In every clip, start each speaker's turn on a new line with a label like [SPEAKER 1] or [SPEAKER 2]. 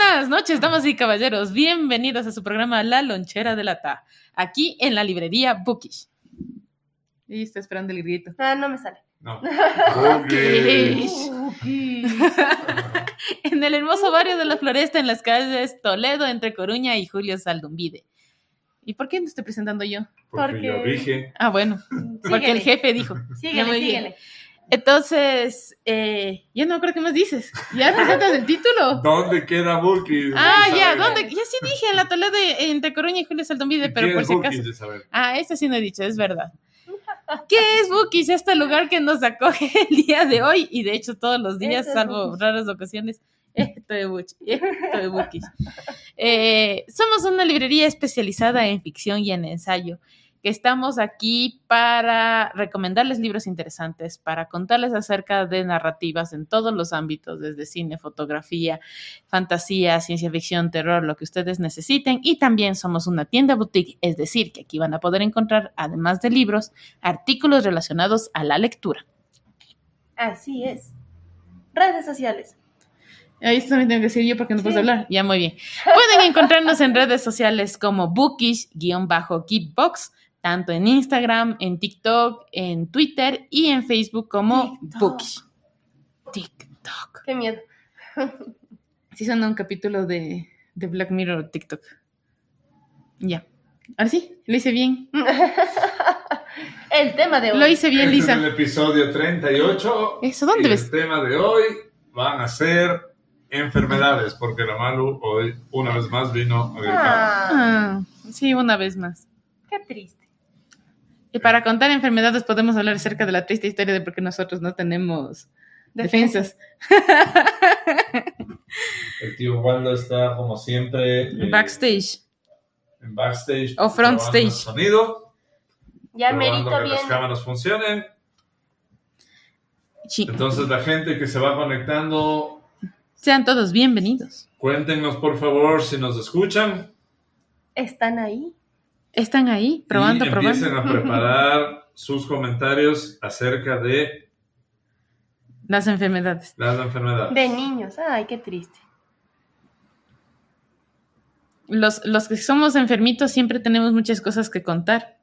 [SPEAKER 1] Buenas noches, damas y caballeros. Bienvenidos a su programa La Lonchera de la Ta, aquí en la librería Bookish. Y está esperando el grito.
[SPEAKER 2] Ah, no me sale.
[SPEAKER 3] No.
[SPEAKER 1] Bookish. en el hermoso barrio de la Floresta, en las calles Toledo, entre Coruña y Julio Saldumbide. ¿Y por qué no estoy presentando yo?
[SPEAKER 3] Porque yo
[SPEAKER 2] Porque-
[SPEAKER 3] dije,
[SPEAKER 1] Ah, bueno, porque el jefe dijo.
[SPEAKER 2] Síguele,
[SPEAKER 1] Muy bien.
[SPEAKER 2] síguele.
[SPEAKER 1] Entonces, eh, ya no creo que más dices. ¿Ya presentas el título?
[SPEAKER 3] ¿dónde queda Bookies?
[SPEAKER 1] Ah,
[SPEAKER 3] Isabel?
[SPEAKER 1] ya, ¿dónde? Ya sí dije, en la Toledo, entre Coruña y Julio Saldumbide, pero
[SPEAKER 3] ¿Quién
[SPEAKER 1] por
[SPEAKER 3] es
[SPEAKER 1] si
[SPEAKER 3] Bookies,
[SPEAKER 1] acaso.
[SPEAKER 3] Isabel?
[SPEAKER 1] Ah, eso sí no he dicho, es verdad. ¿Qué es Bookies? Este lugar que nos acoge el día de hoy y de hecho todos los días,
[SPEAKER 2] Eso Este es
[SPEAKER 1] salvo
[SPEAKER 2] Bookies.
[SPEAKER 1] raras ocasiones. Esto de Bookies. Esto de Bookies. Eh, somos una librería especializada en ficción y en ensayo, que estamos aquí para recomendarles libros interesantes, para contarles acerca de narrativas en todos los ámbitos, desde cine, fotografía, fantasía, ciencia ficción, terror, lo que ustedes necesiten. Y también somos una tienda boutique, es decir, que aquí van a poder encontrar, además de libros, artículos relacionados a la lectura.
[SPEAKER 2] Así es. Redes sociales.
[SPEAKER 1] Ahí también tengo que decir yo porque no puedo
[SPEAKER 2] Sí.
[SPEAKER 1] hablar. Ya, muy bien. Pueden encontrarnos en redes sociales como bookish-kickbox, tanto en Instagram, en TikTok, en Twitter y en Facebook como
[SPEAKER 2] TikTok.
[SPEAKER 1] bookish. TikTok.
[SPEAKER 2] Qué miedo.
[SPEAKER 1] Sí suena un capítulo de, de Black Mirror TikTok. Ya. Ahora sí, lo hice bien. Mm,
[SPEAKER 2] El tema de hoy.
[SPEAKER 1] Lo hice bien,
[SPEAKER 3] Este es
[SPEAKER 1] Lisa.
[SPEAKER 3] el episodio 38.
[SPEAKER 1] Eso, ¿dónde
[SPEAKER 3] y
[SPEAKER 1] ves?
[SPEAKER 3] El tema de hoy van a ser enfermedades, porque la Malu hoy una vez más vino a gritar.
[SPEAKER 2] Ah,
[SPEAKER 1] Ah, sí, una vez más.
[SPEAKER 2] qué triste.
[SPEAKER 1] Y para contar enfermedades podemos hablar acerca de la triste historia de por qué nosotros no tenemos defensas.
[SPEAKER 4] El tío Waldo está como siempre eh,
[SPEAKER 1] Backstage.
[SPEAKER 3] eh,
[SPEAKER 4] en backstage
[SPEAKER 1] O front
[SPEAKER 4] probando
[SPEAKER 1] stage.
[SPEAKER 4] el sonido,
[SPEAKER 2] Ya
[SPEAKER 3] probando
[SPEAKER 2] merito
[SPEAKER 3] que las
[SPEAKER 2] bien.
[SPEAKER 3] cámaras funcionen.
[SPEAKER 1] Sí.
[SPEAKER 3] Entonces la gente que se va conectando,
[SPEAKER 1] Sean todos bienvenidos.
[SPEAKER 3] cuéntenos por favor si nos escuchan.
[SPEAKER 2] Están ahí.
[SPEAKER 1] Están ahí, probando,
[SPEAKER 3] y
[SPEAKER 1] probando.
[SPEAKER 3] empiecen a preparar sus comentarios acerca de
[SPEAKER 1] Las enfermedades.
[SPEAKER 3] las enfermedades.
[SPEAKER 2] De niños. Ay, qué triste.
[SPEAKER 1] Los, los que somos enfermitos siempre tenemos muchas cosas que contar.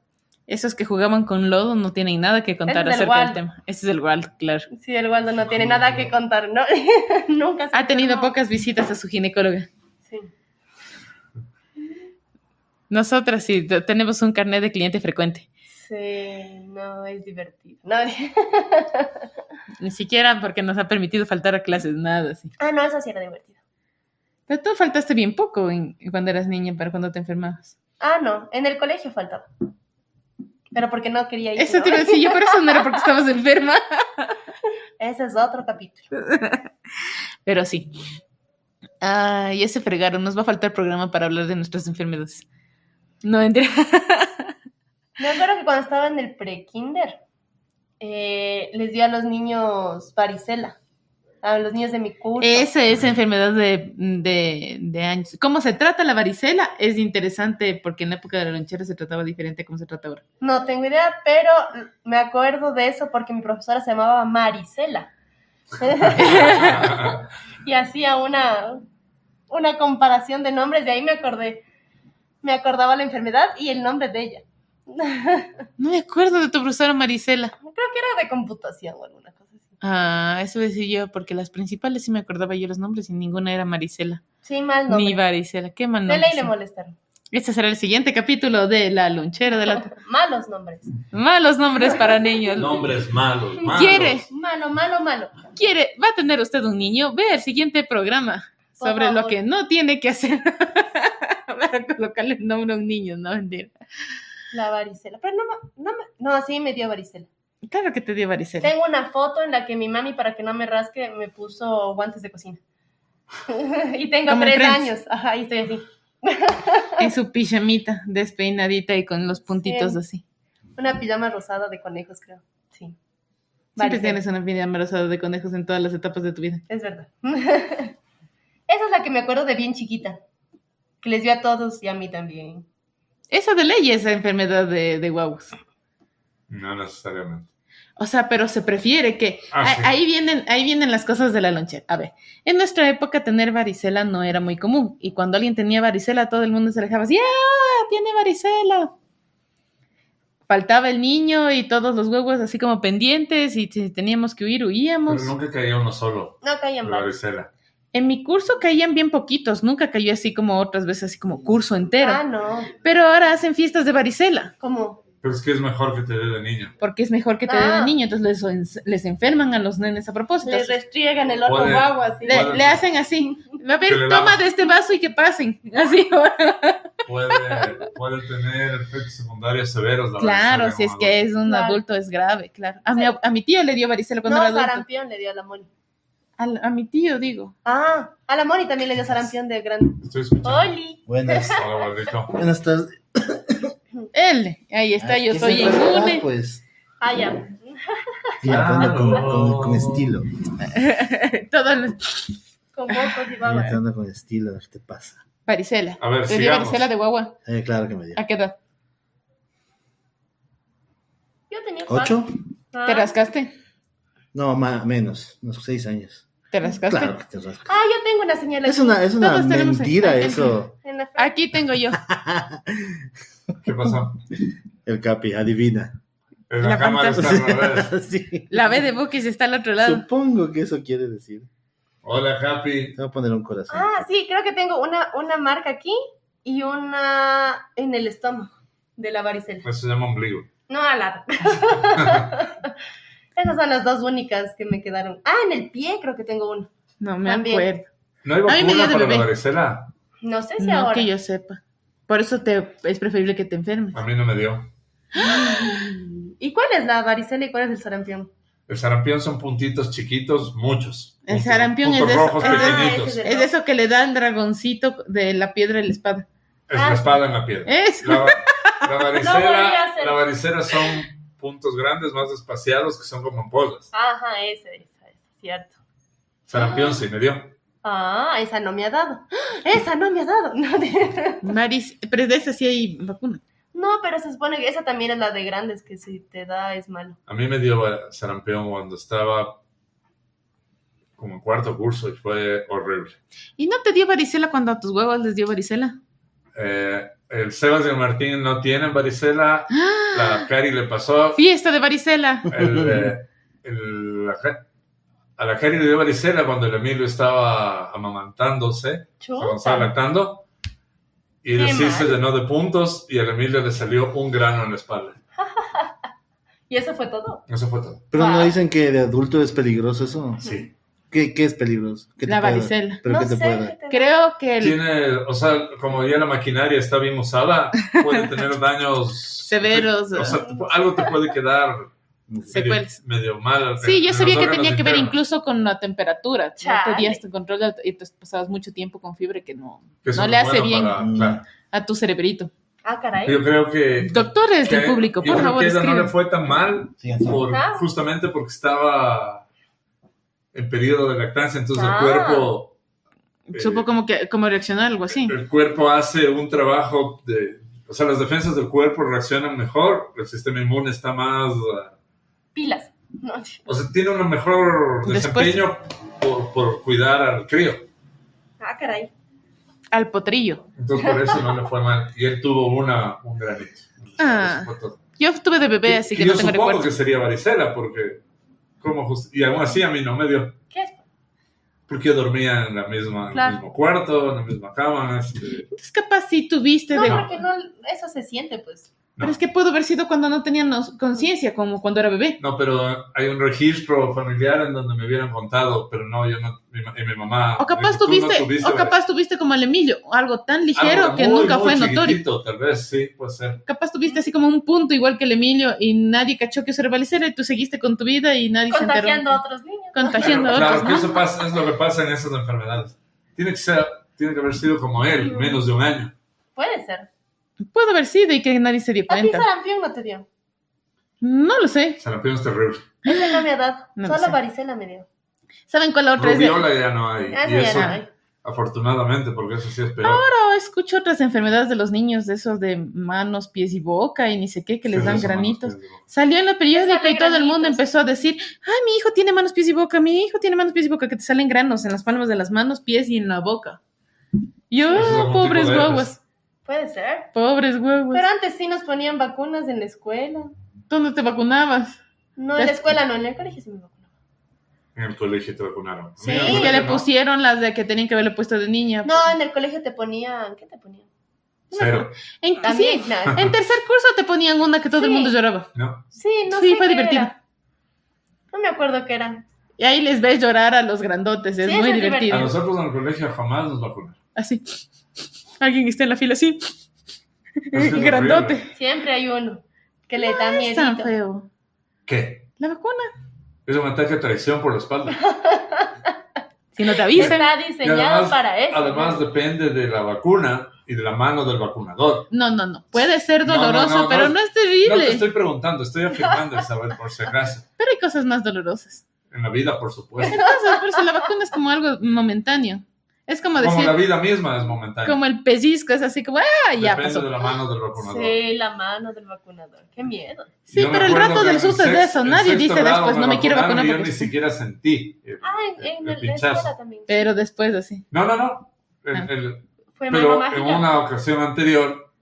[SPEAKER 1] Esos que jugaban con lodo no tienen nada que contar
[SPEAKER 2] Ese es el
[SPEAKER 1] acerca del
[SPEAKER 2] Walt.
[SPEAKER 1] tema. Ese es el Walt, claro.
[SPEAKER 2] Sí, el Waldo no tiene nada que contar, ¿no? Nunca se
[SPEAKER 1] Ha tenido
[SPEAKER 2] enfermó.
[SPEAKER 1] pocas visitas a su ginecóloga.
[SPEAKER 2] Sí.
[SPEAKER 1] Nosotras sí te- tenemos un carnet de cliente frecuente.
[SPEAKER 2] Sí, no, es divertido. No,
[SPEAKER 1] Ni siquiera porque nos ha permitido faltar a clases, nada así.
[SPEAKER 2] ah, no, eso sí era divertido.
[SPEAKER 1] Pero tú faltaste bien poco en- cuando eras niña para cuando te enfermabas.
[SPEAKER 2] Ah, no, en el colegio faltaba. Pero porque no quería ir.
[SPEAKER 1] Eso
[SPEAKER 2] ¿no?
[SPEAKER 1] te iba a decir yo, pero eso no era porque estabas enferma.
[SPEAKER 2] Ese es otro capítulo.
[SPEAKER 1] Pero sí. Ah, ya se fregaron. Nos va a faltar programa para hablar de nuestras enfermedades. No entra.
[SPEAKER 2] Me acuerdo que cuando estaba en el pre-kinder, eh, les dio a los niños varicela. A los niños de mi curso.
[SPEAKER 1] Esa es enfermedad de, de, de años. ¿Cómo se trata la varicela? Es interesante porque en la época de la lonchera se trataba diferente a cómo se trata ahora.
[SPEAKER 2] No tengo idea, pero me acuerdo de eso porque mi profesora se llamaba Maricela.
[SPEAKER 3] Ah,
[SPEAKER 2] y hacía una, una comparación de nombres, de ahí me acordé. Me acordaba la enfermedad y el nombre de ella.
[SPEAKER 1] No me acuerdo de tu profesora Maricela.
[SPEAKER 2] Creo que era de computación o alguna cosa así.
[SPEAKER 1] Ah, eso decía yo, porque las principales sí me acordaba yo los nombres y ninguna era Maricela.
[SPEAKER 2] Sí, mal nombre.
[SPEAKER 1] Ni varicela. Qué mal
[SPEAKER 2] de
[SPEAKER 1] nombre,
[SPEAKER 2] ley
[SPEAKER 1] sí.
[SPEAKER 2] le molestaron.
[SPEAKER 1] Este será el siguiente capítulo de La lonchera de la...
[SPEAKER 2] Malos nombres.
[SPEAKER 1] Malos nombres para niños.
[SPEAKER 4] nombres malos, malos.
[SPEAKER 1] ¿Quiere?
[SPEAKER 2] Malo, malo, malo.
[SPEAKER 1] quiere, va a tener usted un niño, ve el siguiente programa
[SPEAKER 2] Por
[SPEAKER 1] sobre lo
[SPEAKER 2] favor.
[SPEAKER 1] que no tiene que hacer para colocarle el nombre a un niño, no mentira.
[SPEAKER 2] La varicela. Pero no, me- no, me- no, sí me dio varicela.
[SPEAKER 1] Claro que te dio varicela.
[SPEAKER 2] Tengo una foto en la que mi mami, para que no me rasque, me puso guantes de cocina. y tengo
[SPEAKER 1] Como en
[SPEAKER 2] tres
[SPEAKER 1] Friends.
[SPEAKER 2] años. Ajá, y estoy así.
[SPEAKER 1] En su pijamita, despeinadita y con los puntitos
[SPEAKER 2] Sí.
[SPEAKER 1] así.
[SPEAKER 2] Una pijama rosada de conejos, creo. Sí.
[SPEAKER 1] Siempre
[SPEAKER 2] Varicela.
[SPEAKER 1] tienes una vida embarazada de conejos en todas las etapas de tu vida.
[SPEAKER 2] Es verdad. Esa es la que me acuerdo de bien chiquita. Que les dio a todos y a mí también.
[SPEAKER 1] Esa de ley es la enfermedad de, de guaguas.
[SPEAKER 3] No necesariamente.
[SPEAKER 1] O O sea, pero se prefiere que
[SPEAKER 3] Ah,
[SPEAKER 1] a-
[SPEAKER 3] sí.
[SPEAKER 1] ahí vienen ahí vienen las cosas de la lonchera. A ver, en nuestra época tener varicela no era muy común y cuando alguien tenía varicela todo el mundo se alejaba así, ¡ah, tiene varicela! Faltaba el niño y todos los huevos así como pendientes y si teníamos que huir huíamos.
[SPEAKER 3] Pero nunca caía uno solo.
[SPEAKER 2] No caían
[SPEAKER 3] de
[SPEAKER 2] varios.
[SPEAKER 3] varicela.
[SPEAKER 1] En mi curso caían bien poquitos, nunca cayó así como otras veces así como curso entero.
[SPEAKER 2] Ah, no.
[SPEAKER 1] Pero ahora hacen fiestas de varicela,
[SPEAKER 2] ¿Cómo?
[SPEAKER 3] Pero es que es mejor que te dé de niño.
[SPEAKER 1] porque es mejor que te den
[SPEAKER 2] Ah.
[SPEAKER 1] el niño, entonces les, les enferman a los nenes a propósito.
[SPEAKER 2] Le restriegan el otro
[SPEAKER 3] Puede-
[SPEAKER 2] guagua así.
[SPEAKER 1] Le,
[SPEAKER 3] Bueno.
[SPEAKER 1] le hacen así. A
[SPEAKER 3] Que le
[SPEAKER 1] ver,
[SPEAKER 3] da-
[SPEAKER 1] toma de este vaso y que pasen. Así.
[SPEAKER 3] Puede, puede tener efectos secundarios severos. La
[SPEAKER 1] Claro,
[SPEAKER 3] varicela
[SPEAKER 1] si es
[SPEAKER 3] como
[SPEAKER 1] que es un
[SPEAKER 2] Claro.
[SPEAKER 1] adulto es grave, claro. A mi,
[SPEAKER 2] Sí.
[SPEAKER 1] ab- a mi tío le dio varicela cuando
[SPEAKER 2] No,
[SPEAKER 1] era adulto.
[SPEAKER 2] sarampión le dio a la Moni.
[SPEAKER 1] Al- A, mi tío, digo.
[SPEAKER 2] Ah, a la Moni también le dio sarampión de grande.
[SPEAKER 3] adulto. Estoy escuchando.
[SPEAKER 2] ¡Oli!
[SPEAKER 5] Buenas,
[SPEAKER 3] Hola, Waldito.
[SPEAKER 5] buenas tardes.
[SPEAKER 1] Él, ahí está,
[SPEAKER 5] Ah,
[SPEAKER 1] yo
[SPEAKER 5] ¿qué
[SPEAKER 1] soy
[SPEAKER 5] se trata?
[SPEAKER 1] inmune.
[SPEAKER 5] Ah, pues,
[SPEAKER 2] Ah, ya.
[SPEAKER 5] ya,
[SPEAKER 4] Claro.
[SPEAKER 5] con, con- con estilo.
[SPEAKER 1] Todo el-
[SPEAKER 2] Con bocos y
[SPEAKER 5] Ya
[SPEAKER 2] babas.
[SPEAKER 5] te anda con estilo, a ver qué te pasa.
[SPEAKER 1] varicela.
[SPEAKER 3] A ver,
[SPEAKER 1] Le dio
[SPEAKER 3] sigamos.
[SPEAKER 1] varicela de guagua.
[SPEAKER 5] Eh, claro que me dio.
[SPEAKER 1] ¿A qué edad?
[SPEAKER 2] Yo tenía cuatro.
[SPEAKER 5] ¿Ocho?
[SPEAKER 2] Ah.
[SPEAKER 1] ¿Te rascaste?
[SPEAKER 5] No, más, menos, unos seis años.
[SPEAKER 1] ¿Te rascaste?
[SPEAKER 5] Claro que te rascas.
[SPEAKER 2] Ah, yo tengo una señal
[SPEAKER 5] Es
[SPEAKER 2] aquí.
[SPEAKER 5] una, es una
[SPEAKER 1] Todos tenemos-
[SPEAKER 5] mentira
[SPEAKER 1] hay que-
[SPEAKER 5] eso.
[SPEAKER 2] En la frente.
[SPEAKER 1] Aquí tengo yo.
[SPEAKER 3] ¿Qué pasó?
[SPEAKER 5] El Capi, adivina.
[SPEAKER 3] En la,
[SPEAKER 1] La
[SPEAKER 3] cámara está
[SPEAKER 1] pantalla.
[SPEAKER 3] al revés.
[SPEAKER 5] Sí.
[SPEAKER 1] La B de Bookies está al otro lado.
[SPEAKER 5] Supongo que eso quiere decir.
[SPEAKER 3] Hola, Happy.
[SPEAKER 5] Te voy a poner un corazón.
[SPEAKER 2] Ah, sí, creo que tengo una, una marca aquí y una en el estómago de la varicela.
[SPEAKER 3] Eso se llama ombligo.
[SPEAKER 2] No, a la. Esas son las dos únicas que me quedaron. Ah, en el pie creo que tengo una.
[SPEAKER 1] No me
[SPEAKER 2] También.
[SPEAKER 1] acuerdo.
[SPEAKER 3] ¿No hay
[SPEAKER 1] A mí me dio
[SPEAKER 3] vacuna
[SPEAKER 1] de
[SPEAKER 3] para la
[SPEAKER 1] bebé.
[SPEAKER 3] varicela?
[SPEAKER 2] No sé si
[SPEAKER 1] No
[SPEAKER 2] ahora.
[SPEAKER 1] que yo sepa. Por eso te, es preferible que te enfermes.
[SPEAKER 3] A mí no me dio.
[SPEAKER 2] ¿Y cuál es la varicela y cuál es el sarampión?
[SPEAKER 3] El sarampión son puntitos chiquitos, muchos.
[SPEAKER 1] El
[SPEAKER 3] Puntos-
[SPEAKER 1] sarampión es
[SPEAKER 3] puntos
[SPEAKER 1] de eso-
[SPEAKER 3] rojos
[SPEAKER 1] es de-
[SPEAKER 3] pequeñitos.
[SPEAKER 2] Ah, ese
[SPEAKER 3] es,
[SPEAKER 2] de-
[SPEAKER 1] Es de eso que le da el dragoncito de la piedra y la espada.
[SPEAKER 3] la espada en la piedra.
[SPEAKER 1] Eso.
[SPEAKER 3] La, va- la
[SPEAKER 2] Ah. No podría
[SPEAKER 3] varicela,
[SPEAKER 2] ser.
[SPEAKER 3] la varicela son puntos grandes, más espaciados, que son como ampollas.
[SPEAKER 2] Ajá, ese, esa, es cierto.
[SPEAKER 3] Sarampión sí me dio.
[SPEAKER 2] Ah, esa no me ha dado. ¡Ah! Esa no me ha dado. No, de-
[SPEAKER 1] Maris, pero de esa sí hay vacuna.
[SPEAKER 2] No, pero se supone que esa también es la de grandes, que si te da es malo.
[SPEAKER 3] A mí me dio eh, sarampión cuando estaba como en cuarto curso y fue horrible.
[SPEAKER 1] ¿Y no te dio varicela cuando a tus huevos les dio varicela?
[SPEAKER 3] Eh, el Sebas y el Martín no tienen varicela. La Cari le pasó.
[SPEAKER 1] ¡Ah! Fiesta de varicela.
[SPEAKER 3] el, eh, el- la Ca- a la Cari le dio varicela cuando el Emilio estaba amamantándose,
[SPEAKER 1] Oh.
[SPEAKER 3] cuando estaba
[SPEAKER 2] Chuta.
[SPEAKER 3] lactando, y
[SPEAKER 2] Qué
[SPEAKER 3] el sí se
[SPEAKER 2] mal.
[SPEAKER 3] llenó de puntos y al Emilio le salió un grano en la espalda.
[SPEAKER 2] Y eso fue todo.
[SPEAKER 3] Eso fue todo.
[SPEAKER 5] Pero no
[SPEAKER 2] ah.
[SPEAKER 5] dicen que de adulto es peligroso eso.
[SPEAKER 3] Sí.
[SPEAKER 5] ¿Qué, qué es peligroso? ¿Qué te
[SPEAKER 1] La
[SPEAKER 5] puede dar?
[SPEAKER 1] varicela.
[SPEAKER 5] ¿Pero
[SPEAKER 2] no
[SPEAKER 5] qué te
[SPEAKER 2] sé.
[SPEAKER 5] puede
[SPEAKER 2] ¿qué
[SPEAKER 5] dar?
[SPEAKER 2] te da?
[SPEAKER 1] Creo que el-
[SPEAKER 3] Tiene, o sea, como ya la maquinaria está bien usada, puede tener daños
[SPEAKER 1] Severos,
[SPEAKER 3] O sea, te pu- algo te puede quedar medio,
[SPEAKER 1] Secuelas.
[SPEAKER 3] medio mal.
[SPEAKER 1] Sí, yo
[SPEAKER 3] en
[SPEAKER 1] sabía
[SPEAKER 3] los
[SPEAKER 1] que
[SPEAKER 3] órganos
[SPEAKER 1] tenía que ver
[SPEAKER 3] internos,
[SPEAKER 1] incluso con la temperatura. No
[SPEAKER 2] Chale.
[SPEAKER 1] tenías tu control de- y te pasabas mucho tiempo con fiebre que no
[SPEAKER 3] que eso
[SPEAKER 1] no le
[SPEAKER 3] es
[SPEAKER 1] hace bien.
[SPEAKER 3] para- claro.
[SPEAKER 1] a tu cerebrito.
[SPEAKER 2] Ah, caray.
[SPEAKER 3] Yo creo que.
[SPEAKER 1] Doctores del
[SPEAKER 3] que-
[SPEAKER 1] público,
[SPEAKER 3] Eh, yo
[SPEAKER 1] por
[SPEAKER 3] creo
[SPEAKER 1] favor,
[SPEAKER 3] que ella no le
[SPEAKER 1] escriban.
[SPEAKER 3] fue tan mal
[SPEAKER 5] Sigan, sigan.
[SPEAKER 3] por-
[SPEAKER 2] Ah.
[SPEAKER 3] justamente porque estaba en periodo de lactancia, entonces
[SPEAKER 2] Ah.
[SPEAKER 3] el cuerpo eh,
[SPEAKER 1] Supo como que como reaccionar algo así.
[SPEAKER 3] el cuerpo hace un trabajo de o sea, las defensas del cuerpo reaccionan mejor, el sistema inmune está más ah,
[SPEAKER 2] Pilas. No,
[SPEAKER 3] o sea, tiene un mejor
[SPEAKER 1] Después-
[SPEAKER 3] desempeño por, por cuidar al crío.
[SPEAKER 2] Ah, caray.
[SPEAKER 3] eh.
[SPEAKER 1] Al potrillo.
[SPEAKER 3] Entonces por eso no le fue mal y él tuvo una un granito.
[SPEAKER 1] Ah.
[SPEAKER 3] Eso fue todo.
[SPEAKER 1] Yo estuve de bebé, así que
[SPEAKER 3] yo
[SPEAKER 1] no tengo
[SPEAKER 3] supongo
[SPEAKER 1] recuerdo.
[SPEAKER 3] que sería varicela porque como just- y aún así a mí no me dio
[SPEAKER 2] ¿Qué es?
[SPEAKER 3] Porque yo dormía en la misma, en
[SPEAKER 2] Claro.
[SPEAKER 3] el mismo cuarto, en la misma cama. este,
[SPEAKER 1] Entonces capaz si tuviste
[SPEAKER 2] No,
[SPEAKER 1] de...
[SPEAKER 2] porque no, eso se siente, pues.
[SPEAKER 1] Pero es que pudo haber sido cuando no tenían nos- conciencia, como cuando era bebé.
[SPEAKER 3] No, pero hay un registro familiar en donde me hubieran contado, pero no, yo no, mi, ma- Ah, y mi mamá.
[SPEAKER 1] O capaz
[SPEAKER 3] dijo, "Tú no
[SPEAKER 1] tuviste, o capaz tuviste como el Emilio, algo tan ligero
[SPEAKER 3] algo
[SPEAKER 1] que
[SPEAKER 3] muy,
[SPEAKER 1] nunca
[SPEAKER 3] muy
[SPEAKER 1] fue notorio.
[SPEAKER 3] chiquitito, Tal vez, sí, puede ser.
[SPEAKER 1] Capaz tuviste así como un punto igual que el Emilio y nadie cachó que eso era varicela y tú seguiste con tu vida y nadie se
[SPEAKER 2] Contagiando
[SPEAKER 1] enteró.
[SPEAKER 2] a otros niños.
[SPEAKER 1] Contagiando
[SPEAKER 3] Claro,
[SPEAKER 1] a
[SPEAKER 3] claro,
[SPEAKER 1] otros,
[SPEAKER 3] que
[SPEAKER 1] ¿no?
[SPEAKER 3] eso pasa, es lo que pasa en esas enfermedades. Tiene que ser, tiene que haber sido como él, menos de un año.
[SPEAKER 2] Puede ser.
[SPEAKER 1] Pudo haber sido y que nadie se dio
[SPEAKER 2] A ti
[SPEAKER 1] cuenta.
[SPEAKER 2] sarampión no te dio.
[SPEAKER 1] No lo sé.
[SPEAKER 3] Sarampión es terrible.
[SPEAKER 2] Esa no me ha dado.
[SPEAKER 1] No lo
[SPEAKER 2] Solo
[SPEAKER 1] sé.
[SPEAKER 2] varicela me dio.
[SPEAKER 1] ¿Saben cuál la otra es? de-
[SPEAKER 3] Rubiola ya no hay.
[SPEAKER 2] Ah,
[SPEAKER 3] Y
[SPEAKER 2] Esa ya
[SPEAKER 3] eso,
[SPEAKER 2] no hay.
[SPEAKER 3] Afortunadamente, porque eso sí es peor.
[SPEAKER 1] Yo escucho otras enfermedades de los niños, de esos de manos, pies y boca y ni sé qué, que les
[SPEAKER 3] Sí,
[SPEAKER 1] dan
[SPEAKER 3] eso, manos,
[SPEAKER 1] granitos.
[SPEAKER 3] pies y boca.
[SPEAKER 1] Salió en la periódica y todo el mundo
[SPEAKER 2] granitos.
[SPEAKER 1] empezó a decir, ay, mi hijo tiene manos, pies y boca, mi hijo tiene manos, pies y boca, que te salen granos en las palmas de las manos, pies y en la boca. Yo, "Ah,
[SPEAKER 3] Eso es algún
[SPEAKER 1] pobres
[SPEAKER 3] tipo de herpes.
[SPEAKER 1] guaguas,
[SPEAKER 2] Puede ser.
[SPEAKER 1] pobres guaguas.
[SPEAKER 2] Pero antes sí nos ponían vacunas en la escuela.
[SPEAKER 1] ¿Dónde te vacunabas?
[SPEAKER 2] No, en la escuela no, en el colegio sí me vacunaban.
[SPEAKER 3] En el colegio te vacunaron. A mí
[SPEAKER 2] Sí,
[SPEAKER 3] en el
[SPEAKER 2] que
[SPEAKER 1] Es
[SPEAKER 3] colegio
[SPEAKER 1] que le
[SPEAKER 3] no.
[SPEAKER 1] pusieron las de que tenían que haberle puesto de niña.
[SPEAKER 2] No, en el colegio te ponían, ¿qué te ponían?
[SPEAKER 3] Cero.
[SPEAKER 1] En,
[SPEAKER 2] También,
[SPEAKER 1] sí,
[SPEAKER 2] nada.
[SPEAKER 1] en tercer curso te ponían una que todo el
[SPEAKER 2] Sí.
[SPEAKER 1] mundo lloraba.
[SPEAKER 3] No,
[SPEAKER 2] Sí, no
[SPEAKER 1] sí,
[SPEAKER 2] sé
[SPEAKER 1] fue
[SPEAKER 2] qué
[SPEAKER 1] divertido.
[SPEAKER 2] era. No me acuerdo qué era.
[SPEAKER 1] Y ahí les ves llorar a los grandotes, es
[SPEAKER 2] Sí,
[SPEAKER 1] muy
[SPEAKER 2] eso es
[SPEAKER 1] divertido.
[SPEAKER 3] a nosotros en el colegio jamás nos vacunaron.
[SPEAKER 1] Así. Alguien que está en la fila así,
[SPEAKER 3] Es que es
[SPEAKER 1] grandote.
[SPEAKER 2] Siempre hay uno que le da
[SPEAKER 1] Es tan
[SPEAKER 2] miedo.
[SPEAKER 1] feo.
[SPEAKER 3] ¿Qué?
[SPEAKER 1] La vacuna.
[SPEAKER 3] Es un ataque de traición por la espalda.
[SPEAKER 1] Si no te avisan.
[SPEAKER 2] Está
[SPEAKER 3] Y
[SPEAKER 2] diseñado
[SPEAKER 3] además,
[SPEAKER 2] para eso.
[SPEAKER 3] Además,
[SPEAKER 2] ¿no?
[SPEAKER 3] depende de la vacuna y de la mano del vacunador.
[SPEAKER 1] No, no, no. Puede ser
[SPEAKER 3] No, no,
[SPEAKER 1] doloroso,
[SPEAKER 3] no, no.
[SPEAKER 1] pero no es
[SPEAKER 3] No
[SPEAKER 1] terrible.
[SPEAKER 3] te estoy preguntando, estoy afirmando el saber por si acaso.
[SPEAKER 1] Pero hay cosas más dolorosas.
[SPEAKER 3] En la vida, por supuesto.
[SPEAKER 1] Cosas, por eso la vacuna es como algo momentáneo. Es como decir,
[SPEAKER 3] Como
[SPEAKER 1] como,
[SPEAKER 3] la vida misma es momentánea.
[SPEAKER 1] el pellizco, es así como, ah, ya
[SPEAKER 3] Depende
[SPEAKER 1] pasó.
[SPEAKER 3] de la mano del vacunador.
[SPEAKER 2] Sí, la mano del vacunador. Qué miedo.
[SPEAKER 1] Sí,
[SPEAKER 3] Yo me
[SPEAKER 1] pero el
[SPEAKER 3] acuerdo
[SPEAKER 1] rato
[SPEAKER 3] que
[SPEAKER 1] del
[SPEAKER 3] en
[SPEAKER 1] susto es
[SPEAKER 3] sexto-
[SPEAKER 1] de eso.
[SPEAKER 3] en
[SPEAKER 1] Nadie
[SPEAKER 3] sexto
[SPEAKER 1] dice
[SPEAKER 3] grado
[SPEAKER 1] después,
[SPEAKER 3] me
[SPEAKER 1] no me quiero
[SPEAKER 3] vacunaron
[SPEAKER 1] vacunar
[SPEAKER 3] y Yo
[SPEAKER 1] porque
[SPEAKER 3] ni
[SPEAKER 1] sí.
[SPEAKER 3] siquiera sentí el,
[SPEAKER 2] Ah, en, en
[SPEAKER 3] el-
[SPEAKER 2] la-
[SPEAKER 3] el
[SPEAKER 2] la escuela
[SPEAKER 3] pinchazo.
[SPEAKER 2] también.
[SPEAKER 1] Pero después así.
[SPEAKER 3] No, no, no. El-
[SPEAKER 1] Ah.
[SPEAKER 3] el-
[SPEAKER 2] Fue mano
[SPEAKER 3] Pero en
[SPEAKER 2] mágica.
[SPEAKER 3] una ocasión anterior,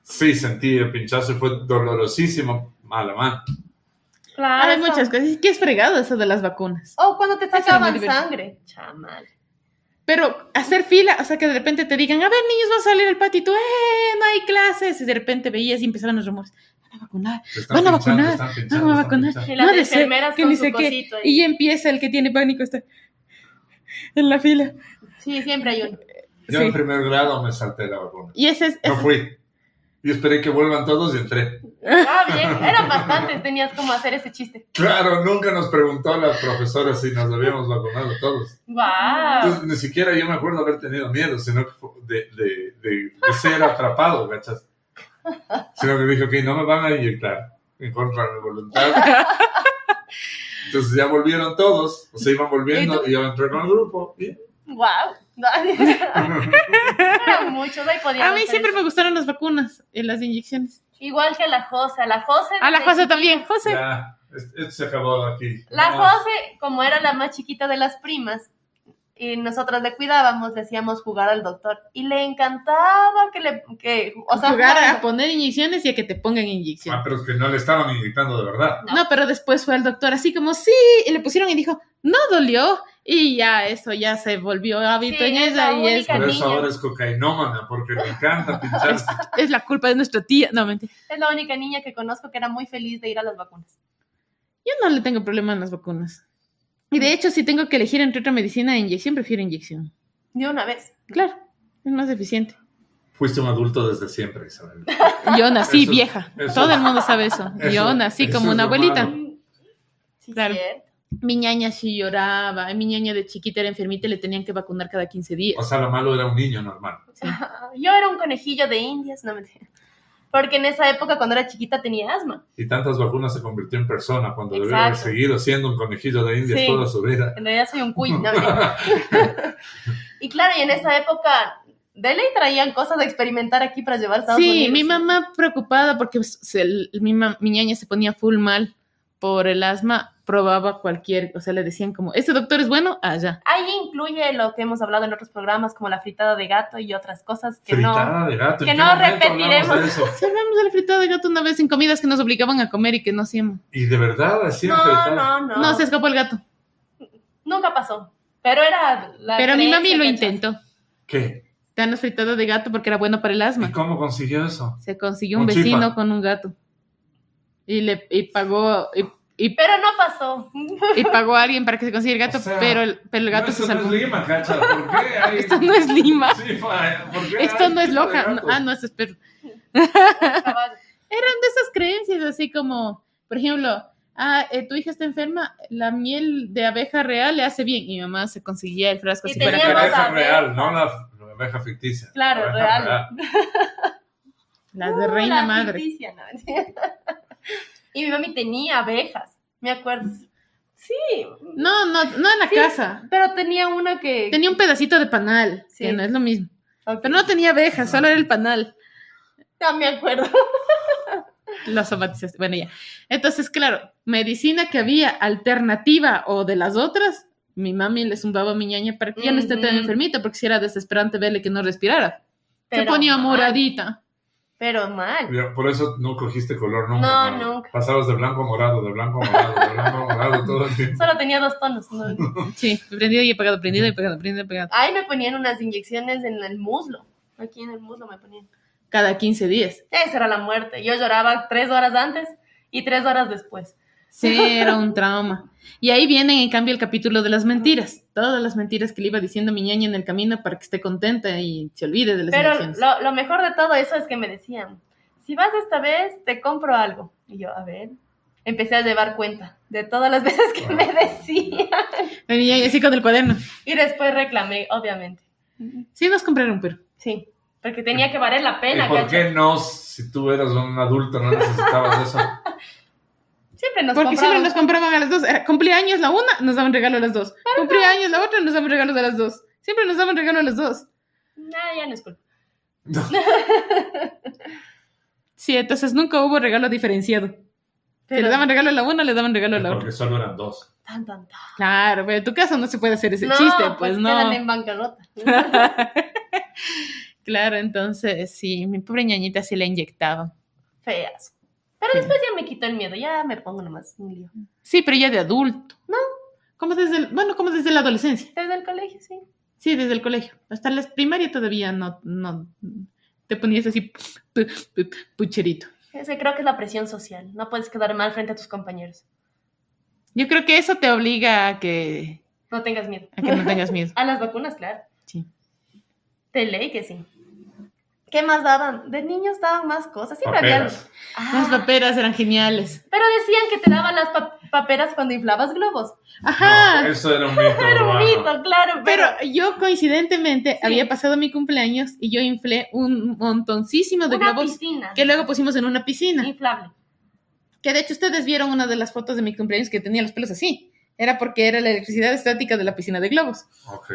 [SPEAKER 3] sí sentí el pinchazo y fue dolorosísimo. Mala mano.
[SPEAKER 2] Claro,
[SPEAKER 1] Ahora hay
[SPEAKER 2] Ah, eso.
[SPEAKER 1] muchas cosas. ¿Qué es fregado eso de las vacunas?
[SPEAKER 2] O cuando te
[SPEAKER 1] era muy
[SPEAKER 2] sacaban
[SPEAKER 1] divertido.
[SPEAKER 2] sangre. Chamal.
[SPEAKER 1] Pero hacer fila, o sea, que de repente te digan, a ver, niños, va a salir el patito, ¡eh! No hay clases. Y de repente veías y empezaban los rumores. Van a vacunar.
[SPEAKER 3] Te están
[SPEAKER 1] Van a
[SPEAKER 3] pinchando,
[SPEAKER 1] vacunar,
[SPEAKER 3] están pinchando,
[SPEAKER 1] van a
[SPEAKER 3] están
[SPEAKER 1] vacunar.
[SPEAKER 3] pinchando.
[SPEAKER 2] Y las
[SPEAKER 1] No ha de ser,
[SPEAKER 2] enfermeras
[SPEAKER 1] que
[SPEAKER 2] con
[SPEAKER 1] ni
[SPEAKER 2] su
[SPEAKER 1] sé qué.
[SPEAKER 2] cosito ahí.
[SPEAKER 1] Y ya empieza el que tiene pánico, está en la fila.
[SPEAKER 2] Sí, siempre hay uno.
[SPEAKER 3] Yo
[SPEAKER 1] Sí.
[SPEAKER 3] en primer grado me salté la vacuna.
[SPEAKER 1] Y ese es,
[SPEAKER 3] No
[SPEAKER 1] es-
[SPEAKER 3] fui. Y esperé que vuelvan todos y entré.
[SPEAKER 2] Ah, bien. Eran bastantes. Tenías como hacer ese chiste.
[SPEAKER 3] Claro, nunca nos preguntó a las profesoras si nos habíamos vacunado todos.
[SPEAKER 2] Wow.
[SPEAKER 1] Ah.
[SPEAKER 3] Entonces, ni siquiera yo me acuerdo haber tenido miedo, sino que fue de, de- de- de ser atrapado, ¿cachas? Sino que dije, ok, no me van a inyectar en contra de mi voluntad. Entonces ya volvieron todos, o se iban
[SPEAKER 2] ¿Y
[SPEAKER 3] volviendo y yo entré con el grupo. y-
[SPEAKER 2] Wow. Eran muchos. Ahí podíamos
[SPEAKER 1] a mí
[SPEAKER 2] hacer
[SPEAKER 1] siempre
[SPEAKER 2] eso.
[SPEAKER 1] me gustaron las vacunas y las inyecciones.
[SPEAKER 2] Igual que a la Jose. A la Jose.
[SPEAKER 1] A la
[SPEAKER 2] de-
[SPEAKER 1] José también, José.
[SPEAKER 3] ya, es- esto se acabó aquí.
[SPEAKER 2] La
[SPEAKER 3] No,
[SPEAKER 2] Jose, como era la más chiquita de las primas, y nosotras le cuidábamos, le hacíamos jugar al doctor. Y le encantaba que le. Que, o sea,
[SPEAKER 1] jugar a
[SPEAKER 2] jugando.
[SPEAKER 1] poner inyecciones y a que te pongan
[SPEAKER 3] Ah,
[SPEAKER 1] inyecciones.
[SPEAKER 3] pero es que no le estaban inyectando de verdad.
[SPEAKER 1] No, pero después fue al doctor así como, sí, y le pusieron y dijo, no dolió. Y ya eso ya se volvió hábito
[SPEAKER 2] Sí,
[SPEAKER 1] en
[SPEAKER 2] es la
[SPEAKER 1] ella y es,
[SPEAKER 2] única.
[SPEAKER 3] Por eso
[SPEAKER 2] Cariño.
[SPEAKER 3] ahora es cocainómana, porque le encanta pincharse.
[SPEAKER 1] es la culpa de nuestra tía. No, mentira.
[SPEAKER 2] Es la única niña que conozco que era muy feliz de ir a las vacunas.
[SPEAKER 1] Yo no le tengo problema en las vacunas. Y de hecho, si tengo que elegir entre otra medicina e inyección, prefiero inyección.
[SPEAKER 2] De una vez.
[SPEAKER 1] Claro, es más eficiente.
[SPEAKER 3] Fuiste un adulto desde siempre, Isabel.
[SPEAKER 1] Yo nací
[SPEAKER 3] Eso-
[SPEAKER 1] vieja.
[SPEAKER 3] eso-
[SPEAKER 1] Todo el mundo sabe eso. Yo
[SPEAKER 3] eso-
[SPEAKER 1] nací
[SPEAKER 3] eso
[SPEAKER 1] como
[SPEAKER 3] es
[SPEAKER 1] una
[SPEAKER 3] lo
[SPEAKER 1] abuelita.
[SPEAKER 3] malo.
[SPEAKER 2] Sí,
[SPEAKER 1] Claro.
[SPEAKER 2] cierto.
[SPEAKER 1] Mi ñaña sí lloraba. Mi ñaña de chiquita era enfermita y le tenían que vacunar cada 15
[SPEAKER 3] O
[SPEAKER 1] días.
[SPEAKER 3] sea, lo malo era un niño normal.
[SPEAKER 2] Yo era un conejillo de indias, no me Porque en esa época, cuando era chiquita, tenía asma.
[SPEAKER 3] Y tantas vacunas se convirtió en persona cuando debió
[SPEAKER 2] Exacto.
[SPEAKER 3] haber seguido siendo un conejillo de indias
[SPEAKER 2] Sí.
[SPEAKER 3] toda su vida.
[SPEAKER 2] En realidad soy un cuy, no mentira. y claro, y en esa época, de ley traían cosas de experimentar aquí para llevar a Estados
[SPEAKER 1] Sí,
[SPEAKER 2] Unidos.
[SPEAKER 1] mi mamá preocupada porque se- el- mi, ma- mi ñaña se ponía full mal por el asma, probaba cualquier, o sea, le decían como, este doctor es bueno, allá.
[SPEAKER 2] Ahí incluye lo que hemos hablado en otros programas, como la fritada de gato y otras cosas que no.
[SPEAKER 3] Fritada de gato.
[SPEAKER 2] que
[SPEAKER 3] ¿en qué
[SPEAKER 2] no
[SPEAKER 3] momento hablamos
[SPEAKER 2] repetiremos.
[SPEAKER 3] de eso?
[SPEAKER 1] Salvamos el fritado de gato una vez en comidas que nos obligaban a comer y que no hacíamos.
[SPEAKER 3] Y de verdad, así
[SPEAKER 2] No,
[SPEAKER 3] fritada.
[SPEAKER 2] no, no.
[SPEAKER 1] No, se escapó el gato.
[SPEAKER 2] Nunca pasó. Pero era la.
[SPEAKER 1] Pero mi
[SPEAKER 2] creencia
[SPEAKER 1] mami lo
[SPEAKER 2] que-
[SPEAKER 1] intentó.
[SPEAKER 3] ¿Qué?
[SPEAKER 1] Danos fritada de gato porque era bueno para el
[SPEAKER 3] ¿Y
[SPEAKER 1] asma.
[SPEAKER 3] cómo consiguió eso?
[SPEAKER 1] Se consiguió un,
[SPEAKER 3] Un chifa.
[SPEAKER 1] vecino con un gato. Y le y pagó y, y-
[SPEAKER 2] Pero no pasó.
[SPEAKER 1] y pagó a alguien para que se consiga el gato,
[SPEAKER 3] O sea,
[SPEAKER 1] pero, el, pero el gato
[SPEAKER 3] no,
[SPEAKER 1] se
[SPEAKER 3] eso no
[SPEAKER 1] salvó.
[SPEAKER 3] es Lima, cacha. ¿Por qué? hay-
[SPEAKER 1] Esto no es Lima.
[SPEAKER 3] Sí, fa, ¿por qué
[SPEAKER 1] Esto
[SPEAKER 3] hay
[SPEAKER 1] no es
[SPEAKER 3] fritada de
[SPEAKER 1] loca. No-
[SPEAKER 3] gato?
[SPEAKER 1] ah, no, eso es perro.
[SPEAKER 2] Caballo.
[SPEAKER 1] Eran de esas creencias así como, por ejemplo, ah, eh, tu hija está enferma, la miel de abeja real le hace bien. Y mi mamá se conseguía el frasco
[SPEAKER 2] Y
[SPEAKER 1] así
[SPEAKER 3] Pero
[SPEAKER 1] para que
[SPEAKER 3] la
[SPEAKER 2] teníamos
[SPEAKER 3] abeja
[SPEAKER 2] abejas.
[SPEAKER 3] real, no la, la abeja ficticia.
[SPEAKER 2] Claro,
[SPEAKER 3] La abeja
[SPEAKER 2] real.
[SPEAKER 1] las de
[SPEAKER 2] Uh,
[SPEAKER 1] reina
[SPEAKER 2] la
[SPEAKER 1] madre.
[SPEAKER 2] ficticia, ¿no? y mi mami tenía abejas, me acuerdo. Sí,
[SPEAKER 1] No, no, no en la
[SPEAKER 2] Sí.
[SPEAKER 1] casa.
[SPEAKER 2] pero tenía una que...
[SPEAKER 1] Tenía un pedacito de panal,
[SPEAKER 2] Sí.
[SPEAKER 1] que no es lo mismo.
[SPEAKER 2] Ok.
[SPEAKER 1] Pero no tenía abejas, solo era el panal.
[SPEAKER 2] No me acuerdo.
[SPEAKER 1] Los somatizaste. Bueno, ya. Entonces, claro, medicina que había alternativa o de las otras, mi mami le zumbaba a mi ñaña para que ya no esté tan
[SPEAKER 2] Ujú.
[SPEAKER 1] enfermita, porque si era desesperante verle que no respirara. Se
[SPEAKER 2] Pero
[SPEAKER 1] ponía
[SPEAKER 2] mal,
[SPEAKER 1] moradita.
[SPEAKER 2] Pero mal.
[SPEAKER 3] Mira, por eso no cogiste color nunca.
[SPEAKER 2] No,
[SPEAKER 3] mano.
[SPEAKER 2] nunca.
[SPEAKER 3] Pasabas de blanco a morado, de blanco a morado, de blanco a morado todo el tiempo.
[SPEAKER 2] Solo tenía dos tonos. ¿no?
[SPEAKER 1] Sí, prendido y apagado, prendido y apagado, prendido y apagado.
[SPEAKER 2] Ahí me ponían unas inyecciones en el muslo. Aquí en el muslo me ponían.
[SPEAKER 1] Cada 15 días.
[SPEAKER 2] Esa era la muerte. Yo lloraba tres horas antes y tres horas después.
[SPEAKER 1] Sí, era un trauma. Y ahí viene, en cambio, el capítulo de las mentiras. Todas las mentiras que le iba diciendo mi ñaña en el camino para que esté contenta y se olvide de las
[SPEAKER 2] Pero
[SPEAKER 1] emociones.
[SPEAKER 2] lo, lo mejor de todo eso es que me decían, si vas esta vez, te compro algo. Y yo, a ver, empecé a llevar cuenta de todas las veces que me decía.
[SPEAKER 1] Mi ñaña así con el cuaderno.
[SPEAKER 2] Y después reclamé, obviamente.
[SPEAKER 1] Sí, nos compraron, pero...
[SPEAKER 2] Sí, porque tenía que valer la
[SPEAKER 3] ¿Y
[SPEAKER 2] pena.
[SPEAKER 3] por
[SPEAKER 2] cacho.
[SPEAKER 3] qué no? Si tú eras un adulto, no necesitabas eso.
[SPEAKER 2] Siempre nos
[SPEAKER 1] Porque siempre
[SPEAKER 2] compraban.
[SPEAKER 1] nos compraban a las dos. Era cumpleaños la una, nos daban regalo a las dos. Cumpleaños la otra, nos daban regalos a las dos. Siempre nos daban regalo a las dos.
[SPEAKER 2] Nah, ya no es culpa.
[SPEAKER 3] No.
[SPEAKER 1] Sí, entonces nunca hubo regalo diferenciado. Que
[SPEAKER 2] Pero-
[SPEAKER 1] le daban regalo a la una, le daban regalo a la otra.
[SPEAKER 4] Porque solo eran dos.
[SPEAKER 2] Tan, tan, tan.
[SPEAKER 1] Claro, pero en tu caso no se puede hacer ese
[SPEAKER 2] No,
[SPEAKER 1] chiste, pues no.
[SPEAKER 2] quedan en bancarrota.
[SPEAKER 1] Claro, entonces sí, mi pobre ñañita sí la inyectaba.
[SPEAKER 2] Feas. Pero
[SPEAKER 1] Sí.
[SPEAKER 2] después ya me quitó el miedo, ya me pongo nomás un lío.
[SPEAKER 1] Sí, pero ya de adulto.
[SPEAKER 2] No.
[SPEAKER 1] Como desde el- bueno, como desde la adolescencia.
[SPEAKER 2] Desde el colegio, sí.
[SPEAKER 1] Sí, desde el colegio. Hasta la primaria todavía no, no te ponías así pu- pu- pucherito.
[SPEAKER 2] Es que creo que es la presión social. No puedes quedar mal frente a tus compañeros.
[SPEAKER 1] Yo creo que eso te obliga a que,
[SPEAKER 2] No tengas miedo.
[SPEAKER 1] a que no tengas miedo.
[SPEAKER 2] A las vacunas, claro.
[SPEAKER 1] Sí.
[SPEAKER 2] De ley que sí. ¿Qué más daban? De niños daban más cosas. Siempre había.
[SPEAKER 4] Paperas.
[SPEAKER 2] Ah,
[SPEAKER 1] Las paperas eran geniales.
[SPEAKER 2] pero decían que te daban las pa- paperas cuando inflabas globos.
[SPEAKER 1] Ajá.
[SPEAKER 4] No, eso era un mito.
[SPEAKER 2] Era un
[SPEAKER 4] urbano.
[SPEAKER 2] mito, claro.
[SPEAKER 1] pero
[SPEAKER 2] Pero,
[SPEAKER 1] yo coincidentemente
[SPEAKER 2] Sí.
[SPEAKER 1] había pasado mi cumpleaños y yo inflé un montoncísimo de
[SPEAKER 2] una
[SPEAKER 1] globos
[SPEAKER 2] piscina.
[SPEAKER 1] que luego pusimos en una piscina.
[SPEAKER 2] Inflable.
[SPEAKER 1] Que de hecho ustedes vieron una de las fotos de mi cumpleaños que tenía los pelos así. Era porque era la electricidad estática de la piscina de globos.
[SPEAKER 3] Ok.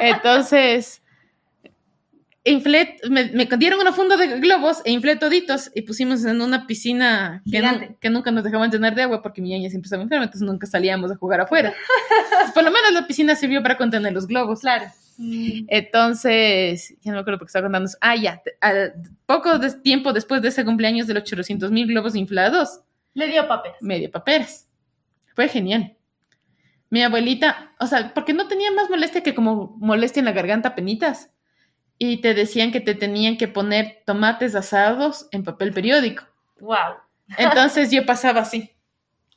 [SPEAKER 1] Entonces, inflé, me, me dieron una funda de globos e inflé toditos y pusimos en una piscina que, nu-
[SPEAKER 2] Gigante.
[SPEAKER 1] que nunca nos dejaban llenar de agua porque mi niña siempre estaba enferma, entonces nunca salíamos a jugar afuera. Entonces, por lo menos la piscina sirvió para contener los globos.
[SPEAKER 2] Claro.
[SPEAKER 1] Mm. Entonces, ya no me acuerdo por qué estaba contando. eso. Ah, ya, te- al- poco de tiempo después de ese cumpleaños de los 800 mil globos inflados,
[SPEAKER 2] Le dio paperas.
[SPEAKER 1] medio paperas. Fue genial. Mi abuelita, o sea, porque no tenía más molestia que como molestia en la garganta penitas. Y te decían que te tenían que poner tomates asados en papel periódico.
[SPEAKER 2] Wow.
[SPEAKER 1] Entonces yo pasaba así,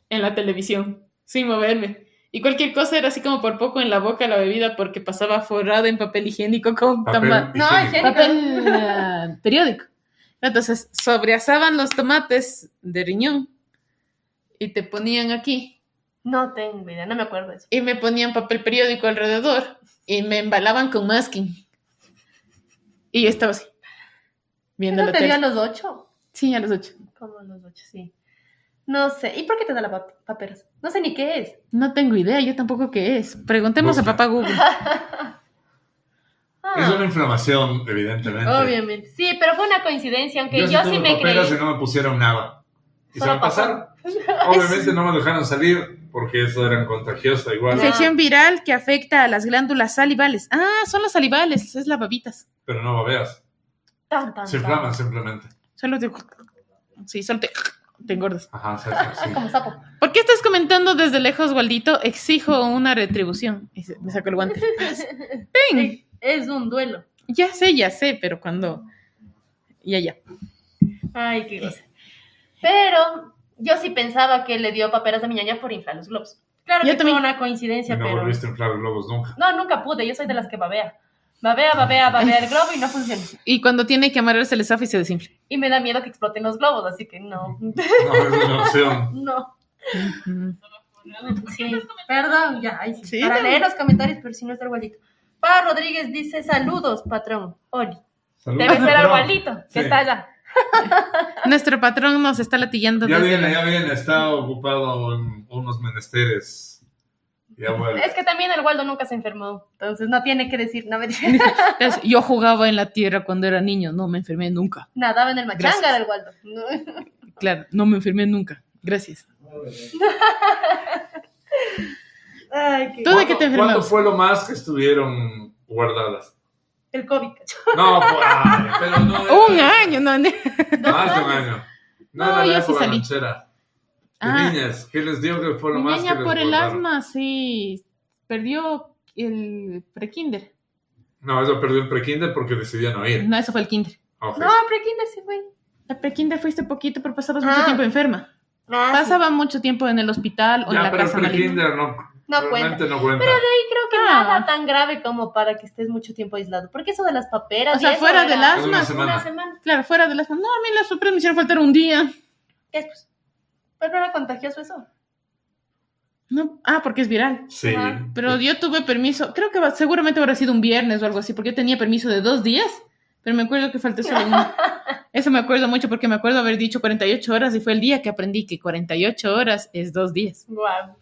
[SPEAKER 1] en la televisión, sin moverme. Y cualquier cosa era así como por poco en la boca la bebida porque pasaba forrada en papel higiénico con
[SPEAKER 3] Papel
[SPEAKER 1] toma-
[SPEAKER 2] No,
[SPEAKER 3] higiénico.
[SPEAKER 2] higiénico.
[SPEAKER 1] papel eh, periódico. Entonces sobreasaban los tomates de riñón y te ponían aquí
[SPEAKER 2] No tengo idea, no me acuerdo de eso.
[SPEAKER 1] y me ponían papel periódico alrededor y me embalaban con masking. Y yo estaba así, viendo
[SPEAKER 2] ¿No
[SPEAKER 1] la
[SPEAKER 2] te dio a
[SPEAKER 1] tele.
[SPEAKER 2] los ocho?
[SPEAKER 1] Sí, a los ocho.
[SPEAKER 2] Como los ocho, sí. No sé. ¿Y por qué te da la pap- paperas? No sé ni qué es.
[SPEAKER 1] No tengo idea, yo tampoco qué es. Preguntemos
[SPEAKER 3] Busca.
[SPEAKER 1] a papá Google.
[SPEAKER 2] Ah,
[SPEAKER 3] Es una inflamación, evidentemente.
[SPEAKER 2] obviamente. Sí, pero fue una coincidencia, aunque yo,
[SPEAKER 3] Yo,
[SPEAKER 2] sí
[SPEAKER 3] tuve
[SPEAKER 2] me creí.
[SPEAKER 3] paperas y no me pusieron nada. Y se
[SPEAKER 2] Solo
[SPEAKER 3] me pasaron. Obviamente no me dejaron salir porque eso era contagiosa igual.
[SPEAKER 2] Sí.
[SPEAKER 1] Infección viral que afecta a las glándulas salivales. Ah, son las salivales, es las babitas.
[SPEAKER 3] Pero no babeas.
[SPEAKER 2] Tan, tan,
[SPEAKER 3] Se
[SPEAKER 2] tan.
[SPEAKER 3] inflaman simplemente.
[SPEAKER 1] Solo te... Sí, solo te, te engordas.
[SPEAKER 3] Ajá, sí, sí, sí.
[SPEAKER 2] Como sapo.
[SPEAKER 1] ¿Por qué estás comentando desde lejos, Waldito? Exijo una retribución. Y se- me sacó el guante. ¡Ping!
[SPEAKER 2] es un duelo.
[SPEAKER 1] Ya sé, ya sé, pero cuando... Ya, ya.
[SPEAKER 2] Ay, qué cosa. Pero yo sí pensaba que le dio paperas a mi ñaña por inflar los globos. Claro
[SPEAKER 1] Yo
[SPEAKER 2] que
[SPEAKER 1] también.
[SPEAKER 2] fue una
[SPEAKER 3] Y
[SPEAKER 2] coincidencia,
[SPEAKER 3] no
[SPEAKER 2] pero.
[SPEAKER 3] volviste a inflar globos nunca.
[SPEAKER 2] No, nunca pude. Yo soy de las que babea. Babea, babea, babea el globo y no funciona.
[SPEAKER 1] Y cuando tiene que amarrarse el zafa y se desinfla.
[SPEAKER 2] Y me da miedo que exploten los globos, así que no.
[SPEAKER 3] No, es una opción.
[SPEAKER 2] No.
[SPEAKER 1] Ujú.
[SPEAKER 2] Sí. Perdón, ya. ay, sí.
[SPEAKER 1] Sí,
[SPEAKER 2] Para
[SPEAKER 1] no.
[SPEAKER 2] leer los comentarios, pero si no es el gualito. Pa Rodríguez dice: Saludos, patrón. Oli.
[SPEAKER 4] Saludos,
[SPEAKER 2] Debe ser
[SPEAKER 4] patrón.
[SPEAKER 2] al gualito,
[SPEAKER 4] Sí.
[SPEAKER 2] que está allá.
[SPEAKER 1] Nuestro patrón nos está latillando
[SPEAKER 3] Ya
[SPEAKER 1] desde
[SPEAKER 3] viene,
[SPEAKER 1] la-
[SPEAKER 3] ya viene. Está ocupado en unos menesteres Ya vuelve.
[SPEAKER 2] Es que también el Waldo nunca se enfermó, entonces no tiene que decir, no me
[SPEAKER 1] Entonces, yo jugaba en la tierra cuando era niño, no me enfermé nunca.
[SPEAKER 2] Nadaba en el machanga
[SPEAKER 1] Gracias.
[SPEAKER 2] del Waldo. No.
[SPEAKER 1] Claro, no me enfermé nunca. Gracias.
[SPEAKER 2] Ay, qué...
[SPEAKER 1] Todo- ¿Tú de qué te
[SPEAKER 3] ¿Cuánto- ¿Cuánto
[SPEAKER 1] enfermas?
[SPEAKER 3] fue lo más que estuvieron guardadas?
[SPEAKER 2] El COVID.
[SPEAKER 3] No, pues, ay, pero no. era-
[SPEAKER 1] Un año, no. no.
[SPEAKER 3] Más de un año.
[SPEAKER 1] No,
[SPEAKER 3] No, era
[SPEAKER 1] yo
[SPEAKER 3] la
[SPEAKER 1] sí
[SPEAKER 3] época
[SPEAKER 1] salí.
[SPEAKER 3] lonchera. De
[SPEAKER 1] Ah.
[SPEAKER 3] niñas, ¿qué les digo que fue lo
[SPEAKER 1] Mi
[SPEAKER 3] más que
[SPEAKER 1] niña
[SPEAKER 3] les
[SPEAKER 1] por el
[SPEAKER 3] guardaron?
[SPEAKER 1] asma, sí. Perdió el prekinder.
[SPEAKER 3] No, eso perdió el prekinder porque decidía no ir.
[SPEAKER 1] No, eso fue el kinder.
[SPEAKER 3] Ok.
[SPEAKER 2] No, pre-kinder sí fue.
[SPEAKER 1] El prekinder fuiste poquito, pero pasabas
[SPEAKER 2] Ah.
[SPEAKER 1] mucho tiempo enferma.
[SPEAKER 2] Ah, sí.
[SPEAKER 1] Pasaba mucho tiempo en el hospital o en
[SPEAKER 3] ya,
[SPEAKER 1] la
[SPEAKER 3] pero el
[SPEAKER 1] casa malita.
[SPEAKER 3] prekinder no,
[SPEAKER 2] No
[SPEAKER 3] realmente no cuenta.
[SPEAKER 2] Y creo que
[SPEAKER 1] Ah.
[SPEAKER 2] nada tan grave como para que estés mucho tiempo aislado. Porque eso de las paperas.
[SPEAKER 1] O sea,
[SPEAKER 2] y eso
[SPEAKER 1] fuera
[SPEAKER 2] era
[SPEAKER 1] del asma.
[SPEAKER 3] Una
[SPEAKER 2] Una
[SPEAKER 3] semana.
[SPEAKER 2] semana.
[SPEAKER 1] Claro, fuera de las... No, a mí las sopras me hicieron faltar un día.
[SPEAKER 2] ¿Qué es? Pues, Pero no era contagioso eso.
[SPEAKER 1] No, ah, porque es viral.
[SPEAKER 3] Sí.
[SPEAKER 2] Ajá.
[SPEAKER 1] Pero yo tuve permiso, creo que va- seguramente habrá sido un viernes o algo así, porque yo tenía permiso de dos días, pero me acuerdo que falté solo uno. Eso me acuerdo mucho porque me acuerdo haber dicho 48 horas y fue el día que aprendí que 48 horas es dos días.
[SPEAKER 2] Guau.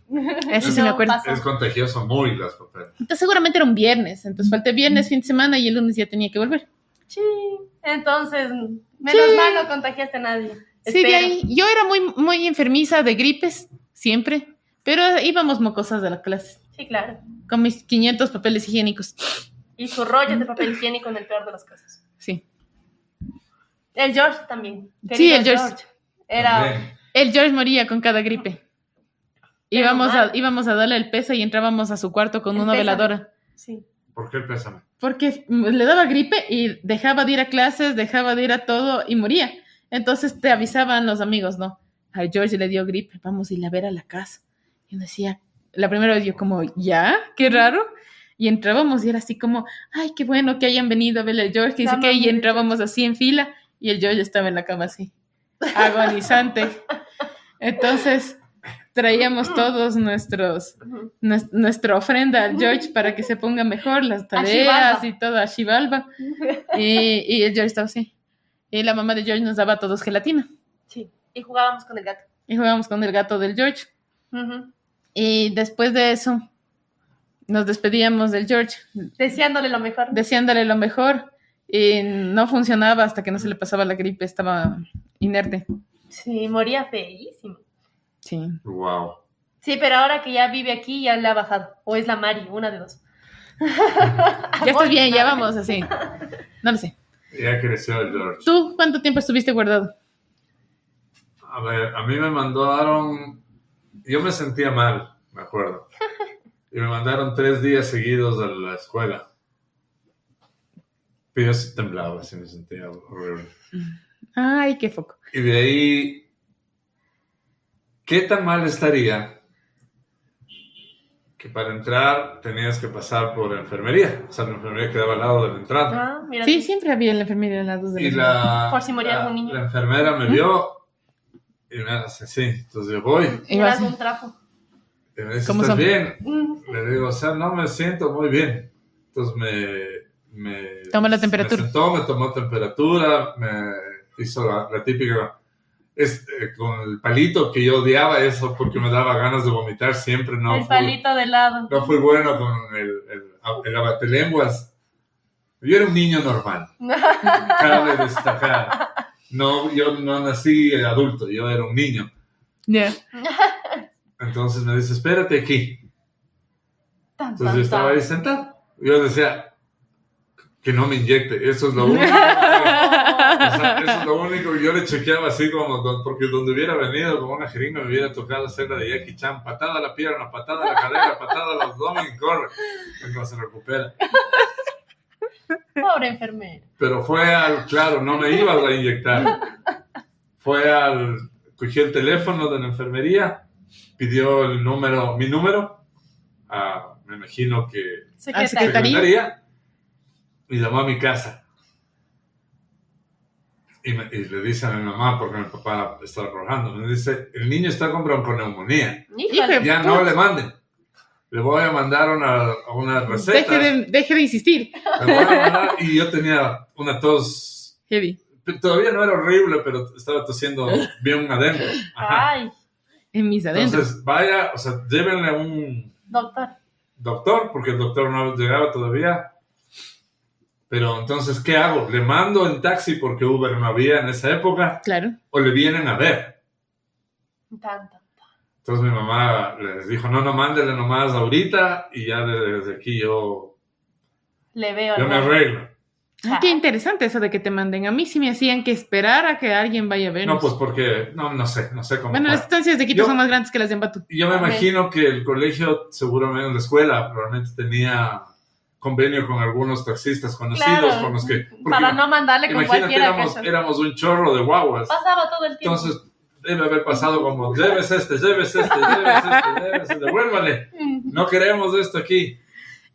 [SPEAKER 1] Eso sí me
[SPEAKER 2] No
[SPEAKER 1] acuerdo.
[SPEAKER 2] pasa.
[SPEAKER 3] Es contagioso muy las paperas.
[SPEAKER 1] Entonces, seguramente era un viernes, entonces falté viernes, fin de semana y el lunes ya tenía que volver.
[SPEAKER 2] Sí. Entonces, menos
[SPEAKER 1] Sí.
[SPEAKER 2] mal no contagiaste a nadie.
[SPEAKER 1] Sí, de
[SPEAKER 2] Espero.
[SPEAKER 1] ahí. Yo era muy, muy enfermiza de gripes, siempre, pero íbamos mocosas de la clase,
[SPEAKER 2] Sí, claro.
[SPEAKER 1] con mis 500 papeles higiénicos.
[SPEAKER 2] Y su rollo de papel higiénico en el peor de las cosas.
[SPEAKER 1] Sí.
[SPEAKER 2] El George también.
[SPEAKER 1] Sí,
[SPEAKER 2] Querido
[SPEAKER 1] el George.
[SPEAKER 2] Era.
[SPEAKER 3] También.
[SPEAKER 1] El George moría con cada gripe.
[SPEAKER 2] Pero
[SPEAKER 1] Íbamos a,
[SPEAKER 2] mal.
[SPEAKER 1] íbamos a darle el peso y entrábamos a su cuarto con
[SPEAKER 2] El
[SPEAKER 1] una
[SPEAKER 2] pésame.
[SPEAKER 1] veladora.
[SPEAKER 2] Sí.
[SPEAKER 3] ¿Por qué el pésame?
[SPEAKER 1] Porque mm, le daba gripe y dejaba de ir a clases, dejaba de ir a todo y moría. Entonces te avisaban los amigos, ¿no? A George le dio gripe, vamos a ir a ver a la casa. Y uno decía, la primera vez yo como, ¿ya? Qué raro. Y entrábamos y era así como, ay, qué bueno que hayan venido a ver al George. Que dice
[SPEAKER 2] Dame
[SPEAKER 1] que y
[SPEAKER 2] un-
[SPEAKER 1] entrábamos así en fila y el George estaba en la cama así, agonizante. Entonces traíamos todos nuestros
[SPEAKER 2] Ujú.
[SPEAKER 1] nues- nuestra ofrenda al George para que se ponga mejor las
[SPEAKER 2] A
[SPEAKER 1] tareas
[SPEAKER 2] Xibalba.
[SPEAKER 1] y todo a Xibalba. Y, y el George estaba así. Y la mamá de George nos daba a todos gelatina.
[SPEAKER 2] Sí. Y jugábamos con el gato.
[SPEAKER 1] Y jugábamos con el gato del George.
[SPEAKER 2] Ujú.
[SPEAKER 1] Y después de eso, nos despedíamos del George,
[SPEAKER 2] Deseándole lo mejor.
[SPEAKER 1] deseándole lo mejor. Y no funcionaba hasta que no se le pasaba la gripe, estaba inerte.
[SPEAKER 2] Sí, moría feísimo.
[SPEAKER 1] Sí.
[SPEAKER 3] Wow.
[SPEAKER 2] Sí, pero ahora que ya vive aquí, ya le ha bajado. O es la Mari, una de dos.
[SPEAKER 1] Ya estás bien, ya vamos así. No lo sé.
[SPEAKER 3] Ya creció el George.
[SPEAKER 1] ¿Tú cuánto tiempo estuviste guardado?
[SPEAKER 3] A ver, a mí me mandaron. Yo me sentía mal, me acuerdo. Y me mandaron tres días seguidos a la escuela. Pero yo sí temblaba, sí me sentía horrible.
[SPEAKER 1] Ay, qué foco.
[SPEAKER 3] Y de ahí, ¿qué tan mal estaría que para entrar tenías que pasar por la enfermería? O sea, la enfermería quedaba al lado de la entrada.
[SPEAKER 2] Ah, mira.
[SPEAKER 1] Sí,
[SPEAKER 2] tú.
[SPEAKER 1] siempre había en la enfermería en las dos de la
[SPEAKER 3] Y
[SPEAKER 1] mañana.
[SPEAKER 3] la,
[SPEAKER 2] Por si moría
[SPEAKER 3] la-
[SPEAKER 2] algún niño.
[SPEAKER 3] la enfermera me vio y me hace así. Entonces yo voy.
[SPEAKER 1] Y
[SPEAKER 2] Era
[SPEAKER 1] vas-
[SPEAKER 2] de un trapo.
[SPEAKER 3] Y me dice,
[SPEAKER 1] ¿Cómo
[SPEAKER 3] ¿estás
[SPEAKER 1] son?
[SPEAKER 3] bien?
[SPEAKER 2] Mm,
[SPEAKER 3] Le digo, o sea, no me siento muy bien. Entonces me... me
[SPEAKER 1] Toma la temperatura.
[SPEAKER 3] Me sentó, me tomó temperatura, me hizo la, la típica... Este, con el palito que yo odiaba eso porque me daba ganas de vomitar siempre. No,
[SPEAKER 2] el
[SPEAKER 3] fui,
[SPEAKER 2] palito de lado.
[SPEAKER 3] no fui bueno con el, el, el abatelenguas. Yo era un niño normal, cabe destacar. No, yo no nací adulto, yo era un niño.
[SPEAKER 1] Ya.
[SPEAKER 3] Entonces me dice, espérate aquí.
[SPEAKER 2] Tan,
[SPEAKER 3] Entonces yo
[SPEAKER 2] tan,
[SPEAKER 3] estaba
[SPEAKER 2] tan.
[SPEAKER 3] ahí sentado. Yo decía, que no me inyecte, eso es lo único. o sea, eso es lo único que yo le chequeaba así como, don- porque donde hubiera venido con una jeringa me hubiera tocado hacer la de Jackie Chan, patada a la pierna, patada a la cadera, patada al abdomen, y corre, cuando se recupera.
[SPEAKER 2] Pobre enfermera.
[SPEAKER 3] Pero fue al, claro, no me ibas a inyectar. Fue al, cogí el teléfono de la enfermería, pidió el número, mi número, a- me imagino que
[SPEAKER 1] Ah,
[SPEAKER 2] Secretaria.
[SPEAKER 1] secretaria.
[SPEAKER 3] secretaría y llamó a mi casa. Y, me- y le dice a mi mamá, porque mi papá estaba trabajando, me dice, el niño está con bronconeumonía,
[SPEAKER 2] Híjole.
[SPEAKER 1] Ah, Híjole.
[SPEAKER 3] ya no le manden. Le voy a mandar una, una receta.
[SPEAKER 1] Deje de, deje de insistir,
[SPEAKER 3] Le voy a mandar- y yo tenía una tos,
[SPEAKER 1] Heavy.
[SPEAKER 3] todavía no era horrible, pero estaba tosiendo bien adentro. Ajá.
[SPEAKER 2] Ay,
[SPEAKER 1] En mis adentros.
[SPEAKER 3] Entonces, vaya, o sea, llévenle un,
[SPEAKER 2] Doctor.
[SPEAKER 3] doctor, porque el doctor no llegaba todavía. Pero entonces, ¿qué hago? ¿Le mando en taxi porque Uber no había en esa época?
[SPEAKER 1] Claro.
[SPEAKER 3] ¿O le vienen a ver?
[SPEAKER 2] Tanto.
[SPEAKER 3] Entonces mi mamá les dijo, no, no, mándele nomás ahorita y ya de- desde aquí yo,
[SPEAKER 2] Le veo.
[SPEAKER 3] yo
[SPEAKER 2] ¿no?
[SPEAKER 3] me arreglo.
[SPEAKER 1] Ay, Ah, qué interesante eso de que te manden. A mí sí me hacían que esperar a que alguien vaya a vernos.
[SPEAKER 3] No, pues porque, no, no sé, no sé cómo.
[SPEAKER 1] bueno,
[SPEAKER 3] fue.
[SPEAKER 1] las estancias de Quito
[SPEAKER 3] Yo-
[SPEAKER 1] son más grandes que las de Ambato.
[SPEAKER 3] Y yo me
[SPEAKER 2] Ok.
[SPEAKER 3] imagino que el colegio, seguramente la escuela, probablemente tenía convenio con algunos taxistas conocidos,
[SPEAKER 2] Claro,
[SPEAKER 3] con los que... porque
[SPEAKER 2] Para no mandarle con
[SPEAKER 3] imagínate,
[SPEAKER 2] cualquiera.
[SPEAKER 3] éramos,
[SPEAKER 2] cacho.
[SPEAKER 3] éramos un chorro de guaguas.
[SPEAKER 2] Pasaba todo el tiempo.
[SPEAKER 3] Entonces, debe haber pasado como, debes este, debes este, debes este, debes este, devuélvale. No queremos esto aquí.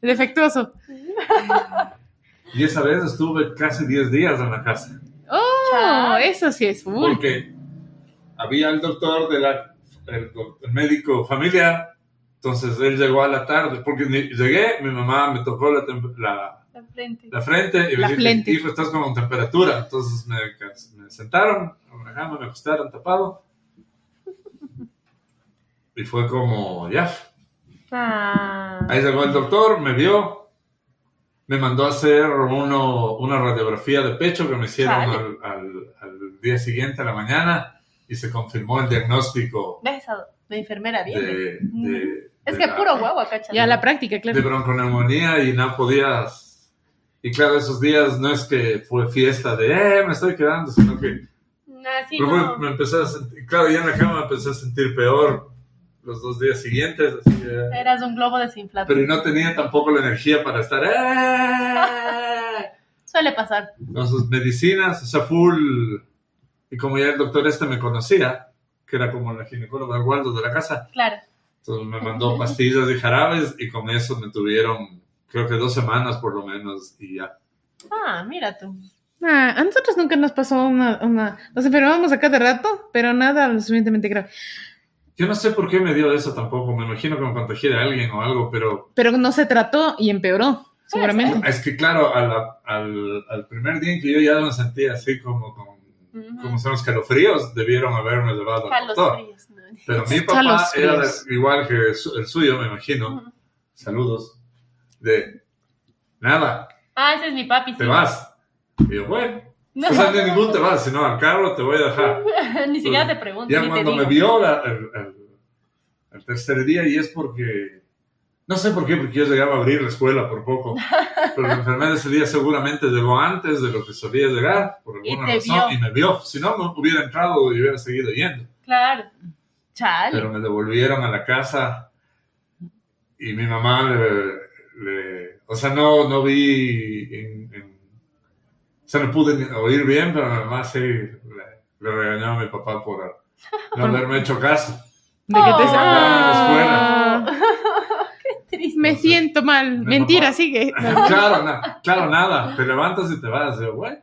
[SPEAKER 1] Defectuoso.
[SPEAKER 3] Y esa vez estuve casi 10 días en la casa,
[SPEAKER 1] Oh,
[SPEAKER 2] Chao.
[SPEAKER 1] eso sí es full.
[SPEAKER 3] porque había el doctor, de la, el, doc- el médico familiar, entonces él llegó a la tarde, porque ni- llegué, mi mamá me tocó la, tem- la,
[SPEAKER 2] de frente.
[SPEAKER 3] la frente y me
[SPEAKER 1] La
[SPEAKER 3] dijo,
[SPEAKER 1] frente.
[SPEAKER 3] hijo, estás con temperatura. Entonces me, cas- me sentaron, en la cama, me acostaron tapado. Y fue como, ya,
[SPEAKER 2] Ah.
[SPEAKER 3] Ahí llegó el doctor, me vio, me mandó a hacer uno, una radiografía de pecho que me hicieron
[SPEAKER 2] Chale.
[SPEAKER 3] al, al- al día siguiente, a la mañana, y se confirmó el diagnóstico
[SPEAKER 2] ¿Ves? esa de enfermera
[SPEAKER 3] de...
[SPEAKER 2] bien. Mm.
[SPEAKER 3] de-
[SPEAKER 2] es
[SPEAKER 3] de
[SPEAKER 2] que
[SPEAKER 3] la-
[SPEAKER 2] puro guagua, cacha.
[SPEAKER 1] Ya la práctica,
[SPEAKER 3] De
[SPEAKER 1] claro.
[SPEAKER 3] bronconeumonía y no podías... Y claro, esos días no es que fue fiesta de, eh, me estoy quedando, sino que...
[SPEAKER 2] Así
[SPEAKER 3] Pero
[SPEAKER 2] no.
[SPEAKER 3] fue- me empecé a sentir, claro, ya en la cama me empecé a sentir peor los dos días siguientes, así que...
[SPEAKER 2] Eras un globo desinflado.
[SPEAKER 3] pero no tenía tampoco la energía para estar. "Ah".
[SPEAKER 2] Suele pasar.
[SPEAKER 3] Entonces, medicinas, o sea, full. Y como ya el doctor este me conocía, que era como la ginecóloga Waldo de la casa,
[SPEAKER 2] Claro.
[SPEAKER 3] entonces me mandó pastillas y jarabes y con eso me tuvieron, creo que dos semanas por lo menos y ya.
[SPEAKER 2] Ah, mira tú.
[SPEAKER 1] Ah, a nosotros nunca nos pasó una, una... Nos enfermábamos a cada rato, pero nada lo suficientemente grave.
[SPEAKER 3] Yo no sé por qué me dio eso tampoco, me imagino que me contagié de alguien o algo, pero
[SPEAKER 1] Pero no se trató y empeoró, seguramente.
[SPEAKER 3] es que claro, a la- al, al primer día en que yo ya me sentía así como con,
[SPEAKER 2] Ujú.
[SPEAKER 3] como son los calofríos, debieron haberme llevado al
[SPEAKER 2] Carlos
[SPEAKER 3] doctor.
[SPEAKER 2] Frías, ¿no?
[SPEAKER 3] Pero mi
[SPEAKER 1] Está
[SPEAKER 3] papá
[SPEAKER 1] los
[SPEAKER 3] era
[SPEAKER 1] fríos.
[SPEAKER 3] igual que su- el suyo, me imagino.
[SPEAKER 2] Ujú.
[SPEAKER 3] Saludos. De nada,
[SPEAKER 2] Ah, ese es mi papi. sí.
[SPEAKER 3] te vas. Y yo, bueno.
[SPEAKER 2] No.
[SPEAKER 3] O sea, ni ningún te vas, sino al carro te voy a dejar.
[SPEAKER 2] ni siquiera te pregunto.
[SPEAKER 3] Ya
[SPEAKER 2] ni te
[SPEAKER 3] cuando me
[SPEAKER 2] digo.
[SPEAKER 3] vio la- el, el- el tercer día, y es porque. No sé por qué, porque yo llegaba a abrir la escuela por poco. Pero la enfermedad ese día seguramente llegó antes de lo que solía llegar, por
[SPEAKER 2] Y
[SPEAKER 3] alguna
[SPEAKER 2] te
[SPEAKER 3] razón,
[SPEAKER 2] vio.
[SPEAKER 3] y me vio. Si no, me hubiera entrado y hubiera seguido yendo.
[SPEAKER 2] Claro. Chale.
[SPEAKER 3] pero me devolvieron a la casa y mi mamá le, le- o sea, no, no vi, en- en- o sea, no pude ni oír bien, pero mi mamá sí le, le regañó a mi papá por no haberme hecho caso.
[SPEAKER 1] De que te...
[SPEAKER 2] Oh.
[SPEAKER 1] Ah,
[SPEAKER 2] Qué triste.
[SPEAKER 1] me siento mal.
[SPEAKER 3] Me
[SPEAKER 1] Mentira,
[SPEAKER 3] mamó.
[SPEAKER 1] sigue.
[SPEAKER 3] claro, na- claro, nada, te levantas y te vas, yo, bueno,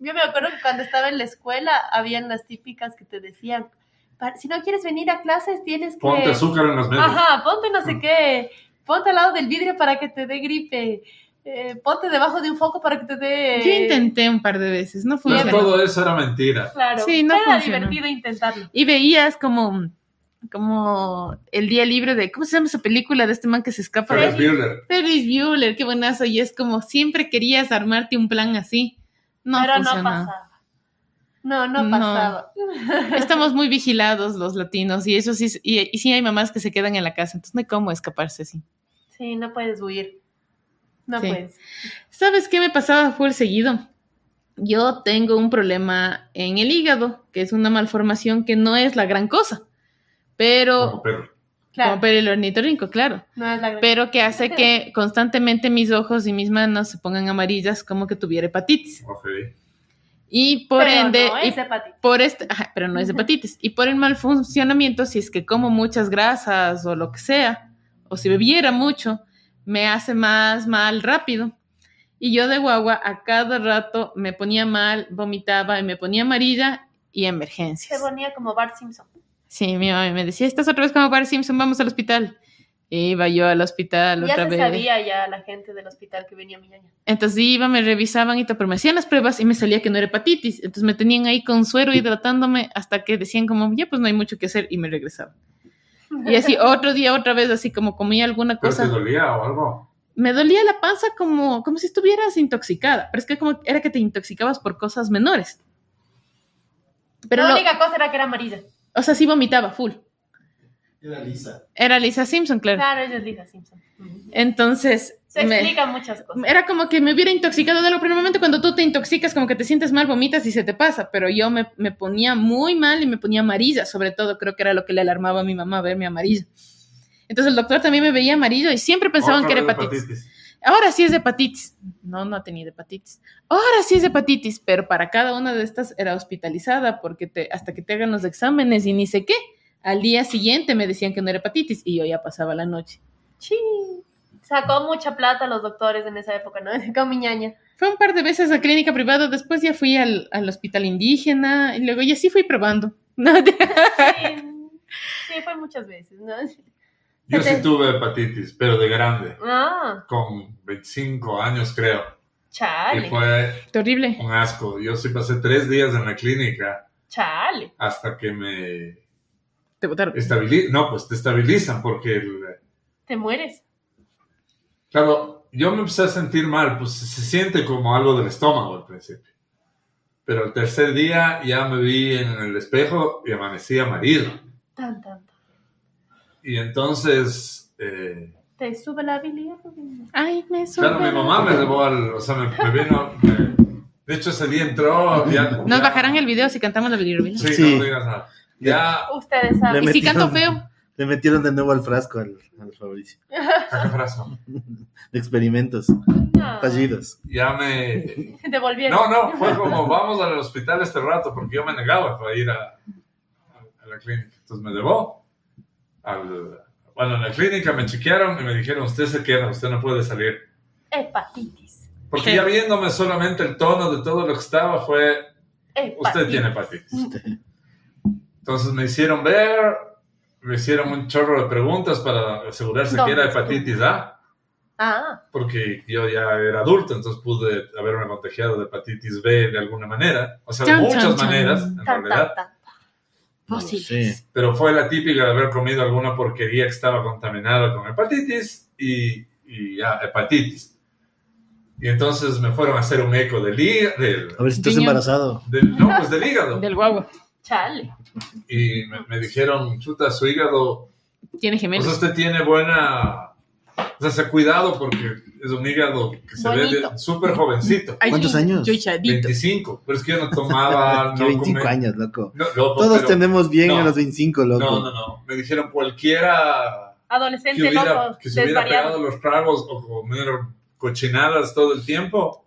[SPEAKER 2] Yo me acuerdo que cuando estaba en la escuela, habían las típicas que te decían, "Pa- si no quieres venir a clases, tienes que...
[SPEAKER 3] ponte azúcar en las medias.
[SPEAKER 2] Ajá, ponte no sé qué, ponte al lado del vidrio para que te dé gripe, eh, ponte debajo de un foco para que te dé...
[SPEAKER 1] Yo intenté un par de veces, no
[SPEAKER 3] Pero
[SPEAKER 1] funcionó.
[SPEAKER 3] todo eso era mentira.
[SPEAKER 2] Claro,
[SPEAKER 1] Sí, no
[SPEAKER 2] era
[SPEAKER 1] funcionó.
[SPEAKER 2] divertido intentarlo.
[SPEAKER 1] Y veías como, como el día libre de, ¿cómo se llama esa película de este man que se escapa?
[SPEAKER 3] Ferris Bueller.
[SPEAKER 1] Ferris Bueller, qué buenazo. Y es como, siempre querías armarte un plan así. No
[SPEAKER 2] pero no
[SPEAKER 1] funcionó.
[SPEAKER 2] pasaba. No, no
[SPEAKER 1] No.
[SPEAKER 2] pasaba.
[SPEAKER 1] Estamos muy vigilados los latinos y eso sí, es- y, y sí hay mamás que se quedan en la casa, entonces no hay cómo escaparse así.
[SPEAKER 2] Sí, no puedes huir. No
[SPEAKER 1] Sí.
[SPEAKER 2] puedes.
[SPEAKER 1] ¿Sabes qué me pasaba full seguido? Yo tengo un problema en el hígado, que es una malformación que no es la gran cosa, pero
[SPEAKER 3] Como perro.
[SPEAKER 2] Claro,
[SPEAKER 1] como para el ornitorrinco, claro.
[SPEAKER 2] no es la gran...
[SPEAKER 1] pero que hace que constantemente mis ojos y mis manos se pongan amarillas como que tuviera hepatitis.
[SPEAKER 3] Ok.
[SPEAKER 1] Y por
[SPEAKER 2] Pero
[SPEAKER 1] ende,
[SPEAKER 2] no
[SPEAKER 1] y
[SPEAKER 2] es hepatitis.
[SPEAKER 1] por este, ajá, pero no es hepatitis. Y por el mal funcionamiento, si es que como muchas grasas o lo que sea, o si bebiera mucho, me hace más mal rápido. Y yo de guagua a cada rato me ponía mal, vomitaba y me ponía amarilla y
[SPEAKER 2] Se
[SPEAKER 1] emergencias.
[SPEAKER 2] ponía como Bart Simpson.
[SPEAKER 1] Sí, mi mamá me decía, estás otra vez como Bart Simpson, vamos al hospital. Iba yo al hospital
[SPEAKER 2] Ya
[SPEAKER 1] otra
[SPEAKER 2] se
[SPEAKER 1] vez.
[SPEAKER 2] sabía ya la gente del hospital que venía mi ñaña.
[SPEAKER 1] Entonces iba, me revisaban y todo, pero me hacían las pruebas y me salía que no era hepatitis. Entonces me tenían ahí con suero hidratándome hasta que decían como, ya pues no hay mucho que hacer y me regresaban. Y así otro día, otra vez, así como comía alguna
[SPEAKER 3] Pero te
[SPEAKER 1] cosa.
[SPEAKER 3] dolía o algo.
[SPEAKER 1] Me dolía la panza como, como si estuvieras intoxicada, pero es que como era que te intoxicabas por cosas menores. Pero,
[SPEAKER 2] la
[SPEAKER 1] lo-
[SPEAKER 2] única cosa era que era amarilla.
[SPEAKER 1] o sea, sí vomitaba full.
[SPEAKER 5] Era lisa.
[SPEAKER 1] Era Lisa Simpson, claro.
[SPEAKER 2] Claro, ella es Lisa Simpson. Ujú.
[SPEAKER 1] Entonces,
[SPEAKER 2] Se
[SPEAKER 1] me-
[SPEAKER 2] explican muchas cosas.
[SPEAKER 1] era como que me hubiera intoxicado de algo, pero normalmente cuando tú te intoxicas, como que te sientes mal, vomitas y se te pasa. Pero yo me, me ponía muy mal y me ponía amarilla, sobre todo, creo que era lo que le alarmaba a mi mamá verme amarilla. Entonces el doctor también me veía amarillo y siempre pensaban
[SPEAKER 3] Otra
[SPEAKER 1] que era
[SPEAKER 3] vez
[SPEAKER 1] hepatitis. Ahora sí es de hepatitis. No, no ha tenido hepatitis. Ahora sí es de hepatitis, pero para cada una de estas era hospitalizada porque te, hasta que te hagan los exámenes y ni sé qué. Al día siguiente me decían que no era hepatitis y yo ya pasaba la noche.
[SPEAKER 2] Sí. Sacó mucha plata los doctores en esa época, ¿no? Con mi ñaña.
[SPEAKER 1] Fue un par de veces a clínica privada, después ya fui al, al hospital indígena y luego ya sí fui probando. No, te-
[SPEAKER 2] Sí, sí, fue muchas veces, ¿no?
[SPEAKER 3] Yo
[SPEAKER 1] Este
[SPEAKER 3] sí tuve hepatitis, pero de grande,
[SPEAKER 2] Ah,
[SPEAKER 3] con 25 años creo. Y
[SPEAKER 2] chale,
[SPEAKER 3] fue
[SPEAKER 1] Terrible.
[SPEAKER 3] un asco. Yo sí pasé tres días en la clínica
[SPEAKER 2] chale.
[SPEAKER 3] hasta que me
[SPEAKER 1] Te botaron.
[SPEAKER 3] estabilizan. No, pues te estabilizan porque el,
[SPEAKER 2] Te mueres.
[SPEAKER 3] Claro, yo me empecé a sentir mal, pues se se siente como algo del estómago al principio. Pero el tercer día ya me vi en el espejo y amanecí amarillo.
[SPEAKER 2] Tan, tan, tan.
[SPEAKER 3] Y entonces, eh,
[SPEAKER 2] Te sube la habilidad.
[SPEAKER 1] Ay, me
[SPEAKER 3] claro, mi
[SPEAKER 1] supera.
[SPEAKER 3] mamá me llevó al, o sea, me, me vino, me- de hecho ese día entró, ya-
[SPEAKER 1] Nos
[SPEAKER 3] ya-
[SPEAKER 1] bajarán el video si cantamos la bilirrubina.
[SPEAKER 3] Sí,
[SPEAKER 5] Sí.
[SPEAKER 3] no digas nada. Ya,
[SPEAKER 2] Ustedes saben.
[SPEAKER 1] Y si
[SPEAKER 5] metieron-
[SPEAKER 1] canto feo.
[SPEAKER 5] Le metieron de nuevo al frasco al, al Fabricio.
[SPEAKER 3] saca brazo.
[SPEAKER 5] De experimentos
[SPEAKER 1] Ah.
[SPEAKER 2] No,
[SPEAKER 5] fallidos.
[SPEAKER 3] ya me...
[SPEAKER 2] Te volvieron.
[SPEAKER 3] No, no, fue como vamos al hospital este rato porque yo me negaba para ir a, a- a la clínica. Entonces me llevó. al- bueno, en la clínica me chequearon y me dijeron, usted se queda, usted no puede salir.
[SPEAKER 2] Hepatitis.
[SPEAKER 3] Porque ya viéndome solamente el tono de todo lo que estaba fue,
[SPEAKER 2] Hepatitis.
[SPEAKER 3] usted tiene hepatitis.
[SPEAKER 1] Mm,
[SPEAKER 3] Entonces me hicieron ver, me hicieron un chorro de preguntas para asegurarse que era hepatitis A,
[SPEAKER 2] Ah,
[SPEAKER 3] porque yo ya era adulto, entonces pude haberme contagiado de hepatitis B de alguna manera. O sea, de
[SPEAKER 1] Chan,
[SPEAKER 3] muchas
[SPEAKER 1] chan, chan.
[SPEAKER 3] maneras, en
[SPEAKER 2] tan,
[SPEAKER 3] realidad.
[SPEAKER 2] tan, tan.
[SPEAKER 1] Fósiles.
[SPEAKER 5] Sí.
[SPEAKER 3] pero fue la típica de haber comido alguna porquería que estaba contaminada con hepatitis y, y ya, hepatitis. Y entonces me fueron a hacer un eco del hígado, del,
[SPEAKER 5] A ver si estás
[SPEAKER 1] Riñón.
[SPEAKER 5] embarazado.
[SPEAKER 3] del- no, pues del hígado.
[SPEAKER 1] Del guagua.
[SPEAKER 2] Chale.
[SPEAKER 3] Y me, me dijeron, chuta, su hígado,
[SPEAKER 1] Tiene
[SPEAKER 3] pues
[SPEAKER 1] gemelos.
[SPEAKER 3] usted tiene buena, o sea, se cuidado porque es un hígado que se ve
[SPEAKER 2] Bonito.
[SPEAKER 3] de- súper jovencito,
[SPEAKER 1] Ay,
[SPEAKER 5] ¿Cuántos
[SPEAKER 1] yo-
[SPEAKER 5] años?
[SPEAKER 1] yo hinchadito.
[SPEAKER 3] 25, pero es que yo no tomaba,
[SPEAKER 5] Que
[SPEAKER 3] no
[SPEAKER 5] 25
[SPEAKER 3] comía.
[SPEAKER 5] años, loco.
[SPEAKER 3] No, loco,
[SPEAKER 5] Todos
[SPEAKER 3] pero-
[SPEAKER 5] tenemos bien
[SPEAKER 3] no.
[SPEAKER 5] a los 25, loco.
[SPEAKER 3] No, no, no, me dijeron cualquiera
[SPEAKER 2] Adolescente
[SPEAKER 3] que hubiera,
[SPEAKER 2] loco.
[SPEAKER 3] que se hubiera pegado
[SPEAKER 2] desvariado.
[SPEAKER 3] los tragos o comer cochinadas todo el tiempo,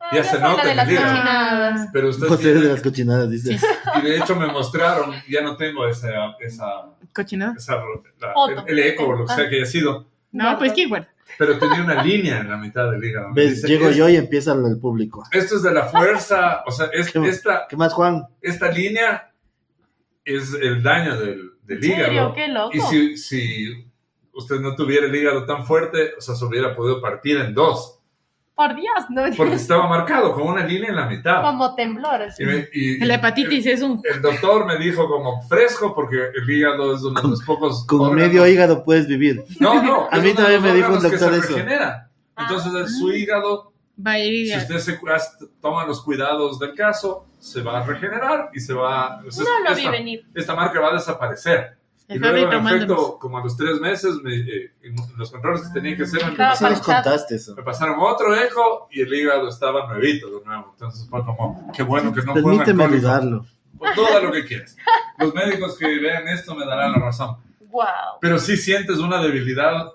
[SPEAKER 2] Ah,
[SPEAKER 3] ya se
[SPEAKER 2] soy la
[SPEAKER 3] nota
[SPEAKER 2] de
[SPEAKER 3] en
[SPEAKER 2] las
[SPEAKER 3] el hígado.
[SPEAKER 2] cochinadas.
[SPEAKER 3] pero usted
[SPEAKER 5] José
[SPEAKER 3] tiene-
[SPEAKER 5] Pues de las cochinadas, dices.
[SPEAKER 3] y de hecho me mostraron, ya no tengo esa, esa,
[SPEAKER 1] Cochinada.
[SPEAKER 3] esa la-
[SPEAKER 2] Foto. Ah.
[SPEAKER 3] el, el eco o lo que sea que haya sido,
[SPEAKER 1] No, pues que igual.
[SPEAKER 3] pero tenía una línea en la mitad del hígado. Me
[SPEAKER 5] ¿Ves?
[SPEAKER 3] dice,
[SPEAKER 5] Llego
[SPEAKER 3] "Es-
[SPEAKER 5] yo y empieza el, el público.
[SPEAKER 3] Esto es de la fuerza, o sea, es-
[SPEAKER 5] ¿Qué?
[SPEAKER 3] esta,
[SPEAKER 5] ¿Qué más, Juan?
[SPEAKER 3] esta línea es el daño del, del
[SPEAKER 2] ¿En serio?
[SPEAKER 3] hígado.
[SPEAKER 2] Qué loco.
[SPEAKER 3] Y si, si usted no tuviera el hígado tan fuerte, o sea, se hubiera podido partir en dos.
[SPEAKER 2] Por Dios, no.
[SPEAKER 3] porque estaba marcado con una línea en la mitad.
[SPEAKER 2] Como temblores.
[SPEAKER 3] Y me- y-
[SPEAKER 1] La hepatitis es un...
[SPEAKER 3] El, el doctor me dijo como fresco porque el hígado es uno de los pocos
[SPEAKER 5] Con
[SPEAKER 3] órganos-
[SPEAKER 5] medio hígado puedes vivir.
[SPEAKER 3] No, no.
[SPEAKER 5] A mí
[SPEAKER 3] es uno
[SPEAKER 5] también
[SPEAKER 3] de los
[SPEAKER 5] me dijo un
[SPEAKER 3] órganos que se
[SPEAKER 5] doctor eso.
[SPEAKER 3] regenera.
[SPEAKER 2] Ah.
[SPEAKER 3] Entonces el- su hígado,
[SPEAKER 1] Va a ir
[SPEAKER 3] si
[SPEAKER 1] a-
[SPEAKER 3] usted se cu- as- toma los cuidados del caso, se va a regenerar y se va. o sea,
[SPEAKER 2] No lo vi
[SPEAKER 3] esta,
[SPEAKER 2] venir.
[SPEAKER 3] esta marca va a desaparecer. Y
[SPEAKER 1] El
[SPEAKER 3] luego,
[SPEAKER 1] Fabri
[SPEAKER 3] en
[SPEAKER 1] tomándonos.
[SPEAKER 3] efecto, como a los tres meses, me, eh, en los controles que tenía que hacer me
[SPEAKER 2] Estaba
[SPEAKER 5] Sí
[SPEAKER 3] pasaron
[SPEAKER 5] nos contaste eso.
[SPEAKER 3] Me pasaron otro eco y el hígado estaba nuevito de nuevo. Entonces fue como, qué bueno que no fue un
[SPEAKER 5] Permíteme
[SPEAKER 3] alcohólico.
[SPEAKER 5] dudarlo.
[SPEAKER 3] Pues duda lo que quieras. Los médicos que vean esto me darán la razón.
[SPEAKER 2] Wow.
[SPEAKER 3] Pero sí sientes una debilidad.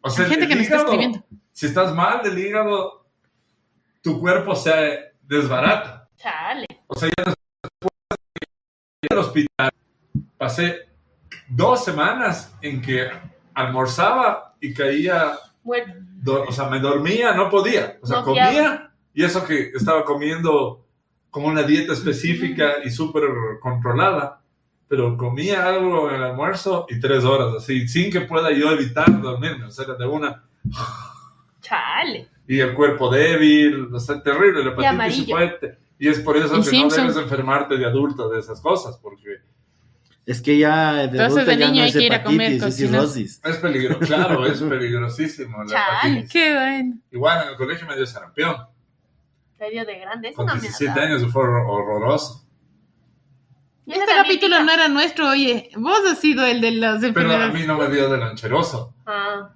[SPEAKER 3] O sea,
[SPEAKER 1] Hay gente
[SPEAKER 3] el
[SPEAKER 1] que nos está
[SPEAKER 3] hígado,
[SPEAKER 1] escribiendo.
[SPEAKER 3] Si estás mal del hígado, tu cuerpo se desbarata.
[SPEAKER 2] Chale.
[SPEAKER 3] En el hospital pasé dos semanas en que almorzaba y caía
[SPEAKER 2] Bueno,
[SPEAKER 3] Do- o sea, me dormía, no podía. O sea,
[SPEAKER 2] No
[SPEAKER 3] comía
[SPEAKER 2] fiaba.
[SPEAKER 3] y eso que estaba comiendo como una dieta específica y súper controlada, pero comía algo en el almuerzo y tres horas así, sin que pueda yo evitar dormirme. O sea, era de una.
[SPEAKER 2] chale.
[SPEAKER 3] Y el cuerpo débil, o sea, terrible, la hepatitis
[SPEAKER 2] amarillo.
[SPEAKER 3] fuerte. Y es por eso
[SPEAKER 1] Y
[SPEAKER 3] que
[SPEAKER 1] Simpson.
[SPEAKER 3] no debes enfermarte de adulto de esas cosas, porque
[SPEAKER 5] Es que ya de
[SPEAKER 1] Entonces,
[SPEAKER 5] adulto
[SPEAKER 1] de
[SPEAKER 5] ya
[SPEAKER 1] niño
[SPEAKER 5] no
[SPEAKER 1] hay
[SPEAKER 5] es
[SPEAKER 1] que ir a comer
[SPEAKER 5] hepatitis, es
[SPEAKER 1] cocinas.
[SPEAKER 5] cirrosis.
[SPEAKER 3] Es peligroso, claro, es peligrosísimo. la
[SPEAKER 2] Chale.
[SPEAKER 3] hepatitis.
[SPEAKER 1] Qué bueno.
[SPEAKER 3] Igual en el colegio me dio sarampión.
[SPEAKER 2] Serio de grande, es
[SPEAKER 3] Con
[SPEAKER 2] una
[SPEAKER 3] 17
[SPEAKER 2] mierda.
[SPEAKER 3] años fue hor- horroroso.
[SPEAKER 2] Ese
[SPEAKER 1] Este
[SPEAKER 2] también
[SPEAKER 1] capítulo
[SPEAKER 2] pica.
[SPEAKER 1] no era nuestro, oye. Vos has sido el de las
[SPEAKER 3] Pero a
[SPEAKER 1] enfermedades.
[SPEAKER 3] mí no me dio de loncheroso.
[SPEAKER 2] Ah,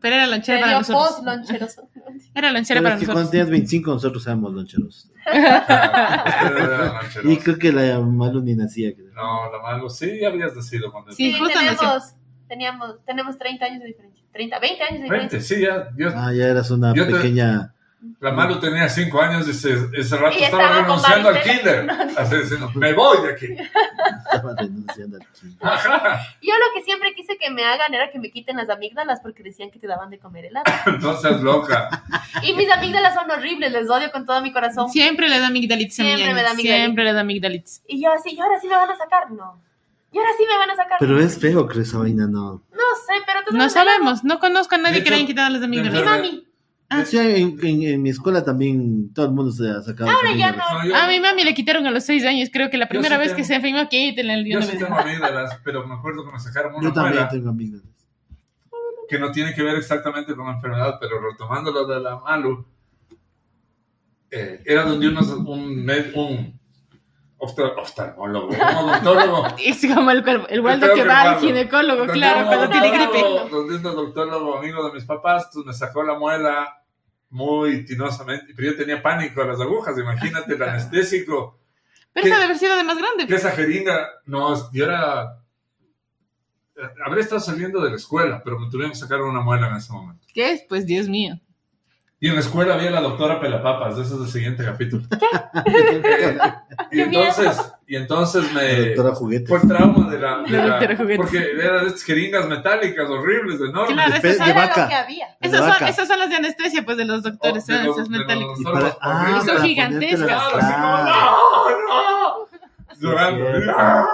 [SPEAKER 1] Pero era
[SPEAKER 2] se
[SPEAKER 1] lonchera para
[SPEAKER 2] dio
[SPEAKER 1] nosotros.
[SPEAKER 2] post loncheroso.
[SPEAKER 1] Era lonchera
[SPEAKER 5] Pero
[SPEAKER 1] para
[SPEAKER 5] es que cuando
[SPEAKER 1] nosotros.
[SPEAKER 5] tienes 25 nosotros éramos loncheros.
[SPEAKER 3] Ah, pero era loncheroso.
[SPEAKER 5] Y creo que la Malu ni nacía. creo.
[SPEAKER 3] No, lo malo, sí, habías nacido cuando
[SPEAKER 1] Sí,
[SPEAKER 2] Sí,
[SPEAKER 1] justo
[SPEAKER 2] tenemos, teníamos, tenemos 30 años de diferencia. 30, 20 años de diferencia.
[SPEAKER 3] 20, sí, ya. Yo,
[SPEAKER 5] Ah, ya eras una
[SPEAKER 3] Yo te-
[SPEAKER 5] pequeña...
[SPEAKER 3] la Malu tenía 5 años y se, ese rato
[SPEAKER 2] Y
[SPEAKER 3] estaba,
[SPEAKER 2] estaba con
[SPEAKER 3] renunciando al
[SPEAKER 2] varicela.
[SPEAKER 3] killer. Así diciendo, me voy de aquí.
[SPEAKER 5] Estaba renunciando al chile.
[SPEAKER 3] Ajá.
[SPEAKER 2] Yo lo que siempre quise que me hagan era que me quiten las amígdalas porque decían que te daban de comer helado.
[SPEAKER 3] No seas loca.
[SPEAKER 2] Y mis amígdalas son horribles, les odio con todo mi corazón.
[SPEAKER 1] Siempre le da amigdalitis a mi
[SPEAKER 2] Siempre
[SPEAKER 1] ñaña,
[SPEAKER 2] me da amigdalitis.
[SPEAKER 1] Siempre le da amigdalitis.
[SPEAKER 2] Y yo así, y ahora sí me van a sacar, no. Y ahora sí me van a sacar.
[SPEAKER 5] Pero es feo, creo, esa vaina, no.
[SPEAKER 2] No sé, pero tú
[SPEAKER 1] No sabemos, no conozco a nadie
[SPEAKER 3] De
[SPEAKER 1] que le
[SPEAKER 3] hecho,
[SPEAKER 1] hayan quitado las amígdalas.
[SPEAKER 2] Mi
[SPEAKER 3] enfermedad.
[SPEAKER 2] mami.
[SPEAKER 1] Ah.
[SPEAKER 5] Sí, en, en- en mi escuela también todo el mundo se ha sacado.
[SPEAKER 2] Ahora ya
[SPEAKER 5] familiares.
[SPEAKER 2] no.
[SPEAKER 3] No, yo-
[SPEAKER 1] A mi mami le quitaron a los seis años. Creo que la primera
[SPEAKER 3] sí
[SPEAKER 1] vez que
[SPEAKER 3] tengo.
[SPEAKER 1] se enfermó aquí te la dio
[SPEAKER 3] Yo
[SPEAKER 1] una
[SPEAKER 3] sí
[SPEAKER 1] vez.
[SPEAKER 3] tengo amígdalas, pero me acuerdo que me sacaron una
[SPEAKER 5] Yo también
[SPEAKER 3] muela
[SPEAKER 5] tengo amigos.
[SPEAKER 3] que no tiene que ver exactamente con la enfermedad, pero retomando lo de la Malu, eh, era donde unos- un, med- un oftal- oftalmólogo, un odontólogo.
[SPEAKER 1] Es como el, cuervo- el Waldo
[SPEAKER 3] creo
[SPEAKER 1] que
[SPEAKER 3] que
[SPEAKER 1] va al
[SPEAKER 3] Waldo.
[SPEAKER 1] ginecólogo,
[SPEAKER 3] Donde
[SPEAKER 1] claro,
[SPEAKER 3] un
[SPEAKER 1] cuando tiene gripe.
[SPEAKER 3] odontólogo- Donde un odontólogo amigo de mis papás, pues me sacó la muela muy tinosamente, pero yo tenía pánico a las agujas, imagínate el anestésico.
[SPEAKER 1] Pero esa
[SPEAKER 3] ¿Qué?
[SPEAKER 1] debe haber sido de más
[SPEAKER 3] que
[SPEAKER 1] grande.
[SPEAKER 3] esa jeringa, no, yo era. Habré estado saliendo de la escuela, pero me tuvieron que sacar una muela en ese momento.
[SPEAKER 1] ¿Qué es? Pues Dios mío.
[SPEAKER 3] Y en la escuela había la doctora Pelapapas, ese es el siguiente capítulo. Y
[SPEAKER 2] ¡Qué miedo!
[SPEAKER 3] entonces, y entonces me.
[SPEAKER 5] Doctora Juguetes.
[SPEAKER 3] Fue el trauma de la. de
[SPEAKER 1] La doctora Juguetes.
[SPEAKER 3] porque era de estas jeringas metálicas horribles, enormes.
[SPEAKER 1] Claro,
[SPEAKER 5] Después
[SPEAKER 1] esas
[SPEAKER 5] de
[SPEAKER 1] son,
[SPEAKER 2] Era
[SPEAKER 5] vaca.
[SPEAKER 2] lo que había.
[SPEAKER 5] De
[SPEAKER 1] esas son-
[SPEAKER 5] vaca.
[SPEAKER 1] esas son las de anestesia, pues de los doctores,
[SPEAKER 3] Oh, de
[SPEAKER 1] son
[SPEAKER 3] los-
[SPEAKER 1] esas
[SPEAKER 3] de los-
[SPEAKER 1] metálicas.
[SPEAKER 5] Y para, ah,
[SPEAKER 1] Son
[SPEAKER 5] para
[SPEAKER 1] gigantescas.
[SPEAKER 5] ponértelas,
[SPEAKER 3] Claro, así como,
[SPEAKER 5] claro.
[SPEAKER 3] ¡No! ¡No! Llorando.
[SPEAKER 5] Sí, sí.
[SPEAKER 3] ¡Ah!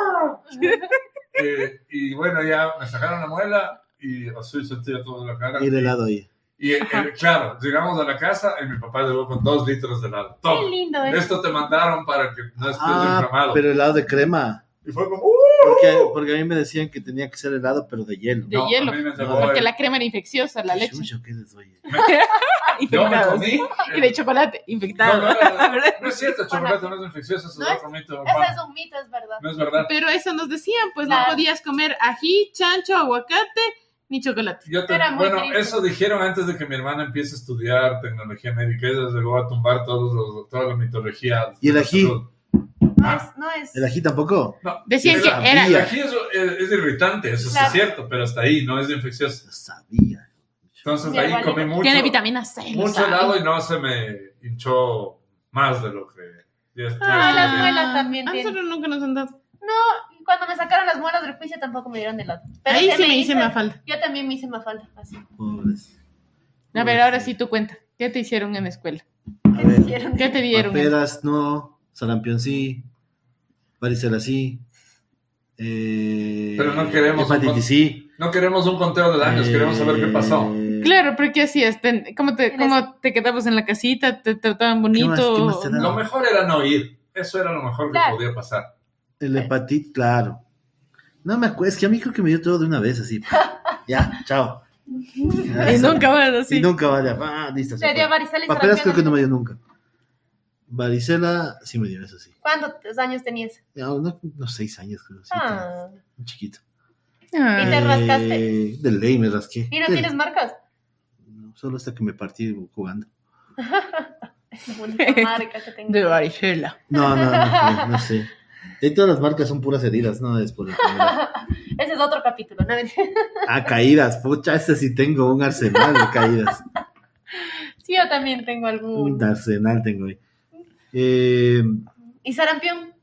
[SPEAKER 3] Eh, y bueno, ya me sacaron la muela y así sentía toda la cara.
[SPEAKER 5] Y de lado ahí.
[SPEAKER 3] Y eh, claro, llegamos a la casa y mi papá llegó con dos litros de helado.
[SPEAKER 2] Qué
[SPEAKER 3] Toma,
[SPEAKER 2] lindo es.
[SPEAKER 3] esto te mandaron para que no estés
[SPEAKER 5] Ah,
[SPEAKER 3] inflamado.
[SPEAKER 5] pero helado de crema.
[SPEAKER 3] Y fue como, ¡uh!
[SPEAKER 5] Porque, porque a mí me decían que tenía que ser helado, pero de hielo.
[SPEAKER 1] De
[SPEAKER 3] No,
[SPEAKER 1] hielo.
[SPEAKER 3] a mí me llegó
[SPEAKER 1] Porque
[SPEAKER 3] el-
[SPEAKER 1] la crema era infecciosa, la leche.
[SPEAKER 5] Chucho, ¿qué les oye?
[SPEAKER 3] Yo me
[SPEAKER 1] Infectados.
[SPEAKER 3] comí.
[SPEAKER 1] Y de chocolate,
[SPEAKER 3] No, no,
[SPEAKER 1] infectado.
[SPEAKER 3] no, no, no es cierto, el chocolate no es infeccioso, eso
[SPEAKER 2] No
[SPEAKER 3] es
[SPEAKER 2] es-
[SPEAKER 3] otro mito.
[SPEAKER 2] Ese
[SPEAKER 3] papá.
[SPEAKER 2] es un mito, es verdad.
[SPEAKER 3] No es
[SPEAKER 5] Ah.
[SPEAKER 3] verdad.
[SPEAKER 1] Pero eso nos decían, pues no
[SPEAKER 2] Claro.
[SPEAKER 1] podías comer ají, chancho, aguacate, ni chocolate.
[SPEAKER 3] Yo te-
[SPEAKER 2] Era muy
[SPEAKER 3] bueno,
[SPEAKER 2] triste.
[SPEAKER 3] eso dijeron antes de que mi hermana empiece a estudiar tecnología médica. Ella llegó a tumbar todos los- toda la mitología. de
[SPEAKER 5] ¿Y el
[SPEAKER 3] la
[SPEAKER 5] ají?
[SPEAKER 3] salud.
[SPEAKER 2] No
[SPEAKER 5] Ah.
[SPEAKER 2] es, no es.
[SPEAKER 5] ¿El ají tampoco?
[SPEAKER 1] Decían
[SPEAKER 3] Yo
[SPEAKER 1] que
[SPEAKER 5] sabía.
[SPEAKER 1] era.
[SPEAKER 3] El ají es, es- es irritante, eso sí
[SPEAKER 2] Claro.
[SPEAKER 3] es cierto, pero hasta ahí no es infeccioso.
[SPEAKER 5] Lo sabía.
[SPEAKER 3] Entonces
[SPEAKER 2] Mi
[SPEAKER 3] ahí
[SPEAKER 2] abuelita
[SPEAKER 3] comí mucho.
[SPEAKER 1] Tiene vitamina C. lo
[SPEAKER 3] mucho
[SPEAKER 1] sabe.
[SPEAKER 3] helado y no se me hinchó más de lo que ya estoy
[SPEAKER 2] Ah, las
[SPEAKER 3] haciendo.
[SPEAKER 2] muelas también
[SPEAKER 1] A
[SPEAKER 2] tienen.
[SPEAKER 1] nosotros nunca nos han dado.
[SPEAKER 2] No, cuando me sacaron las muelas del juicio tampoco me dieron helado. Pero
[SPEAKER 1] Ahí
[SPEAKER 2] se
[SPEAKER 1] sí me hice
[SPEAKER 2] hizo-
[SPEAKER 1] mafalda.
[SPEAKER 2] Yo también me hice mafalda, así.
[SPEAKER 5] Pobres.
[SPEAKER 1] A ver, ahora sí tu cuenta. ¿Qué te hicieron en la escuela?
[SPEAKER 5] A
[SPEAKER 2] ¿Qué te
[SPEAKER 5] ver.
[SPEAKER 2] hicieron?
[SPEAKER 1] ¿Qué te dieron?
[SPEAKER 5] Paperas, no. Sarampión, sí. Varicela, sí. Eh,
[SPEAKER 3] Pero no queremos-
[SPEAKER 5] Hepatitis, sí.
[SPEAKER 3] No queremos un conteo de daños, queremos saber qué pasó.
[SPEAKER 5] Eh,
[SPEAKER 1] Claro, pero ¿qué hacías? Ten- ¿Cómo te,
[SPEAKER 2] En
[SPEAKER 1] cómo te quedabas en la casita? ¿Te trataban bonito?
[SPEAKER 5] ¿Qué más te dan?
[SPEAKER 3] Lo mejor era no ir. Eso era lo mejor que
[SPEAKER 2] Claro.
[SPEAKER 3] podía pasar.
[SPEAKER 5] El hepatitis, claro. No me acuerdo, es que a mí creo que me dio todo de una vez así. ya, chao.
[SPEAKER 1] Y nunca vas
[SPEAKER 5] Y
[SPEAKER 1] así.
[SPEAKER 5] nunca vale. Ah, listo. se
[SPEAKER 2] Te dio
[SPEAKER 5] fue.
[SPEAKER 2] varicela y
[SPEAKER 5] Paperas creo que
[SPEAKER 2] sarampión.
[SPEAKER 5] no me dio nunca. Varicela sí me dio, eso sí.
[SPEAKER 2] ¿Cuántos años tenías?
[SPEAKER 5] Ya, uno- unos seis años creo. sí,
[SPEAKER 2] Ah.
[SPEAKER 5] un chiquito.
[SPEAKER 2] ¿Y
[SPEAKER 1] Ah.
[SPEAKER 2] te rascaste?
[SPEAKER 5] Eh, de ley me rasqué.
[SPEAKER 2] ¿Y no
[SPEAKER 5] De-
[SPEAKER 2] tienes marcas?
[SPEAKER 5] no, Solo hasta que me partí jugando.
[SPEAKER 2] Es una marca que tengo.
[SPEAKER 1] De varicela.
[SPEAKER 5] No, no, no, no, no sé. De todas las marcas son puras heridas, no es por el
[SPEAKER 2] Ese es otro capítulo, ¿no?
[SPEAKER 5] Ah, caídas, pucha, este sí tengo un arsenal de caídas.
[SPEAKER 2] Sí, yo también tengo algún.
[SPEAKER 5] Un arsenal tengo ahí. Eh,
[SPEAKER 2] ¿Y sarampión?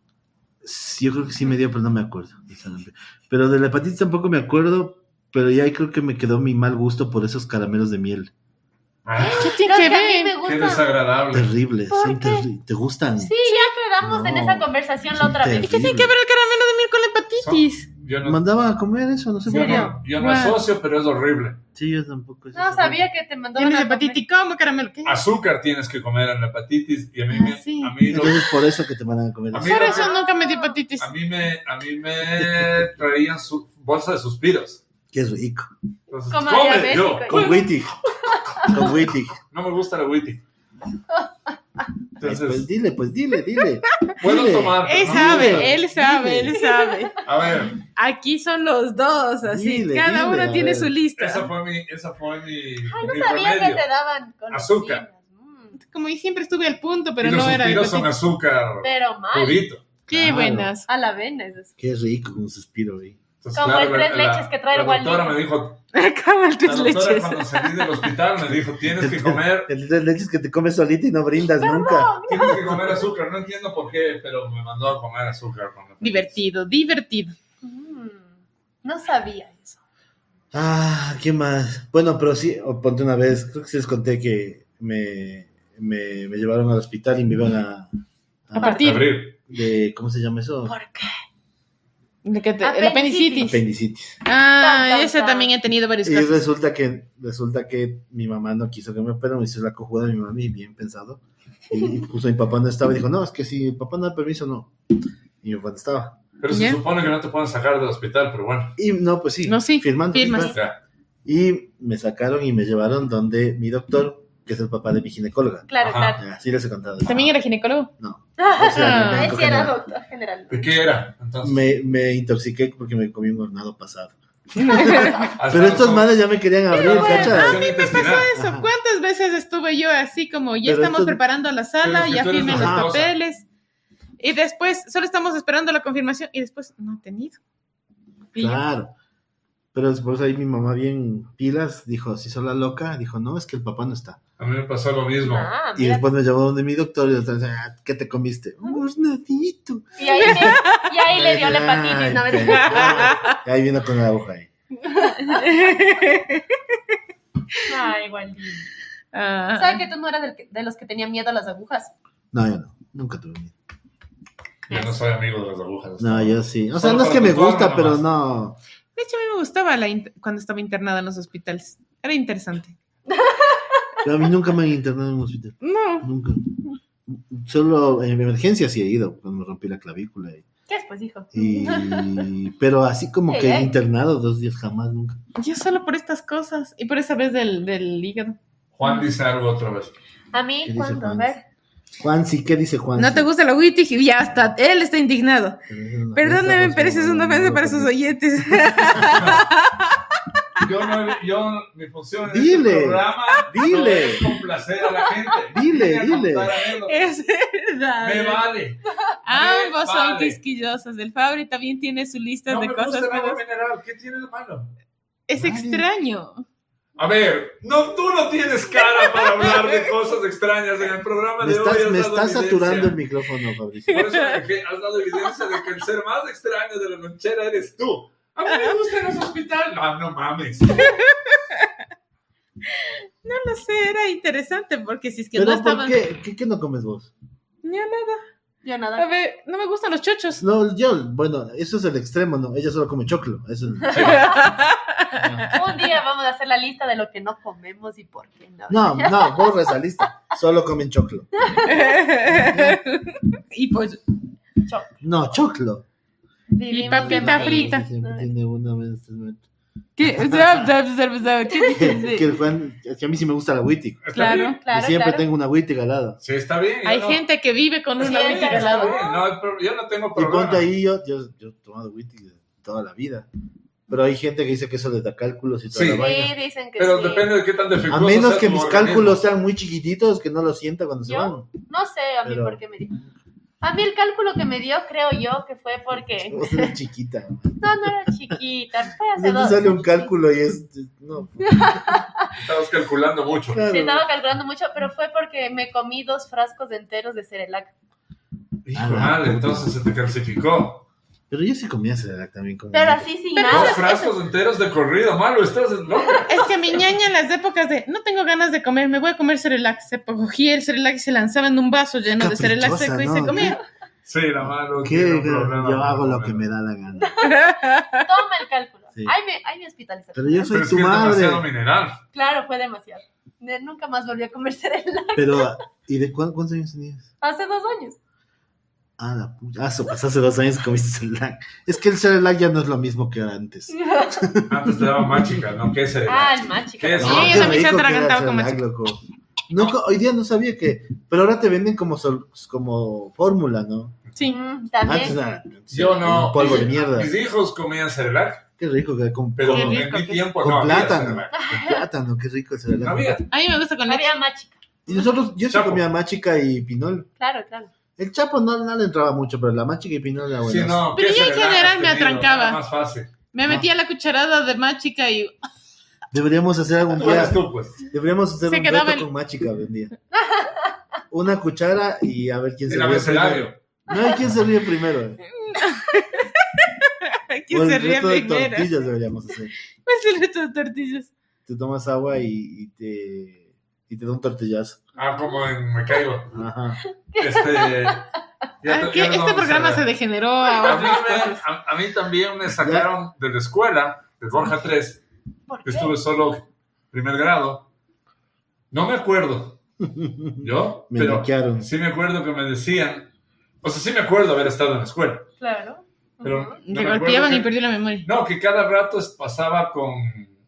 [SPEAKER 5] sí, yo creo que sí me dio, pero no me acuerdo. del sarampión. Pero de la hepatitis tampoco me acuerdo, pero ya ahí creo que me quedó mi mal gusto por esos caramelos de miel.
[SPEAKER 3] Ah,
[SPEAKER 1] ¿Qué
[SPEAKER 2] Los
[SPEAKER 1] tiene
[SPEAKER 2] que
[SPEAKER 1] que
[SPEAKER 2] a mí
[SPEAKER 1] ver?
[SPEAKER 2] me
[SPEAKER 3] qué
[SPEAKER 2] gustan.
[SPEAKER 3] desagradable.
[SPEAKER 5] Terribles,
[SPEAKER 2] ¿Por
[SPEAKER 5] son
[SPEAKER 2] qué?
[SPEAKER 5] terri- ¿te gustan?
[SPEAKER 2] Sí, ya quedamos en
[SPEAKER 5] No.
[SPEAKER 2] esa conversación la otra vez.
[SPEAKER 1] ¿Qué tiene que ver el caramelo de miel con la hepatitis?
[SPEAKER 3] yo no,
[SPEAKER 5] Mandaban a comer eso, no sé
[SPEAKER 3] yo
[SPEAKER 5] por
[SPEAKER 2] ¿En serio?
[SPEAKER 5] qué.
[SPEAKER 3] no, yo no
[SPEAKER 1] Wow.
[SPEAKER 3] asocio, pero es horrible.
[SPEAKER 5] Sí, yo tampoco. eso
[SPEAKER 2] No
[SPEAKER 5] sí.
[SPEAKER 2] sabía que te mandaban
[SPEAKER 1] Tienes
[SPEAKER 2] a comer.
[SPEAKER 1] hepatitis, ¿cómo caramelo? ¿Qué?
[SPEAKER 3] Azúcar tienes que comer en la hepatitis y a mí
[SPEAKER 1] Ah,
[SPEAKER 3] me,
[SPEAKER 1] sí.
[SPEAKER 3] a mí lo-
[SPEAKER 5] Entonces por eso que te mandan a comer
[SPEAKER 3] A
[SPEAKER 5] eso.
[SPEAKER 3] mí-
[SPEAKER 1] Por eso nunca me dio hepatitis.
[SPEAKER 3] a mí me, a mí me traían su, bolsa de suspiros.
[SPEAKER 5] Qué rico.
[SPEAKER 3] Entonces,
[SPEAKER 2] Como
[SPEAKER 3] come,
[SPEAKER 2] diabético.
[SPEAKER 3] yo,
[SPEAKER 5] Con Wittig. Con Wittig.
[SPEAKER 3] no me gusta la witty.
[SPEAKER 5] Pues,
[SPEAKER 3] Entonces,
[SPEAKER 5] dile, pues dile, dile.
[SPEAKER 3] puedo
[SPEAKER 5] dile.
[SPEAKER 3] tomar. pero
[SPEAKER 1] Él
[SPEAKER 3] no me gusta.
[SPEAKER 1] sabe, él sabe, él sabe.
[SPEAKER 3] A ver,
[SPEAKER 1] Aquí son los dos, así.
[SPEAKER 5] Dile,
[SPEAKER 1] Cada
[SPEAKER 5] dile,
[SPEAKER 1] uno
[SPEAKER 5] a
[SPEAKER 1] tiene
[SPEAKER 5] ver.
[SPEAKER 1] su lista.
[SPEAKER 3] esa fue mi, esa fue mi, mi
[SPEAKER 2] Ah. No sabía que
[SPEAKER 3] remedio.
[SPEAKER 2] te daban con los
[SPEAKER 3] Azúcar.
[SPEAKER 2] chinos. Mm,
[SPEAKER 1] Como y siempre estuve al punto, pero
[SPEAKER 3] y los
[SPEAKER 1] no era
[SPEAKER 3] suspiros son
[SPEAKER 1] hepatitis.
[SPEAKER 3] azúcar
[SPEAKER 2] Pero mal.
[SPEAKER 3] purito.
[SPEAKER 1] Qué
[SPEAKER 5] Claro.
[SPEAKER 1] buenas.
[SPEAKER 2] A la vena, eso sí.
[SPEAKER 5] Qué rico, un suspiro ahí.
[SPEAKER 3] Entonces,
[SPEAKER 2] Como el
[SPEAKER 3] la-
[SPEAKER 2] tres
[SPEAKER 3] la-
[SPEAKER 2] leches que trae
[SPEAKER 3] la
[SPEAKER 2] el
[SPEAKER 3] doctora
[SPEAKER 2] Waldo.
[SPEAKER 3] me dijo,
[SPEAKER 1] Acaba el
[SPEAKER 3] la
[SPEAKER 1] tres
[SPEAKER 3] doctora
[SPEAKER 1] leches.
[SPEAKER 3] cuando salí del hospital me dijo, tienes que comer,
[SPEAKER 5] El de leches que te comes solita y no brindas nunca.
[SPEAKER 3] tienes que comer azúcar. No entiendo por qué, pero me mandó a comer azúcar. con la-
[SPEAKER 1] Divertido, divertido.
[SPEAKER 2] Mm, No sabía eso.
[SPEAKER 5] Ah, ¿qué más? Bueno, pero sí, o ponte una vez, creo que sí les conté que me, me, me llevaron al hospital y me iban a... a-
[SPEAKER 1] A partir.
[SPEAKER 3] Abrir.
[SPEAKER 5] de, ¿Cómo se llama eso?
[SPEAKER 2] ¿Por qué?
[SPEAKER 1] De que te- El
[SPEAKER 2] Apendicitis.
[SPEAKER 1] apendicitis.
[SPEAKER 5] Apendicitis.
[SPEAKER 1] Ah,
[SPEAKER 2] Tan, tan,
[SPEAKER 1] esa
[SPEAKER 2] tan.
[SPEAKER 1] también he tenido varios
[SPEAKER 5] Y
[SPEAKER 1] casos.
[SPEAKER 5] resulta que, resulta que mi mamá no quiso que me operaran, me hizo la cojuda de mi mami, bien pensado. Y, y justo mi papá no estaba y dijo, no, es que si mi papá no da permiso, no. Y mi papá no estaba.
[SPEAKER 3] Pero
[SPEAKER 1] Ya.
[SPEAKER 3] se supone que no te pueden sacar del hospital, pero bueno.
[SPEAKER 5] Y no, pues sí.
[SPEAKER 1] No, sí,
[SPEAKER 5] Firmando.
[SPEAKER 1] firmas.
[SPEAKER 5] claro.
[SPEAKER 3] Ya.
[SPEAKER 5] Y me sacaron y me llevaron donde mi doctor, que es el papá de mi ginecóloga.
[SPEAKER 2] Claro,
[SPEAKER 3] Ajá.
[SPEAKER 2] claro.
[SPEAKER 5] Ah, Sí les he contado.
[SPEAKER 1] ¿También era ginecólogo?
[SPEAKER 5] No.
[SPEAKER 2] Ah,
[SPEAKER 5] O sea,
[SPEAKER 1] Ah,
[SPEAKER 5] me
[SPEAKER 2] ese era
[SPEAKER 5] cogen-
[SPEAKER 2] doctor general.
[SPEAKER 3] ¿De qué era? Entonces,
[SPEAKER 5] me, me intoxiqué porque me comí un hornado pasado.
[SPEAKER 3] hasta
[SPEAKER 5] Pero estos
[SPEAKER 3] son-
[SPEAKER 5] manes ya me querían abrir,
[SPEAKER 3] son
[SPEAKER 1] ah,
[SPEAKER 5] cacha. Ah,
[SPEAKER 3] infección intestinal.
[SPEAKER 1] Eso,
[SPEAKER 5] Ajá.
[SPEAKER 1] ¿cuántas veces estuve yo así como ya
[SPEAKER 5] Pero
[SPEAKER 1] estamos
[SPEAKER 5] esto-
[SPEAKER 1] preparando la sala,
[SPEAKER 3] pero es que
[SPEAKER 1] ya
[SPEAKER 3] tú eres
[SPEAKER 1] firmen los
[SPEAKER 5] la
[SPEAKER 3] esposa.
[SPEAKER 1] papeles? Y después solo estamos esperando la confirmación y después no he tenido. Y yo,
[SPEAKER 5] Claro. Pero después ahí mi mamá bien pilas dijo, si sola loca, dijo, no, es que el papá no está.
[SPEAKER 3] A mí me pasó lo mismo.
[SPEAKER 2] Ah,
[SPEAKER 5] Y
[SPEAKER 2] mira.
[SPEAKER 5] después me llevó donde mi doctor y el doctor dice, "Ah, ¿qué te comiste? Un hornadito.
[SPEAKER 2] Y ahí, y ahí le dio la hepatitis, ¿no?
[SPEAKER 5] Ay, qué- ay, Ahí vino con la aguja ahí.
[SPEAKER 2] Ay, Waldi.
[SPEAKER 1] ah,
[SPEAKER 2] ¿Sabes que tú no eras del que- de los que tenían miedo a las agujas?
[SPEAKER 5] No, yo no, nunca tuve miedo.
[SPEAKER 3] Yo no soy amigo de las agujas.
[SPEAKER 5] No, yo sí. O sea,
[SPEAKER 3] Solo
[SPEAKER 5] no es
[SPEAKER 3] para
[SPEAKER 5] que me
[SPEAKER 3] tatuarme
[SPEAKER 5] gusta, pero
[SPEAKER 3] nomás.
[SPEAKER 5] no.
[SPEAKER 1] De hecho, a mí me gustaba la in- cuando estaba internada en los hospitales. Era interesante.
[SPEAKER 5] Pero a mí nunca me han internado en un hospital.
[SPEAKER 1] No.
[SPEAKER 5] Nunca. Solo en emergencia sí he ido, cuando me rompí la clavícula. Y,
[SPEAKER 2] ¿Qué es, pues, hijo?
[SPEAKER 5] y- pero así como que he
[SPEAKER 2] Sí, ¿eh?
[SPEAKER 5] internado dos días jamás, nunca.
[SPEAKER 1] Yo solo por estas cosas y por esa vez del, del hígado.
[SPEAKER 3] Juan dice algo otra vez.
[SPEAKER 2] ¿A
[SPEAKER 5] ¿Qué
[SPEAKER 2] mí
[SPEAKER 5] dice
[SPEAKER 2] cuándo? A
[SPEAKER 5] Juan?
[SPEAKER 2] ver.
[SPEAKER 5] Juan, Ah, sí, ¿qué dice Juan?
[SPEAKER 1] No te gusta la witty y ya está. Él está indignado. Perdóneme, pero eso es una ofensa para sus oyentes.
[SPEAKER 3] Yo, no, yo mi función en
[SPEAKER 5] Dile,
[SPEAKER 3] este programa no
[SPEAKER 5] dile.
[SPEAKER 3] es complacer a la gente.
[SPEAKER 5] Dile,
[SPEAKER 3] Vine a
[SPEAKER 5] dile.
[SPEAKER 3] contar anécdotas.
[SPEAKER 1] es verdad.
[SPEAKER 3] Me vale.
[SPEAKER 1] Ambos son
[SPEAKER 3] vale.
[SPEAKER 1] quisquillosos. El Fabri también tiene su lista
[SPEAKER 3] No
[SPEAKER 1] de
[SPEAKER 3] me
[SPEAKER 1] cosas.
[SPEAKER 3] gusta el
[SPEAKER 1] que-
[SPEAKER 3] agua mineral. ¿Qué tiene de malo?
[SPEAKER 1] Es
[SPEAKER 5] Vale.
[SPEAKER 1] extraño.
[SPEAKER 3] A ver, no, tú no tienes cara para hablar de cosas extrañas en el programa
[SPEAKER 5] Me
[SPEAKER 3] de hoy.
[SPEAKER 5] estás,
[SPEAKER 3] has
[SPEAKER 5] me
[SPEAKER 3] dado
[SPEAKER 5] estás
[SPEAKER 3] evidencia.
[SPEAKER 5] saturando el micrófono, Fabricio.
[SPEAKER 3] Por eso dije, has dado evidencia de que el ser más extraño de la lonchera eres tú. A mí me gusta en ese hospital. Ah, No, no mames.
[SPEAKER 1] No sé, era interesante porque si es que
[SPEAKER 5] Pero
[SPEAKER 1] no
[SPEAKER 5] ¿por
[SPEAKER 1] estaban.
[SPEAKER 5] qué? qué? qué no comes vos?
[SPEAKER 1] Ni a nada.
[SPEAKER 2] Yo
[SPEAKER 1] A
[SPEAKER 2] nada.
[SPEAKER 1] ver, no me gustan los chochos.
[SPEAKER 5] No, yo, bueno, eso es el extremo, ¿no? Ella solo come choclo. Eso es-
[SPEAKER 2] Un día vamos a hacer la lista de lo que no comemos y por qué no.
[SPEAKER 5] No, no, borra esa lista. Solo comen choclo.
[SPEAKER 1] y pues, pollo.
[SPEAKER 5] No, choclo.
[SPEAKER 2] Vivimos
[SPEAKER 1] Y
[SPEAKER 2] de
[SPEAKER 1] papita
[SPEAKER 2] maíz.
[SPEAKER 1] frita.
[SPEAKER 5] Siempre tiene una vez, que
[SPEAKER 1] ¿Qué? Zap, zap, zap, zap. ¿Qué dices?
[SPEAKER 5] que el Juan, que a mí sí me gusta la witty.
[SPEAKER 1] Claro.
[SPEAKER 2] Claro,
[SPEAKER 5] y siempre
[SPEAKER 2] claro.
[SPEAKER 5] tengo una witty al lado.
[SPEAKER 3] Sí, está bien. yo
[SPEAKER 1] Hay
[SPEAKER 3] no-
[SPEAKER 1] gente que vive con una
[SPEAKER 2] Sí,
[SPEAKER 1] witty
[SPEAKER 2] hay
[SPEAKER 1] al
[SPEAKER 3] Está
[SPEAKER 1] lado.
[SPEAKER 3] bien, no hay pro- yo no tengo
[SPEAKER 5] Y
[SPEAKER 3] problema.
[SPEAKER 5] ponte ahí, yo, yo, yo he tomado witty toda la vida. Pero hay gente que dice que eso les da cálculos y toda
[SPEAKER 3] Sí.
[SPEAKER 5] la
[SPEAKER 2] Sí,
[SPEAKER 5] vaina.
[SPEAKER 2] dicen que
[SPEAKER 3] Pero
[SPEAKER 2] sí.
[SPEAKER 3] depende de qué tan defectuoso
[SPEAKER 5] A menos
[SPEAKER 3] sea
[SPEAKER 5] que
[SPEAKER 3] tu
[SPEAKER 5] mis
[SPEAKER 3] organismo.
[SPEAKER 5] cálculos sean muy chiquititos, que no lo sienta cuando se
[SPEAKER 2] ¿Yo?
[SPEAKER 5] van.
[SPEAKER 2] No sé a mí
[SPEAKER 5] Pero-
[SPEAKER 2] por qué me dio. A mí el cálculo que me dio, creo yo, que fue porque...
[SPEAKER 5] Vos eres chiquita.
[SPEAKER 2] No, no era chiquita. Fue hace
[SPEAKER 5] No te
[SPEAKER 2] dos.
[SPEAKER 5] sale un cálculo y es. No, pues,
[SPEAKER 3] Estabas calculando mucho.
[SPEAKER 5] claro.
[SPEAKER 2] Sí, estaba calculando mucho, pero fue porque me comí dos frascos enteros de Cerelac.
[SPEAKER 3] Hijo
[SPEAKER 5] Ah,
[SPEAKER 3] de
[SPEAKER 5] la
[SPEAKER 3] madre,
[SPEAKER 5] puta.
[SPEAKER 3] entonces se te calcificó.
[SPEAKER 5] Pero yo sí comía Cerelac también. con
[SPEAKER 2] Pero así sin
[SPEAKER 1] Pero
[SPEAKER 2] nada.
[SPEAKER 3] Dos frascos enteros de corrido, malo, estás loca.
[SPEAKER 1] Es que mi ñaña en las épocas de no tengo ganas de comer, me voy a comer cerelac. Se cogía el cerelac y se lanzaba en un vaso lleno de cerelac
[SPEAKER 5] Caprichosa,
[SPEAKER 1] seco y
[SPEAKER 5] ¿no?
[SPEAKER 1] se comía.
[SPEAKER 3] Sí, la mano. tiene
[SPEAKER 5] ¿Qué?
[SPEAKER 3] un problema
[SPEAKER 5] Yo hago
[SPEAKER 3] con
[SPEAKER 5] lo
[SPEAKER 3] la
[SPEAKER 5] que
[SPEAKER 3] mano.
[SPEAKER 5] me da la gana.
[SPEAKER 2] Toma el cálculo.
[SPEAKER 5] Sí.
[SPEAKER 2] Ahí me, ahí me hospitalizaron.
[SPEAKER 5] Pero yo soy
[SPEAKER 3] Pero es
[SPEAKER 5] tu
[SPEAKER 3] que es
[SPEAKER 5] madre.
[SPEAKER 3] demasiado mineral.
[SPEAKER 2] Claro, fue demasiado. De- nunca más volví a comer cereal.
[SPEAKER 5] Pero, ¿y de cuán- cuántos años tenías?
[SPEAKER 2] Hace dos años.
[SPEAKER 5] Ah, la puta. Ah, so, pues hace dos años que comiste cereal. Es que el cereal ya no es lo mismo que era antes.
[SPEAKER 3] Antes te daba más chica, ¿no? ¿Qué se
[SPEAKER 2] Ah, el más chico.
[SPEAKER 3] ¿Qué es?
[SPEAKER 5] No,
[SPEAKER 1] Sí,
[SPEAKER 5] qué
[SPEAKER 1] yo también se
[SPEAKER 5] rico que era
[SPEAKER 1] atragantaba como
[SPEAKER 5] cereal, loco. Nunca- hoy día no sabía que. Pero ahora te venden como, sol- como fórmula, ¿no?
[SPEAKER 1] Sí.
[SPEAKER 2] Mm,
[SPEAKER 5] Antes
[SPEAKER 2] También.
[SPEAKER 5] era.
[SPEAKER 4] Yo no.
[SPEAKER 5] un polvo de mierda.
[SPEAKER 3] Mis hijos comían cereal,
[SPEAKER 5] Qué rico que con,
[SPEAKER 3] pero
[SPEAKER 1] Qué
[SPEAKER 5] con,
[SPEAKER 1] rico
[SPEAKER 3] en mi
[SPEAKER 1] que-
[SPEAKER 3] tiempo
[SPEAKER 5] con
[SPEAKER 3] no había
[SPEAKER 5] plátano.
[SPEAKER 3] cereal.
[SPEAKER 5] con plátano. Qué rico el cereal.
[SPEAKER 3] No había.
[SPEAKER 1] A mí me gusta con leche.
[SPEAKER 2] Había más chica.
[SPEAKER 5] Y nosotros, yo sí
[SPEAKER 3] Chapo.
[SPEAKER 5] comía machica y pinol.
[SPEAKER 2] Claro, claro.
[SPEAKER 5] El chapo no, no le entraba mucho, pero la machica y pinol era buena.
[SPEAKER 3] Sí, no,
[SPEAKER 1] Pero
[SPEAKER 3] ¿qué
[SPEAKER 1] yo en
[SPEAKER 3] cereal
[SPEAKER 1] general
[SPEAKER 3] has
[SPEAKER 1] me
[SPEAKER 3] tenido?
[SPEAKER 1] atrancaba.
[SPEAKER 3] Era más fácil.
[SPEAKER 1] Me
[SPEAKER 3] Ah.
[SPEAKER 1] metía la cucharada de más chica y
[SPEAKER 5] Deberíamos hacer algún
[SPEAKER 3] Tú eras
[SPEAKER 5] día.
[SPEAKER 3] tú, pues.
[SPEAKER 5] Deberíamos hacer
[SPEAKER 1] Se
[SPEAKER 5] un
[SPEAKER 1] quedaba
[SPEAKER 5] reto
[SPEAKER 1] el-
[SPEAKER 5] con machica algún día. Una cuchara y a ver quién se
[SPEAKER 3] El
[SPEAKER 5] ríe
[SPEAKER 3] abecedario.
[SPEAKER 5] primero. No, hay quién se ríe primero. O
[SPEAKER 1] ¿Quién
[SPEAKER 5] el
[SPEAKER 1] se ríe
[SPEAKER 5] reto de
[SPEAKER 1] primero?
[SPEAKER 5] tortillas deberíamos hacer.
[SPEAKER 1] ¿Cuál es el reto de tortillas?
[SPEAKER 5] Te tomas agua y, y te y te da un tortillazo.
[SPEAKER 3] Ah, como en Me Caigo.
[SPEAKER 5] Ajá.
[SPEAKER 3] Este. ya
[SPEAKER 1] Ah,
[SPEAKER 3] to-
[SPEAKER 1] ¿qué?
[SPEAKER 3] ya nos vamos
[SPEAKER 1] Este
[SPEAKER 3] a
[SPEAKER 1] programa
[SPEAKER 3] cereal.
[SPEAKER 1] se degeneró
[SPEAKER 3] A
[SPEAKER 1] a
[SPEAKER 3] mí,
[SPEAKER 1] otras
[SPEAKER 3] me-
[SPEAKER 1] cosas.
[SPEAKER 3] a- a mí también me sacaron de la escuela, de Borja 3,
[SPEAKER 2] ¿Por
[SPEAKER 3] que
[SPEAKER 2] qué?
[SPEAKER 3] estuve solo primer grado. No me acuerdo, yo,
[SPEAKER 5] Me
[SPEAKER 3] pero
[SPEAKER 5] bloquearon.
[SPEAKER 3] sí me acuerdo que me decían, o sea, sí me acuerdo haber estado en la escuela,
[SPEAKER 2] Claro.
[SPEAKER 3] pero
[SPEAKER 2] Ujú.
[SPEAKER 3] no
[SPEAKER 1] Te
[SPEAKER 3] me
[SPEAKER 1] golpeaban
[SPEAKER 3] acuerdo
[SPEAKER 1] y
[SPEAKER 3] que-
[SPEAKER 1] perdí la memoria.
[SPEAKER 3] No, que cada rato es- pasaba con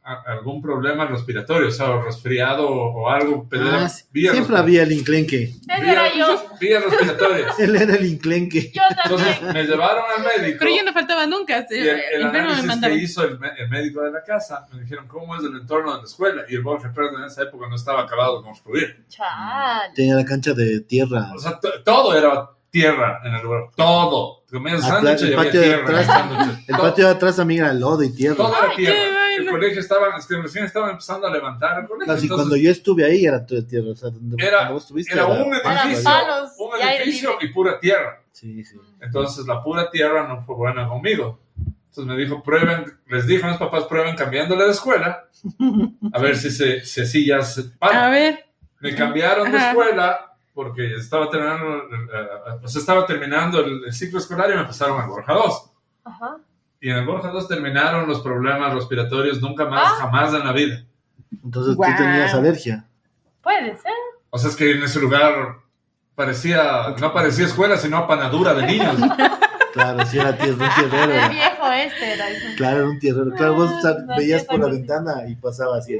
[SPEAKER 3] a- algún problema respiratorio, o sea, o resfriado o, o algo, pero
[SPEAKER 5] Ah,
[SPEAKER 3] era
[SPEAKER 5] sí.
[SPEAKER 3] vía
[SPEAKER 5] Siempre
[SPEAKER 3] respi-
[SPEAKER 5] había el inclenque.
[SPEAKER 2] Ese era
[SPEAKER 3] vía-
[SPEAKER 2] yo.
[SPEAKER 3] vía respiratoria.
[SPEAKER 5] Él era el inclenque.
[SPEAKER 2] Yo
[SPEAKER 3] Entonces
[SPEAKER 2] también.
[SPEAKER 3] me llevaron al médico.
[SPEAKER 1] Pero yo no faltaba nunca. eh,
[SPEAKER 3] Y el,
[SPEAKER 1] El
[SPEAKER 3] el
[SPEAKER 1] enfermo me
[SPEAKER 3] análisis que
[SPEAKER 1] mandaron.
[SPEAKER 3] hizo el, me- el médico de la casa, me dijeron, ¿cómo es el entorno de la escuela? Y el Borja Pérez en esa época no estaba acabado de construir.
[SPEAKER 2] Chal.
[SPEAKER 5] Tenía la cancha de tierra.
[SPEAKER 3] O sea, to- todo era tierra en el lugar, todo. Comías
[SPEAKER 5] Atrás,
[SPEAKER 3] sándwiches y
[SPEAKER 5] Ah, el
[SPEAKER 3] había
[SPEAKER 5] patio de
[SPEAKER 3] tierra en el
[SPEAKER 5] atrás.
[SPEAKER 3] sándwich.
[SPEAKER 5] El
[SPEAKER 3] To-
[SPEAKER 5] patio de atrás también era lodo y tierra.
[SPEAKER 3] Todo era
[SPEAKER 1] Ay, qué
[SPEAKER 3] tierra. El
[SPEAKER 1] vaina.
[SPEAKER 3] colegio estaba, es que recién estaba empezando a levantar el colegio.
[SPEAKER 5] No, si cuando
[SPEAKER 3] entonces,
[SPEAKER 5] yo estuve ahí era todo tierra, o sea, donde
[SPEAKER 3] Era-
[SPEAKER 5] cuando vos estuviste
[SPEAKER 3] era un
[SPEAKER 5] pasto,
[SPEAKER 3] edificio,
[SPEAKER 5] ya.
[SPEAKER 2] palos
[SPEAKER 3] un
[SPEAKER 2] y aire
[SPEAKER 3] edificio
[SPEAKER 2] libre.
[SPEAKER 3] y pura tierra.
[SPEAKER 5] Sí, sí.
[SPEAKER 3] Entonces la pura tierra no fue buena conmigo. Entonces me dijo, prueben, les dije a mis papás, prueben cambiándole de escuela, a ver si, se, si así ya se para.
[SPEAKER 1] A ver.
[SPEAKER 3] Me cambiaron de
[SPEAKER 1] Ajá.
[SPEAKER 3] escuela porque estaba terminando, eh, o sea, estaba terminando el, el ciclo escolar y me pasaron al Borja 2.
[SPEAKER 2] Ajá.
[SPEAKER 3] Y en el Borja 2 terminaron los problemas respiratorios nunca más,
[SPEAKER 2] Ah.
[SPEAKER 3] jamás en la vida.
[SPEAKER 5] Entonces tú
[SPEAKER 1] Guau.
[SPEAKER 5] tenías alergia.
[SPEAKER 2] Puede ser.
[SPEAKER 3] O sea, es que en ese lugar parecía, no parecía escuela, sino panadura de niños.
[SPEAKER 5] Claro, sí era tierra, un tierrero.
[SPEAKER 2] Ah, El
[SPEAKER 5] era-
[SPEAKER 2] viejo este era. hijo.
[SPEAKER 5] Claro, era un tierrero. Claro, vos o sea,
[SPEAKER 2] No,
[SPEAKER 5] veías
[SPEAKER 2] sí,
[SPEAKER 5] por la
[SPEAKER 2] algo así.
[SPEAKER 5] ventana y pasaba así.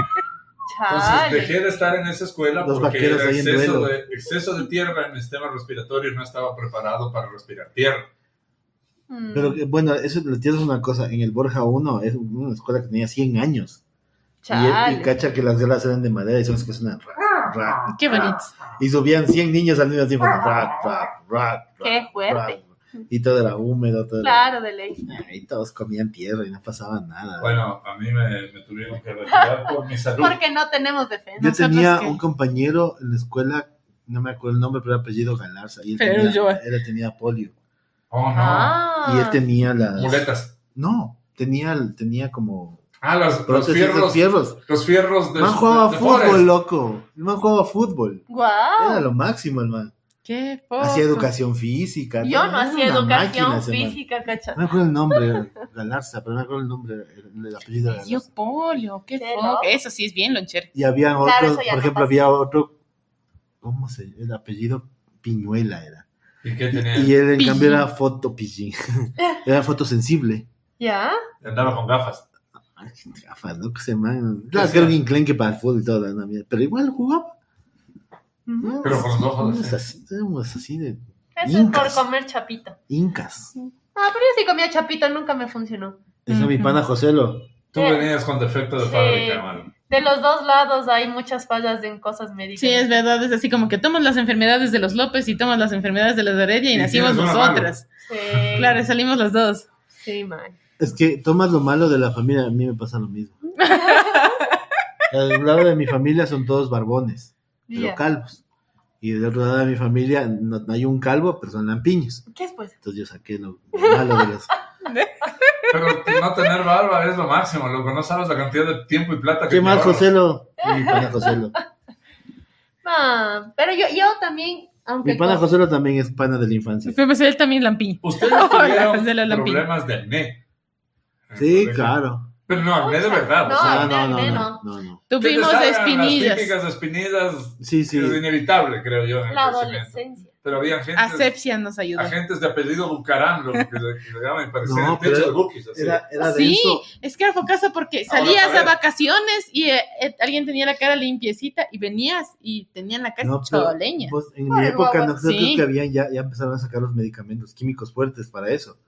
[SPEAKER 3] Entonces
[SPEAKER 2] Chal.
[SPEAKER 3] dejé de estar en esa escuela
[SPEAKER 5] Los
[SPEAKER 3] porque
[SPEAKER 5] vaqueros
[SPEAKER 3] el
[SPEAKER 5] ahí en
[SPEAKER 3] exceso
[SPEAKER 5] duelo.
[SPEAKER 3] de, exceso de tierra en el sistema respiratorio no estaba preparado para respirar tierra.
[SPEAKER 2] Mm.
[SPEAKER 5] Pero que, bueno, eso la tierra es una cosa. En el Borja 1 es una escuela que tenía 100 años. Y, él- y
[SPEAKER 2] Chal.
[SPEAKER 5] cacha que las velas eran de madera y son las que suenan ra, ra.
[SPEAKER 3] Ah.
[SPEAKER 1] Qué bonito.
[SPEAKER 5] Y subían 100 niños al mismo tiempo. ra, ra, ra, ra,
[SPEAKER 2] Ah. Qué fuerte.
[SPEAKER 5] ra. Y todo era húmedo, todo era-
[SPEAKER 2] Claro, de ley.
[SPEAKER 5] Y todos comían tierra y no pasaba nada.
[SPEAKER 3] Bueno, a mí me, me tuvieron que retirar por mi salud.
[SPEAKER 2] Porque no tenemos defensa.
[SPEAKER 5] Yo
[SPEAKER 1] Nosotros
[SPEAKER 5] tenía
[SPEAKER 1] que-
[SPEAKER 5] un compañero en la escuela, no me acuerdo el nombre, pero era apellido Galarza. Y él,
[SPEAKER 1] Pero
[SPEAKER 5] tenía,
[SPEAKER 1] yo-
[SPEAKER 5] él tenía polio.
[SPEAKER 3] Oh, no.
[SPEAKER 2] Ah.
[SPEAKER 5] Y él tenía las.
[SPEAKER 3] Muletas.
[SPEAKER 5] No, tenía, tenía como.
[SPEAKER 3] Ah, los, los
[SPEAKER 5] prótesis de
[SPEAKER 3] fierros.
[SPEAKER 5] fierros.
[SPEAKER 3] Los fierros de.
[SPEAKER 5] El man jugaba
[SPEAKER 3] de- de
[SPEAKER 5] fútbol,
[SPEAKER 3] Forest.
[SPEAKER 5] loco. El man jugaba fútbol.
[SPEAKER 2] Guau.
[SPEAKER 5] Era lo máximo, el man.
[SPEAKER 1] Qué poco.
[SPEAKER 5] Hacía educación física.
[SPEAKER 2] Yo no
[SPEAKER 5] Era
[SPEAKER 2] hacía
[SPEAKER 5] una
[SPEAKER 2] educación
[SPEAKER 5] máquina ese man. Ah.
[SPEAKER 2] física, cacha.
[SPEAKER 5] No me acuerdo el nombre, era Galarza, pero no me acuerdo el nombre, el, el apellido de
[SPEAKER 1] Me dio
[SPEAKER 5] Galarza.
[SPEAKER 1] polio. Qué
[SPEAKER 2] Qué
[SPEAKER 1] poco.
[SPEAKER 2] loco.
[SPEAKER 1] Eso sí es bien lonchero.
[SPEAKER 5] Y había otro,
[SPEAKER 2] Claro, eso ya
[SPEAKER 5] por
[SPEAKER 2] no
[SPEAKER 5] ejemplo,
[SPEAKER 2] pasa.
[SPEAKER 5] había otro. ¿Cómo se El apellido Piñuela era.
[SPEAKER 3] ¿Y qué tenía?
[SPEAKER 5] Y él, en
[SPEAKER 1] Pillín.
[SPEAKER 5] cambio, era fotopillín. era fotosensible.
[SPEAKER 2] ¿Ya?
[SPEAKER 3] Andaba con gafas.
[SPEAKER 5] Ay, Gafa, ¿no? Que se man. Claro,
[SPEAKER 3] Sí,
[SPEAKER 5] que era un
[SPEAKER 3] sí.
[SPEAKER 5] enclenque para el fútbol y todo, ¿no? Mira, pero igual jugaba. No,
[SPEAKER 3] Pero con los ojos
[SPEAKER 5] éramos
[SPEAKER 3] así.
[SPEAKER 5] así. Éramos así de
[SPEAKER 2] Eso
[SPEAKER 5] Incas.
[SPEAKER 2] es por comer chapito.
[SPEAKER 5] incas.
[SPEAKER 2] Ah, pero yo sí comía chapito, nunca me funcionó.
[SPEAKER 5] Eso mi
[SPEAKER 1] Ujú.
[SPEAKER 5] pana Joselo.
[SPEAKER 2] Sí.
[SPEAKER 3] Tú venías con defecto de
[SPEAKER 2] Sí.
[SPEAKER 3] fábrica, hermano.
[SPEAKER 2] De los dos lados hay muchas fallas en cosas médicas.
[SPEAKER 1] Sí, es verdad. Es así como que tomas las enfermedades de los López y tomas las enfermedades de las Heredia y,
[SPEAKER 3] Y
[SPEAKER 1] nacimos
[SPEAKER 3] tienes una mano.
[SPEAKER 1] nosotras.
[SPEAKER 2] Sí.
[SPEAKER 1] Claro, salimos las dos.
[SPEAKER 2] Sí, man.
[SPEAKER 5] Es que tomas lo malo de la familia, a mí me pasa lo mismo. Al lado de mi familia son todos barbones, pero
[SPEAKER 2] Ya.
[SPEAKER 5] calvos. Y del otro lado de mi familia no, no hay un calvo, pero son lampiños.
[SPEAKER 2] ¿Qué es pues?
[SPEAKER 5] Entonces yo saqué lo, lo malo de los...
[SPEAKER 3] Pero no tener barba es lo máximo, loco. No sabes la cantidad de tiempo y plata que
[SPEAKER 5] ¿Qué más,
[SPEAKER 3] llevaron.
[SPEAKER 5] Joselo? Mi pana Joselo.
[SPEAKER 2] Ah, pero yo, yo también Aunque
[SPEAKER 5] Mi pana
[SPEAKER 2] con-
[SPEAKER 5] José lo también es pana de la infancia.
[SPEAKER 1] Pues él también lampiño.
[SPEAKER 4] Ustedes
[SPEAKER 1] Hola,
[SPEAKER 4] tuvieron
[SPEAKER 1] José Lalampín.
[SPEAKER 4] problemas de acné.
[SPEAKER 3] Ah,
[SPEAKER 5] Sí, claro.
[SPEAKER 4] Pero no, acné de verdad. o
[SPEAKER 2] No,
[SPEAKER 4] sea,
[SPEAKER 5] No,
[SPEAKER 2] acné,
[SPEAKER 5] no, no,
[SPEAKER 2] acné
[SPEAKER 5] no, no, no.
[SPEAKER 4] que te
[SPEAKER 1] Tuvimos
[SPEAKER 4] salgan Las
[SPEAKER 1] espinillas.
[SPEAKER 4] típicas espinillas
[SPEAKER 5] Sí, sí.
[SPEAKER 4] es inevitable, creo yo. en el
[SPEAKER 2] la
[SPEAKER 4] crecimiento.
[SPEAKER 2] adolescencia.
[SPEAKER 4] Pero había gente.
[SPEAKER 1] Asepsia nos ayudó.
[SPEAKER 4] agentes de apellido Bucarán, lo que le, que le llaman, parecía
[SPEAKER 5] No,
[SPEAKER 4] el techo
[SPEAKER 5] pero
[SPEAKER 4] de Bukis, así.
[SPEAKER 5] Era, era
[SPEAKER 1] Sí.
[SPEAKER 5] denso.
[SPEAKER 1] Es que era focasa porque
[SPEAKER 4] Ahora,
[SPEAKER 1] salías
[SPEAKER 4] a ver.
[SPEAKER 1] a vacaciones y eh, eh, alguien tenía la cara limpiecita y venías y tenían la cara
[SPEAKER 5] No, pero-
[SPEAKER 1] choleña.
[SPEAKER 5] Pues, en mi
[SPEAKER 2] Pobre
[SPEAKER 5] época
[SPEAKER 2] guagua.
[SPEAKER 5] no creo
[SPEAKER 1] Sí.
[SPEAKER 5] que habían, ya, ya empezaron a sacar los medicamentos químicos fuertes para eso.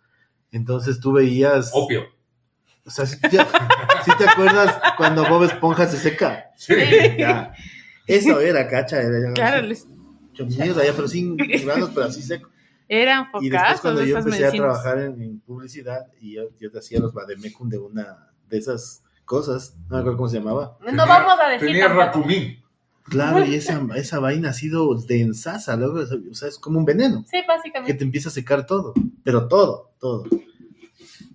[SPEAKER 5] Entonces tú veías.
[SPEAKER 4] Opio.
[SPEAKER 5] O sea, si te, si te acuerdas cuando Bob Esponja se seca.
[SPEAKER 4] Sí.
[SPEAKER 5] Ya. Eso era, cacha. Era, era
[SPEAKER 1] claro,
[SPEAKER 5] así,
[SPEAKER 1] les-
[SPEAKER 5] mucho mierda, ya, pero sin granos, pero así seco.
[SPEAKER 1] eran
[SPEAKER 5] Y después
[SPEAKER 1] focazos
[SPEAKER 5] cuando yo
[SPEAKER 1] esas
[SPEAKER 5] empecé a
[SPEAKER 1] medicinas.
[SPEAKER 5] trabajar en, en publicidad y yo, yo te hacía los bademecum de una de esas cosas, no me acuerdo cómo se llamaba.
[SPEAKER 2] No vamos a decir.
[SPEAKER 4] Tenía
[SPEAKER 2] tampoco.
[SPEAKER 4] racumín.
[SPEAKER 5] Claro, y esa, esa vaina ha sido densaza, luego, o sea, es como un veneno
[SPEAKER 2] Sí,
[SPEAKER 5] que
[SPEAKER 2] básicamente.
[SPEAKER 5] te empieza a secar todo, pero todo, todo.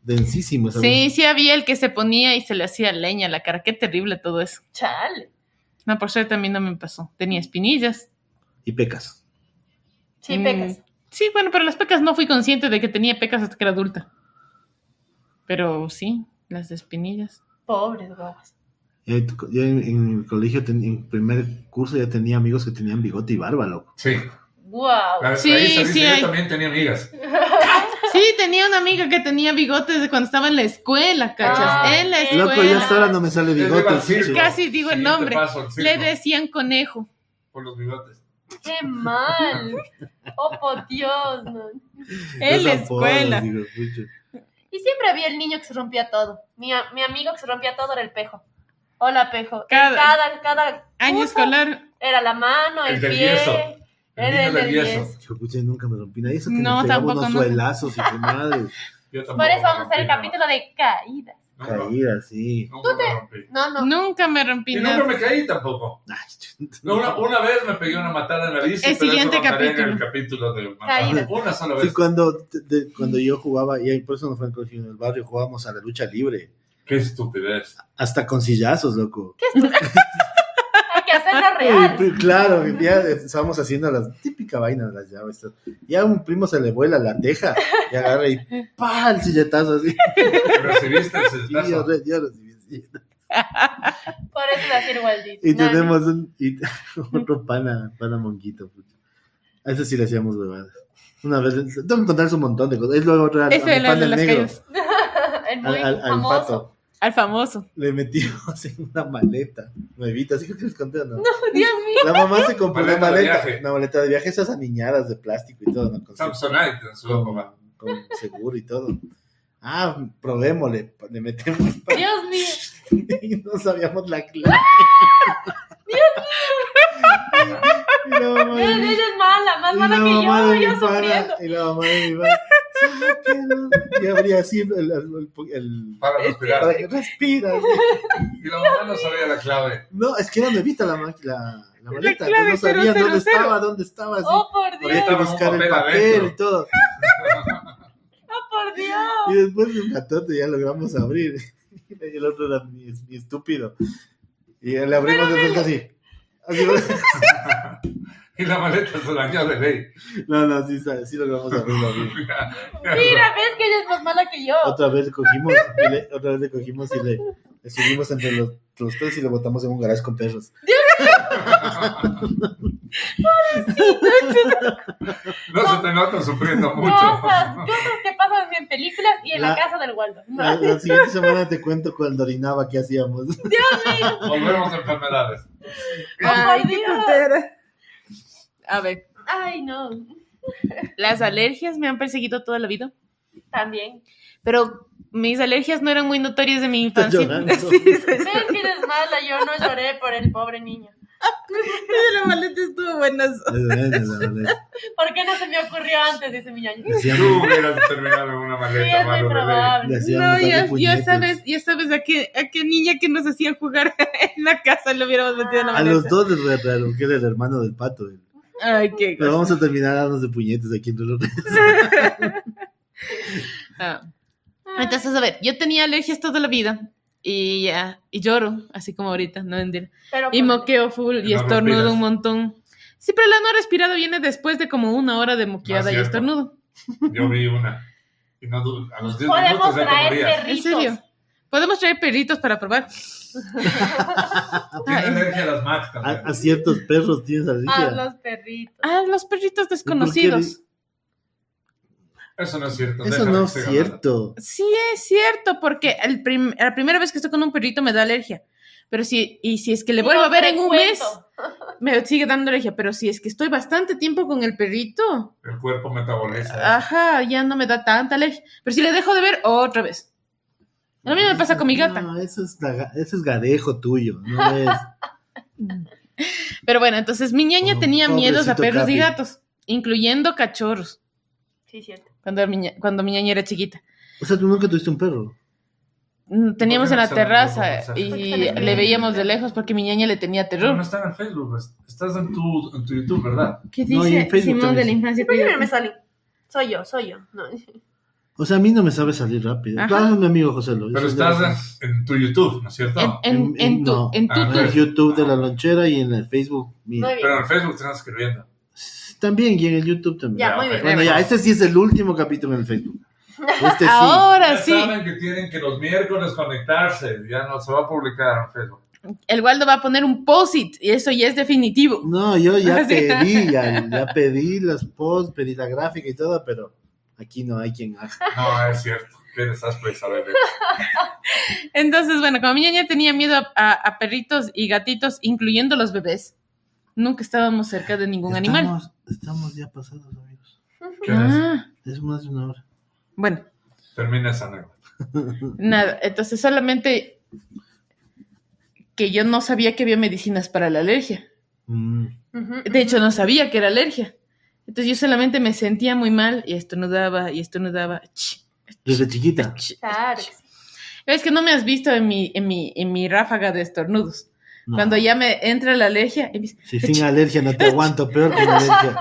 [SPEAKER 5] Densísimo. esa
[SPEAKER 1] Sí, sí había el que se ponía y se le hacía leña a la cara. Qué terrible todo eso.
[SPEAKER 2] Chale.
[SPEAKER 1] No, por suerte a mí no me pasó. Tenía espinillas.
[SPEAKER 5] vaina. Y pecas.
[SPEAKER 2] Sí,
[SPEAKER 1] Mm.
[SPEAKER 2] pecas.
[SPEAKER 1] Sí, bueno, pero las pecas no fui consciente de que tenía pecas hasta que era adulta. Pero sí, las de espinillas.
[SPEAKER 2] Pobres guaguas.
[SPEAKER 5] Y ahí tu- Yo en, en el colegio, ten- en primer curso, ya tenía amigos que tenían bigote y barba, loco.
[SPEAKER 4] Sí.
[SPEAKER 2] Wow.
[SPEAKER 4] La,
[SPEAKER 1] Sí,
[SPEAKER 4] la Isa dice,
[SPEAKER 1] sí,
[SPEAKER 4] yo
[SPEAKER 1] hay-
[SPEAKER 4] también tenía amigas.
[SPEAKER 1] Sí, tenía una amiga que tenía bigotes de cuando estaba en la escuela, ¿cachas?
[SPEAKER 2] Ah,
[SPEAKER 1] en la
[SPEAKER 2] ok.
[SPEAKER 1] escuela.
[SPEAKER 5] Loco, ya hasta ahora no me sale
[SPEAKER 4] Yo
[SPEAKER 5] bigote.
[SPEAKER 4] iba al circo.
[SPEAKER 5] chiche.
[SPEAKER 1] Casi digo el
[SPEAKER 4] Siguiente
[SPEAKER 1] nombre.
[SPEAKER 4] paso al circo,
[SPEAKER 1] Le decían conejo.
[SPEAKER 4] Por los bigotes.
[SPEAKER 2] Qué mal. Oh, por Dios. man.
[SPEAKER 1] En la
[SPEAKER 5] Los apodos,
[SPEAKER 1] escuela.
[SPEAKER 5] digo, pucha.
[SPEAKER 2] Y siempre había el niño que se rompía todo. Mi, a- mi amigo que se rompía todo era el pejo. Hola, pejo.
[SPEAKER 1] Cada-
[SPEAKER 2] Cada, cada,
[SPEAKER 1] Año
[SPEAKER 2] curso
[SPEAKER 1] escolar.
[SPEAKER 2] Era la mano,
[SPEAKER 4] El
[SPEAKER 2] el,
[SPEAKER 4] del
[SPEAKER 2] pie.
[SPEAKER 4] yeso. El
[SPEAKER 2] Era el
[SPEAKER 4] niño del
[SPEAKER 2] del
[SPEAKER 4] yeso.
[SPEAKER 2] yeso.
[SPEAKER 5] Yo, pucha, nunca me rompí nada. Y Eso que
[SPEAKER 1] No,
[SPEAKER 5] nos pegaba
[SPEAKER 1] tampoco,
[SPEAKER 5] unos
[SPEAKER 1] nunca.
[SPEAKER 5] suelazos y qué madre.
[SPEAKER 4] Yo tampoco.
[SPEAKER 2] Por eso vamos a hacer
[SPEAKER 4] me
[SPEAKER 2] el
[SPEAKER 4] rompí,
[SPEAKER 2] capítulo de caídas.
[SPEAKER 4] no. Nunca-
[SPEAKER 5] Caída, sí.
[SPEAKER 4] Nunca me rompí.
[SPEAKER 2] No, no.
[SPEAKER 1] Nunca me
[SPEAKER 4] Y
[SPEAKER 1] rompí
[SPEAKER 4] nunca
[SPEAKER 1] nada.
[SPEAKER 4] me caí tampoco.
[SPEAKER 5] Ay, chuta.
[SPEAKER 4] No, una, una vez me pegué una matada en la bici,
[SPEAKER 1] El
[SPEAKER 4] pero
[SPEAKER 1] siguiente
[SPEAKER 4] eso lo contaré en el
[SPEAKER 1] capítulo.
[SPEAKER 4] capítulo de
[SPEAKER 2] Caída.
[SPEAKER 4] Una sola
[SPEAKER 5] Sí,
[SPEAKER 4] vez.
[SPEAKER 5] cuando, te- te- cuando yo jugaba, y ahí por eso no fue en el colegio, en el barrio, jugábamos a la lucha libre.
[SPEAKER 4] Qué estupidez.
[SPEAKER 5] Hasta con sillazos, loco.
[SPEAKER 2] Hay que hacerla
[SPEAKER 5] Y,
[SPEAKER 2] real.
[SPEAKER 5] pri- claro, ya estábamos haciendo la típica vaina de las llaves. Ya a un primo se le vuela la teja y agarra y ¡pa! el silletazo así.
[SPEAKER 4] ¿Recibiste el
[SPEAKER 5] Y yo,
[SPEAKER 4] silletazo?
[SPEAKER 5] re- yo recibí el silletazo.
[SPEAKER 2] Por eso es así, Walt Disney.
[SPEAKER 5] Y
[SPEAKER 2] No, no.
[SPEAKER 5] tenemos un, y otro pana, pana monquito. puta. A ese sí le hacíamos huevadas. Una vez, tengo que contarles un montón de cosas. Es lo otro, al,
[SPEAKER 1] Ese
[SPEAKER 5] al
[SPEAKER 1] era el de
[SPEAKER 5] pana
[SPEAKER 1] las
[SPEAKER 5] negro,
[SPEAKER 1] calles.
[SPEAKER 2] El
[SPEAKER 5] al,
[SPEAKER 2] muy
[SPEAKER 5] al- al
[SPEAKER 2] famoso.
[SPEAKER 5] pato.
[SPEAKER 1] Al famoso.
[SPEAKER 5] Le metimos en una maleta nuevita, así que les conté o no.
[SPEAKER 2] Dios mío.
[SPEAKER 5] La mamá se compró
[SPEAKER 4] Maleta
[SPEAKER 5] una
[SPEAKER 4] de
[SPEAKER 5] maleta,
[SPEAKER 4] viaje.
[SPEAKER 5] una maleta de viaje, esas aniñadas de plástico y todo, ¿no? Con-
[SPEAKER 4] Samsonite en su
[SPEAKER 5] con,
[SPEAKER 4] época.
[SPEAKER 5] con seguro y todo. Ah, probémosle, le metemos para-
[SPEAKER 2] Dios mío.
[SPEAKER 5] y no sabíamos la clave. Dios mío.
[SPEAKER 2] Dios, Ella es mala, más mala que yo. Yo sufriendo.
[SPEAKER 5] y la mamá de mi pana, solo quiero- Y abría así el, el, el- el-
[SPEAKER 4] Para respirar.
[SPEAKER 5] para que respira. así.
[SPEAKER 4] Y la mamá no sabía la clave.
[SPEAKER 5] No, es que era nuevita la, ma- la, la maleta,
[SPEAKER 1] clave
[SPEAKER 5] no sabía
[SPEAKER 1] 000.
[SPEAKER 5] dónde estaba, dónde estaba. Así.
[SPEAKER 2] Oh, por
[SPEAKER 5] Había
[SPEAKER 2] Dios.
[SPEAKER 5] que
[SPEAKER 4] Estaba un
[SPEAKER 5] buscar el
[SPEAKER 4] papel
[SPEAKER 5] papel
[SPEAKER 4] adentro.
[SPEAKER 5] y todo.
[SPEAKER 2] Oh, por Dios.
[SPEAKER 5] Y después de un ratote ya logramos abrir. Y el otro era mi, mi estúpido. Y le abrimos de vuelta así. Así-
[SPEAKER 4] Y la maleta se dañó de ley.
[SPEAKER 5] No, no, sí, sa- sí logramos abrirlo. abrir.
[SPEAKER 2] Mira, ves que ella es más mala que yo.
[SPEAKER 5] Otra vez le cogimos, y le- otra vez le cogimos y le, le subimos entre los, los tres y lo botamos en un garage con perros.
[SPEAKER 4] No se te nota sufriendo mucho.
[SPEAKER 2] Cosas, cosas que pasan en películas y en la,
[SPEAKER 5] La-
[SPEAKER 2] casa del Waldo. No.
[SPEAKER 5] La, la siguiente semana te cuento cuando orinaba qué hacíamos.
[SPEAKER 4] Volvemos a enfermedades.
[SPEAKER 2] Ay, Dios.
[SPEAKER 1] A ver,
[SPEAKER 2] Ay, no.
[SPEAKER 1] las alergias me han perseguido toda la vida.
[SPEAKER 2] También.
[SPEAKER 1] Pero mis alergias no eran muy notorias de mi
[SPEAKER 5] Está
[SPEAKER 1] infancia.
[SPEAKER 5] llorando.
[SPEAKER 1] Ah, Sí, sí.
[SPEAKER 2] Ves que eres mala, yo no lloré por el pobre niño.
[SPEAKER 1] La maleta estuvo buena.
[SPEAKER 2] ¿Por qué no se me ocurrió antes? Dice mi ñaño.
[SPEAKER 4] Tú
[SPEAKER 5] Decíamos,
[SPEAKER 4] hubieras terminado en una
[SPEAKER 2] Sí,
[SPEAKER 4] maleta,
[SPEAKER 2] es muy
[SPEAKER 4] malo de ley.
[SPEAKER 2] probable.
[SPEAKER 1] No, ya, ya sabes, ya sabes a qué, a qué niña que nos hacían jugar en la casa le hubiéramos metido en la
[SPEAKER 5] A los
[SPEAKER 1] maleta.
[SPEAKER 5] dos les voy a traer, porque era el hermano del pato. eh.
[SPEAKER 1] Ay, qué cosa.
[SPEAKER 5] Pero vamos a terminar dándonos de puñetes aquí entre los
[SPEAKER 1] Ah. Entonces, a ver, yo tenía alergias toda la vida y ya, y lloro, así como ahorita, no mentira.
[SPEAKER 2] Pero pues,
[SPEAKER 1] Y
[SPEAKER 2] por-
[SPEAKER 1] moqueo full y
[SPEAKER 4] No
[SPEAKER 1] estornudo
[SPEAKER 4] respiras.
[SPEAKER 1] un montón. Sí, pero la no respirada viene después de como una hora de moqueada
[SPEAKER 3] No es
[SPEAKER 1] y
[SPEAKER 4] Ah,
[SPEAKER 3] cierto.
[SPEAKER 1] estornudo.
[SPEAKER 3] Yo vi una. Y no, du- a los 10
[SPEAKER 2] Podemos
[SPEAKER 3] minutos ya te
[SPEAKER 2] traer
[SPEAKER 3] morías.
[SPEAKER 1] En
[SPEAKER 2] perritos.
[SPEAKER 1] serio. Podemos traer perritos para probar.
[SPEAKER 3] Tiene
[SPEAKER 1] Ay.
[SPEAKER 3] alergia a las Macs
[SPEAKER 5] A,
[SPEAKER 3] también.
[SPEAKER 5] a ciertos perros tienes
[SPEAKER 2] A
[SPEAKER 5] alergia.
[SPEAKER 2] Ah, los perritos.
[SPEAKER 1] Ah, los perritos desconocidos.
[SPEAKER 3] Eso no es cierto.
[SPEAKER 5] Eso
[SPEAKER 3] déjame
[SPEAKER 5] no
[SPEAKER 3] que
[SPEAKER 5] es
[SPEAKER 3] siga
[SPEAKER 5] cierto.
[SPEAKER 1] Sí, es cierto, porque el prim- la primera vez que estoy con un perrito me da alergia. Pero si, y si es que le vuelvo a ver en un mes, me sigue dando alergia. Pero si es que estoy bastante tiempo con el perrito,
[SPEAKER 3] hablando. El cuerpo metaboliza.
[SPEAKER 2] Ah.
[SPEAKER 5] Ah,
[SPEAKER 1] ajá, ya no me da tanta alergia. Pero si le dejo de ver, otra vez. Lo mismo me pasa con mi gata.
[SPEAKER 5] No, eso es, la ga- eso es gadejo tuyo. No es.
[SPEAKER 1] Pero bueno, entonces mi ñaña
[SPEAKER 5] Oh,
[SPEAKER 1] tenía miedos a
[SPEAKER 5] pobrecito
[SPEAKER 1] perros y
[SPEAKER 5] Capi.
[SPEAKER 1] gatos, incluyendo cachorros,
[SPEAKER 2] Sí, cierto.
[SPEAKER 1] cuando mi, ña- cuando mi ñaña era chiquita.
[SPEAKER 5] O sea, tú nunca tuviste un perro.
[SPEAKER 1] Mm, Teníamos
[SPEAKER 3] qué
[SPEAKER 1] en
[SPEAKER 3] no
[SPEAKER 1] la
[SPEAKER 3] salen
[SPEAKER 1] terraza
[SPEAKER 3] los
[SPEAKER 1] y
[SPEAKER 2] mensajes?
[SPEAKER 1] le veías de lejos porque mi ñaña le tenía
[SPEAKER 3] No, no
[SPEAKER 1] terror.
[SPEAKER 3] están en Facebook, es- estás en tu, en tu YouTube, ¿verdad?
[SPEAKER 1] ¿Qué
[SPEAKER 5] No, y en
[SPEAKER 1] dice
[SPEAKER 5] Facebook
[SPEAKER 1] Simón de
[SPEAKER 5] también.
[SPEAKER 1] la infancia?
[SPEAKER 2] Primero
[SPEAKER 1] Cuídate?
[SPEAKER 2] me salí. Soy yo, soy yo. No.
[SPEAKER 5] O sea, a mí no me sabe salir rápido.
[SPEAKER 1] Ajá.
[SPEAKER 5] Claro, mi amigo José Luis.
[SPEAKER 3] Pero estás en, en tu YouTube, ¿no es cierto?
[SPEAKER 1] En, en,
[SPEAKER 5] En-
[SPEAKER 1] en tu,
[SPEAKER 5] no.
[SPEAKER 1] en tu,
[SPEAKER 3] Ah,
[SPEAKER 1] tu-
[SPEAKER 5] en el YouTube de la lonchera y en el Facebook. mío.
[SPEAKER 2] Muy bien.
[SPEAKER 3] Pero en Facebook te estás escribiendo.
[SPEAKER 5] También, y en el YouTube también.
[SPEAKER 2] Ya, muy bien.
[SPEAKER 5] Bueno, ya, este sí es el último capítulo en el Facebook. Este sí.
[SPEAKER 1] Ahora
[SPEAKER 2] Ah,
[SPEAKER 3] Ya
[SPEAKER 1] sí,
[SPEAKER 3] saben que tienen que los miércoles conectarse, ya no se va a publicar en Facebook.
[SPEAKER 1] el Waldo va a poner un post-it y eso ya es definitivo.
[SPEAKER 5] No, yo ya
[SPEAKER 1] Así.
[SPEAKER 5] pedí, ya, ya pedí las posts, pedí la gráfica y todo, pero aquí no hay quien haga.
[SPEAKER 3] No, es cierto. pues, ¿Qué desastre Isabel?
[SPEAKER 1] Entonces, bueno, como mi ñaña tenía miedo a, a- a perritos y gatitos, incluyendo los bebés, nunca estábamos cerca de ningún animal.
[SPEAKER 5] Estamos- Estamos ya pasados, amigos.
[SPEAKER 3] ¿Qué es?
[SPEAKER 1] Ah,
[SPEAKER 5] Es más de una hora.
[SPEAKER 1] bueno,
[SPEAKER 3] Termina esa anécdota.
[SPEAKER 1] nada, entonces solamente que yo no sabía que había medicinas para la alergia.
[SPEAKER 5] Mm.
[SPEAKER 1] De hecho, no sabía que era alergia. Entonces yo solamente me sentía muy mal y estornudaba y estornudaba. Ch,
[SPEAKER 5] Desde chiquita.
[SPEAKER 1] ch,
[SPEAKER 2] Claro.
[SPEAKER 1] ch. Es que no me has visto en mi, en mi, en mi ráfaga de estornudos.
[SPEAKER 5] No.
[SPEAKER 1] Cuando ya me entra la alergia y, me dice,
[SPEAKER 5] Si sin alergia no te aguanto, peor con alergia.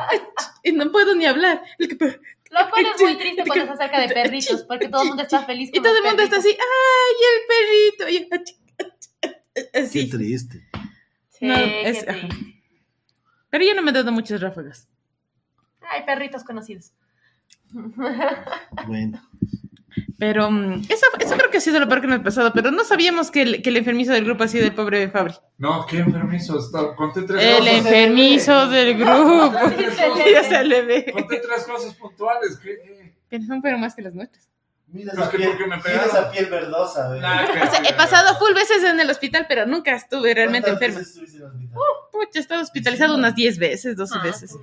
[SPEAKER 1] "Y no puedo ni hablar.
[SPEAKER 2] Lo cual es muy triste cuando se acerca de perritos, porque todo el mundo está feliz.
[SPEAKER 1] Y todo el mundo está así, ¡ay, el perrito! Y yo, "Ah, "Ach, ach, ach",
[SPEAKER 5] Qué
[SPEAKER 1] así.
[SPEAKER 5] triste.
[SPEAKER 2] Sí,
[SPEAKER 1] No,
[SPEAKER 2] qué
[SPEAKER 1] es-
[SPEAKER 2] triste.
[SPEAKER 1] Pero yo no me he dado muchas ráfagas.
[SPEAKER 2] Ay, perritos conocidos.
[SPEAKER 5] Bueno.
[SPEAKER 1] Pero mm, eso, eso creo que ha sido lo peor que nos ha pasado. Pero no sabíamos que el, que el enfermizo del grupo ha sido el pobre Fabri.
[SPEAKER 3] No, ¿qué permiso? Está- Conté tres
[SPEAKER 1] El
[SPEAKER 3] cosas.
[SPEAKER 1] enfermizo del grupo. Ya se le ve.
[SPEAKER 3] Conté tres cosas puntuales. ¿Qué?
[SPEAKER 1] Que son pero más que las nuestras.
[SPEAKER 5] Mira
[SPEAKER 3] esa piel- mira esa
[SPEAKER 5] piel verdosa.
[SPEAKER 3] Nah, que-
[SPEAKER 1] O sea, he pasado full veces en el hospital, pero nunca estuve realmente enferma. Uh, Pucha, he estado hospitalizado unas 10 veces, 12
[SPEAKER 2] Ah,
[SPEAKER 1] veces.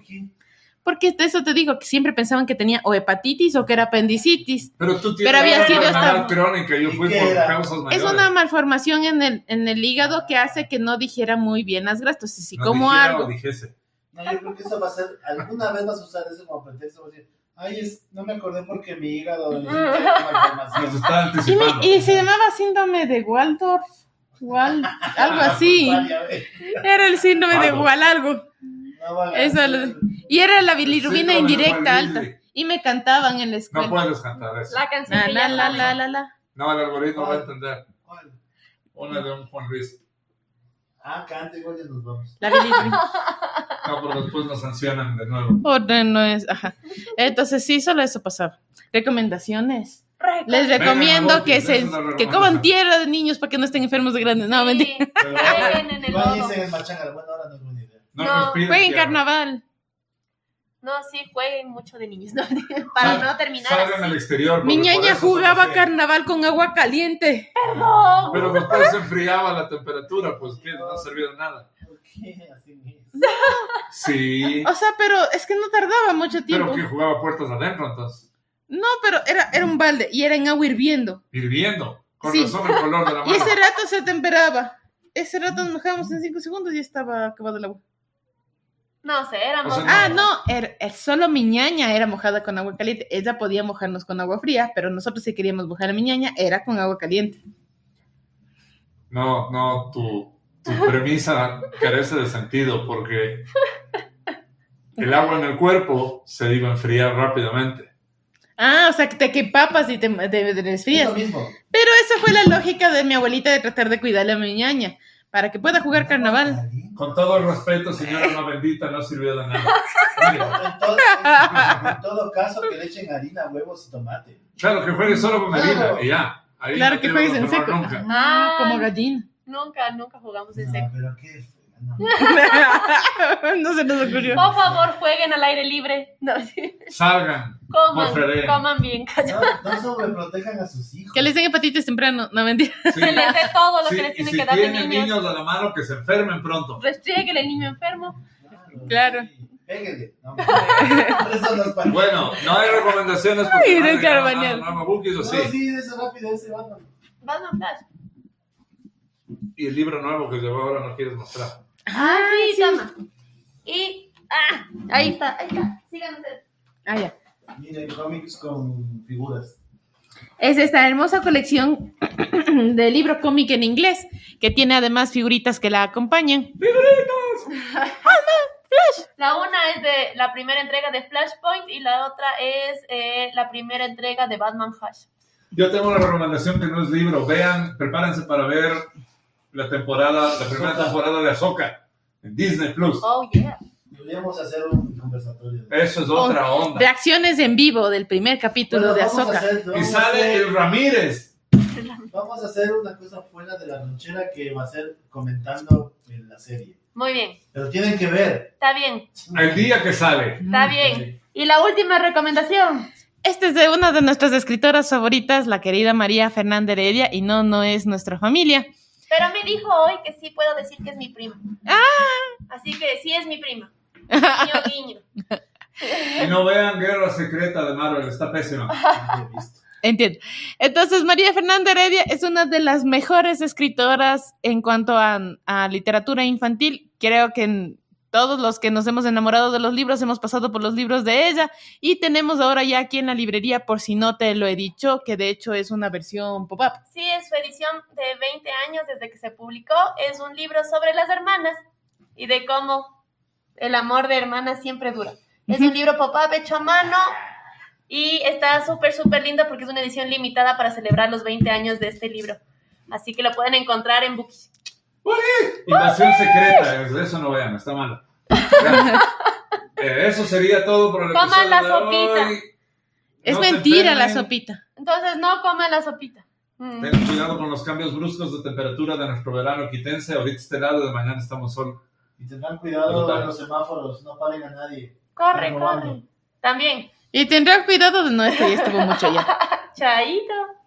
[SPEAKER 1] Porque de eso te digo, que siempre pensaban que tenía o hepatitis o que era apendicitis.
[SPEAKER 3] Pero tú tienes
[SPEAKER 1] Pero había
[SPEAKER 3] una
[SPEAKER 1] sido
[SPEAKER 3] enfermedad
[SPEAKER 1] hasta-
[SPEAKER 3] crónica. Yo fui
[SPEAKER 5] ¿Y qué
[SPEAKER 3] por
[SPEAKER 5] era?
[SPEAKER 3] causas mayores.
[SPEAKER 1] Es una malformación en el, en el hígado que hace que no digiera muy bien las grasas. Y si
[SPEAKER 3] No
[SPEAKER 1] como
[SPEAKER 3] dijera o
[SPEAKER 1] algo,
[SPEAKER 3] dijese.
[SPEAKER 5] No, yo creo que eso va a ser, alguna vez vas a usar eso como pretexto. Vas a decir, ay, es- no me acordé porque mi hígado le-
[SPEAKER 3] Nos está
[SPEAKER 1] Y, me-
[SPEAKER 3] anticipando.
[SPEAKER 1] y se llamaba síndrome de Waldorf, Wal- algo así. Era el síndrome de
[SPEAKER 3] Ah, pues, Waldorf.
[SPEAKER 1] Wal algo.
[SPEAKER 5] No van a
[SPEAKER 1] Eso
[SPEAKER 5] hacer-
[SPEAKER 1] Y era la bilirrubina
[SPEAKER 3] Síndrome de
[SPEAKER 1] indirecta
[SPEAKER 3] Waldorf.
[SPEAKER 1] alta. Y me cantaban en la
[SPEAKER 3] No
[SPEAKER 1] escuela.
[SPEAKER 3] puedes cantar eso.
[SPEAKER 2] La canción
[SPEAKER 1] La,
[SPEAKER 2] que
[SPEAKER 1] la,
[SPEAKER 2] ya
[SPEAKER 1] la,
[SPEAKER 2] sabes.
[SPEAKER 1] la, la, la.
[SPEAKER 3] No, el algoritmo va a entender.
[SPEAKER 5] ¿Cuál?
[SPEAKER 3] Una de un Juan Luis.
[SPEAKER 5] Ah, canta igual ya nos vamos.
[SPEAKER 1] La bilirrubina.
[SPEAKER 3] No, pero después nos sancionan de nuevo.
[SPEAKER 1] Oh, no, no es. Ajá. Entonces sí, solo eso pasaba. Recomendaciones. Les
[SPEAKER 3] Vengan a
[SPEAKER 1] recomiendo
[SPEAKER 3] Botis,
[SPEAKER 1] que,
[SPEAKER 3] esa
[SPEAKER 1] se,
[SPEAKER 3] es la
[SPEAKER 1] que coman
[SPEAKER 3] recomendación.
[SPEAKER 1] tierra de niños para que no estén enfermos de grandes. No, mentira.
[SPEAKER 2] Sí,
[SPEAKER 3] Pero-
[SPEAKER 2] jueguen en el lodo.
[SPEAKER 5] Váyanse en Machangar, bueno, ahora no es buena idea.
[SPEAKER 3] No,
[SPEAKER 2] No,
[SPEAKER 3] nos piden
[SPEAKER 1] Jueguen
[SPEAKER 3] que-
[SPEAKER 1] carnaval.
[SPEAKER 2] No, sí, jueguen mucho de niños, ¿no? Para no terminar
[SPEAKER 3] Salgan al
[SPEAKER 2] así.
[SPEAKER 3] exterior. porque
[SPEAKER 1] Mi
[SPEAKER 3] por
[SPEAKER 1] ñaña
[SPEAKER 3] eso son
[SPEAKER 1] jugaba
[SPEAKER 3] así.
[SPEAKER 1] carnaval con agua caliente.
[SPEAKER 2] No,
[SPEAKER 3] Pero después se enfriaba la temperatura, pues que no servía de nada.
[SPEAKER 5] ¿Por qué así es?
[SPEAKER 3] Sí.
[SPEAKER 1] O sea, pero es que no tardaba mucho tiempo.
[SPEAKER 3] Pero que jugaba puertas adentro, entonces.
[SPEAKER 1] No, pero era, era un balde y era en agua hirviendo.
[SPEAKER 3] Hirviendo. Con
[SPEAKER 1] Sí.
[SPEAKER 3] razón el color de
[SPEAKER 1] Y
[SPEAKER 3] la mano.
[SPEAKER 1] ese rato se temperaba. Ese rato nos mojábamos en 5 segundos y ya estaba acabado el agua.
[SPEAKER 2] no sé, éramos.
[SPEAKER 3] O sea,
[SPEAKER 1] Ah, no, era- era solo mi ñaña era mojada con agua caliente. Ella podía mojarnos con agua fría, pero nosotros si queríamos mojar a mi ñaña era con agua caliente.
[SPEAKER 3] No, no, tu, tu premisa carece de sentido porque el agua en el cuerpo se iba a enfriar rápidamente.
[SPEAKER 1] Ah, o sea, que te que papas y te, te- te
[SPEAKER 5] Es
[SPEAKER 1] resfrías.
[SPEAKER 5] lo mismo.
[SPEAKER 1] Pero esa fue la lógica de mi abuelita de tratar de cuidarle a mi ñaña. para que pueda jugar carnaval.
[SPEAKER 3] Con todo el respeto, señora no bendita, no sirvió de nada. Mire,
[SPEAKER 5] En todo, en todo caso, que le echen harina, huevos y tomate.
[SPEAKER 3] claro, que juegue solo con harina y ya. Ahí
[SPEAKER 1] Claro
[SPEAKER 3] no
[SPEAKER 1] que
[SPEAKER 3] te
[SPEAKER 1] juegues
[SPEAKER 3] vas a
[SPEAKER 1] en
[SPEAKER 3] enfermar
[SPEAKER 1] seco.
[SPEAKER 3] nunca.
[SPEAKER 1] Ah, como
[SPEAKER 2] Ay.
[SPEAKER 1] gallina.
[SPEAKER 2] Nunca, nunca jugamos en
[SPEAKER 5] No,
[SPEAKER 2] seco.
[SPEAKER 5] pero qué. no.
[SPEAKER 1] no se nos ocurrió.
[SPEAKER 2] Por favor, jueguen al aire libre. No, sí.
[SPEAKER 3] Salgan.
[SPEAKER 2] Coman,
[SPEAKER 3] Mostraré.
[SPEAKER 2] coman bien.
[SPEAKER 5] No, no sobreprotejan a sus hijos.
[SPEAKER 1] Que les den hepatitis temprano, no mentira.
[SPEAKER 3] Sí.
[SPEAKER 2] Se les dé todo lo
[SPEAKER 3] Sí,
[SPEAKER 2] que les
[SPEAKER 3] y
[SPEAKER 2] tienen
[SPEAKER 3] si
[SPEAKER 2] que dar de
[SPEAKER 3] tienen
[SPEAKER 2] niños.
[SPEAKER 3] niños a la mano, que se enfermen pronto.
[SPEAKER 2] Restriegue el niño enfermo.
[SPEAKER 1] Claro.
[SPEAKER 5] sí, Pégale. No, por eso nos paró.
[SPEAKER 3] Bueno, no hay recomendaciones
[SPEAKER 1] Ay,
[SPEAKER 3] porque no
[SPEAKER 1] de
[SPEAKER 3] han llegado
[SPEAKER 1] Carvajal.
[SPEAKER 3] nada al programa Bookies,
[SPEAKER 5] No,
[SPEAKER 3] ¿o sí?
[SPEAKER 5] sí, de eso rápido, ese vamos.
[SPEAKER 2] Van a hablar.
[SPEAKER 3] Y el libro nuevo que llegó ahora no quieres mostrar.
[SPEAKER 2] Ay, toma. Y. ¡Ah! Ahí está, ahí está. Síganos.
[SPEAKER 1] Ah, ya.
[SPEAKER 5] Miren, cómics con figuras.
[SPEAKER 1] Es esta hermosa colección de libro cómic en inglés, que tiene además figuritas que la acompañan.
[SPEAKER 2] La una es de la primera entrega de Flashpoint y la otra es eh, la primera entrega de Batman Hush.
[SPEAKER 3] Yo tengo una recomendación que no es libro. Vean, prepárense para ver la temporada, la primera
[SPEAKER 5] Ahsoka.
[SPEAKER 3] temporada de Azoka en Disney Plus.
[SPEAKER 2] Oh, yeah.
[SPEAKER 5] Deberíamos hacer un conversatorio.
[SPEAKER 3] Eso es otra
[SPEAKER 1] De
[SPEAKER 2] Oh,
[SPEAKER 3] onda.
[SPEAKER 1] acciones en vivo del primer capítulo
[SPEAKER 5] Bueno,
[SPEAKER 1] de
[SPEAKER 5] vamos a
[SPEAKER 1] Azoka.
[SPEAKER 5] hacer-
[SPEAKER 3] Y
[SPEAKER 5] vamos a
[SPEAKER 3] sale
[SPEAKER 5] hacer-
[SPEAKER 3] el Ramírez.
[SPEAKER 5] Vamos a hacer una cosa fuera de la lonchera que va a ser comentando en la serie.
[SPEAKER 2] Muy bien.
[SPEAKER 5] Pero tienen que ver.
[SPEAKER 2] Está bien,
[SPEAKER 3] El día que sale.
[SPEAKER 1] Mm,
[SPEAKER 2] está bien. Y la última recomendación.
[SPEAKER 1] Esta es de una de nuestras escritoras favoritas, la querida María Fernanda Heredia, y no, no es nuestra familia.
[SPEAKER 2] Pero me dijo hoy que sí puedo decir que es mi prima. Así que sí es mi prima. Guiño, guiño.
[SPEAKER 3] Y no vean Guerra Secreta de Marvel, está pésima.
[SPEAKER 1] Entiendo. Entonces, María Fernanda Heredia es una de las mejores escritoras en cuanto a, a literatura infantil. Creo que en- todos los que nos hemos enamorado de los libros hemos pasado por los libros de ella y tenemos ahora ya aquí en la librería, por si no te lo he dicho, que de hecho es una versión pop-up.
[SPEAKER 2] Sí, es su edición de 20 años desde que se publicó. Es un libro sobre las hermanas y de cómo el amor de hermanas siempre dura. Es un libro pop-up hecho a mano y está súper, súper lindo porque es una edición limitada para celebrar los 20 años de este libro. Así que lo pueden encontrar en Bookies.
[SPEAKER 3] Invasión secreta, es- eso no vean, está malo. Ya. Eh, eso sería todo por el
[SPEAKER 2] Coman
[SPEAKER 3] episodio
[SPEAKER 2] la
[SPEAKER 3] de
[SPEAKER 2] sopita.
[SPEAKER 3] hoy.
[SPEAKER 1] Es
[SPEAKER 3] No se
[SPEAKER 1] mentira la
[SPEAKER 3] enfermen.
[SPEAKER 1] sopita.
[SPEAKER 2] Entonces, no coman la sopita. Mm.
[SPEAKER 3] Tengan cuidado con los cambios bruscos de temperatura de nuestro verano quitense. Ahorita está helado, de mañana estamos sol.
[SPEAKER 5] Y tendrán cuidado
[SPEAKER 3] Total.
[SPEAKER 5] en los semáforos, no paren a nadie.
[SPEAKER 2] Corre,
[SPEAKER 5] Están robando.
[SPEAKER 2] corre. También.
[SPEAKER 1] Y tendrán cuidado de no, este ya estuvo mucho ya.
[SPEAKER 2] Chaito.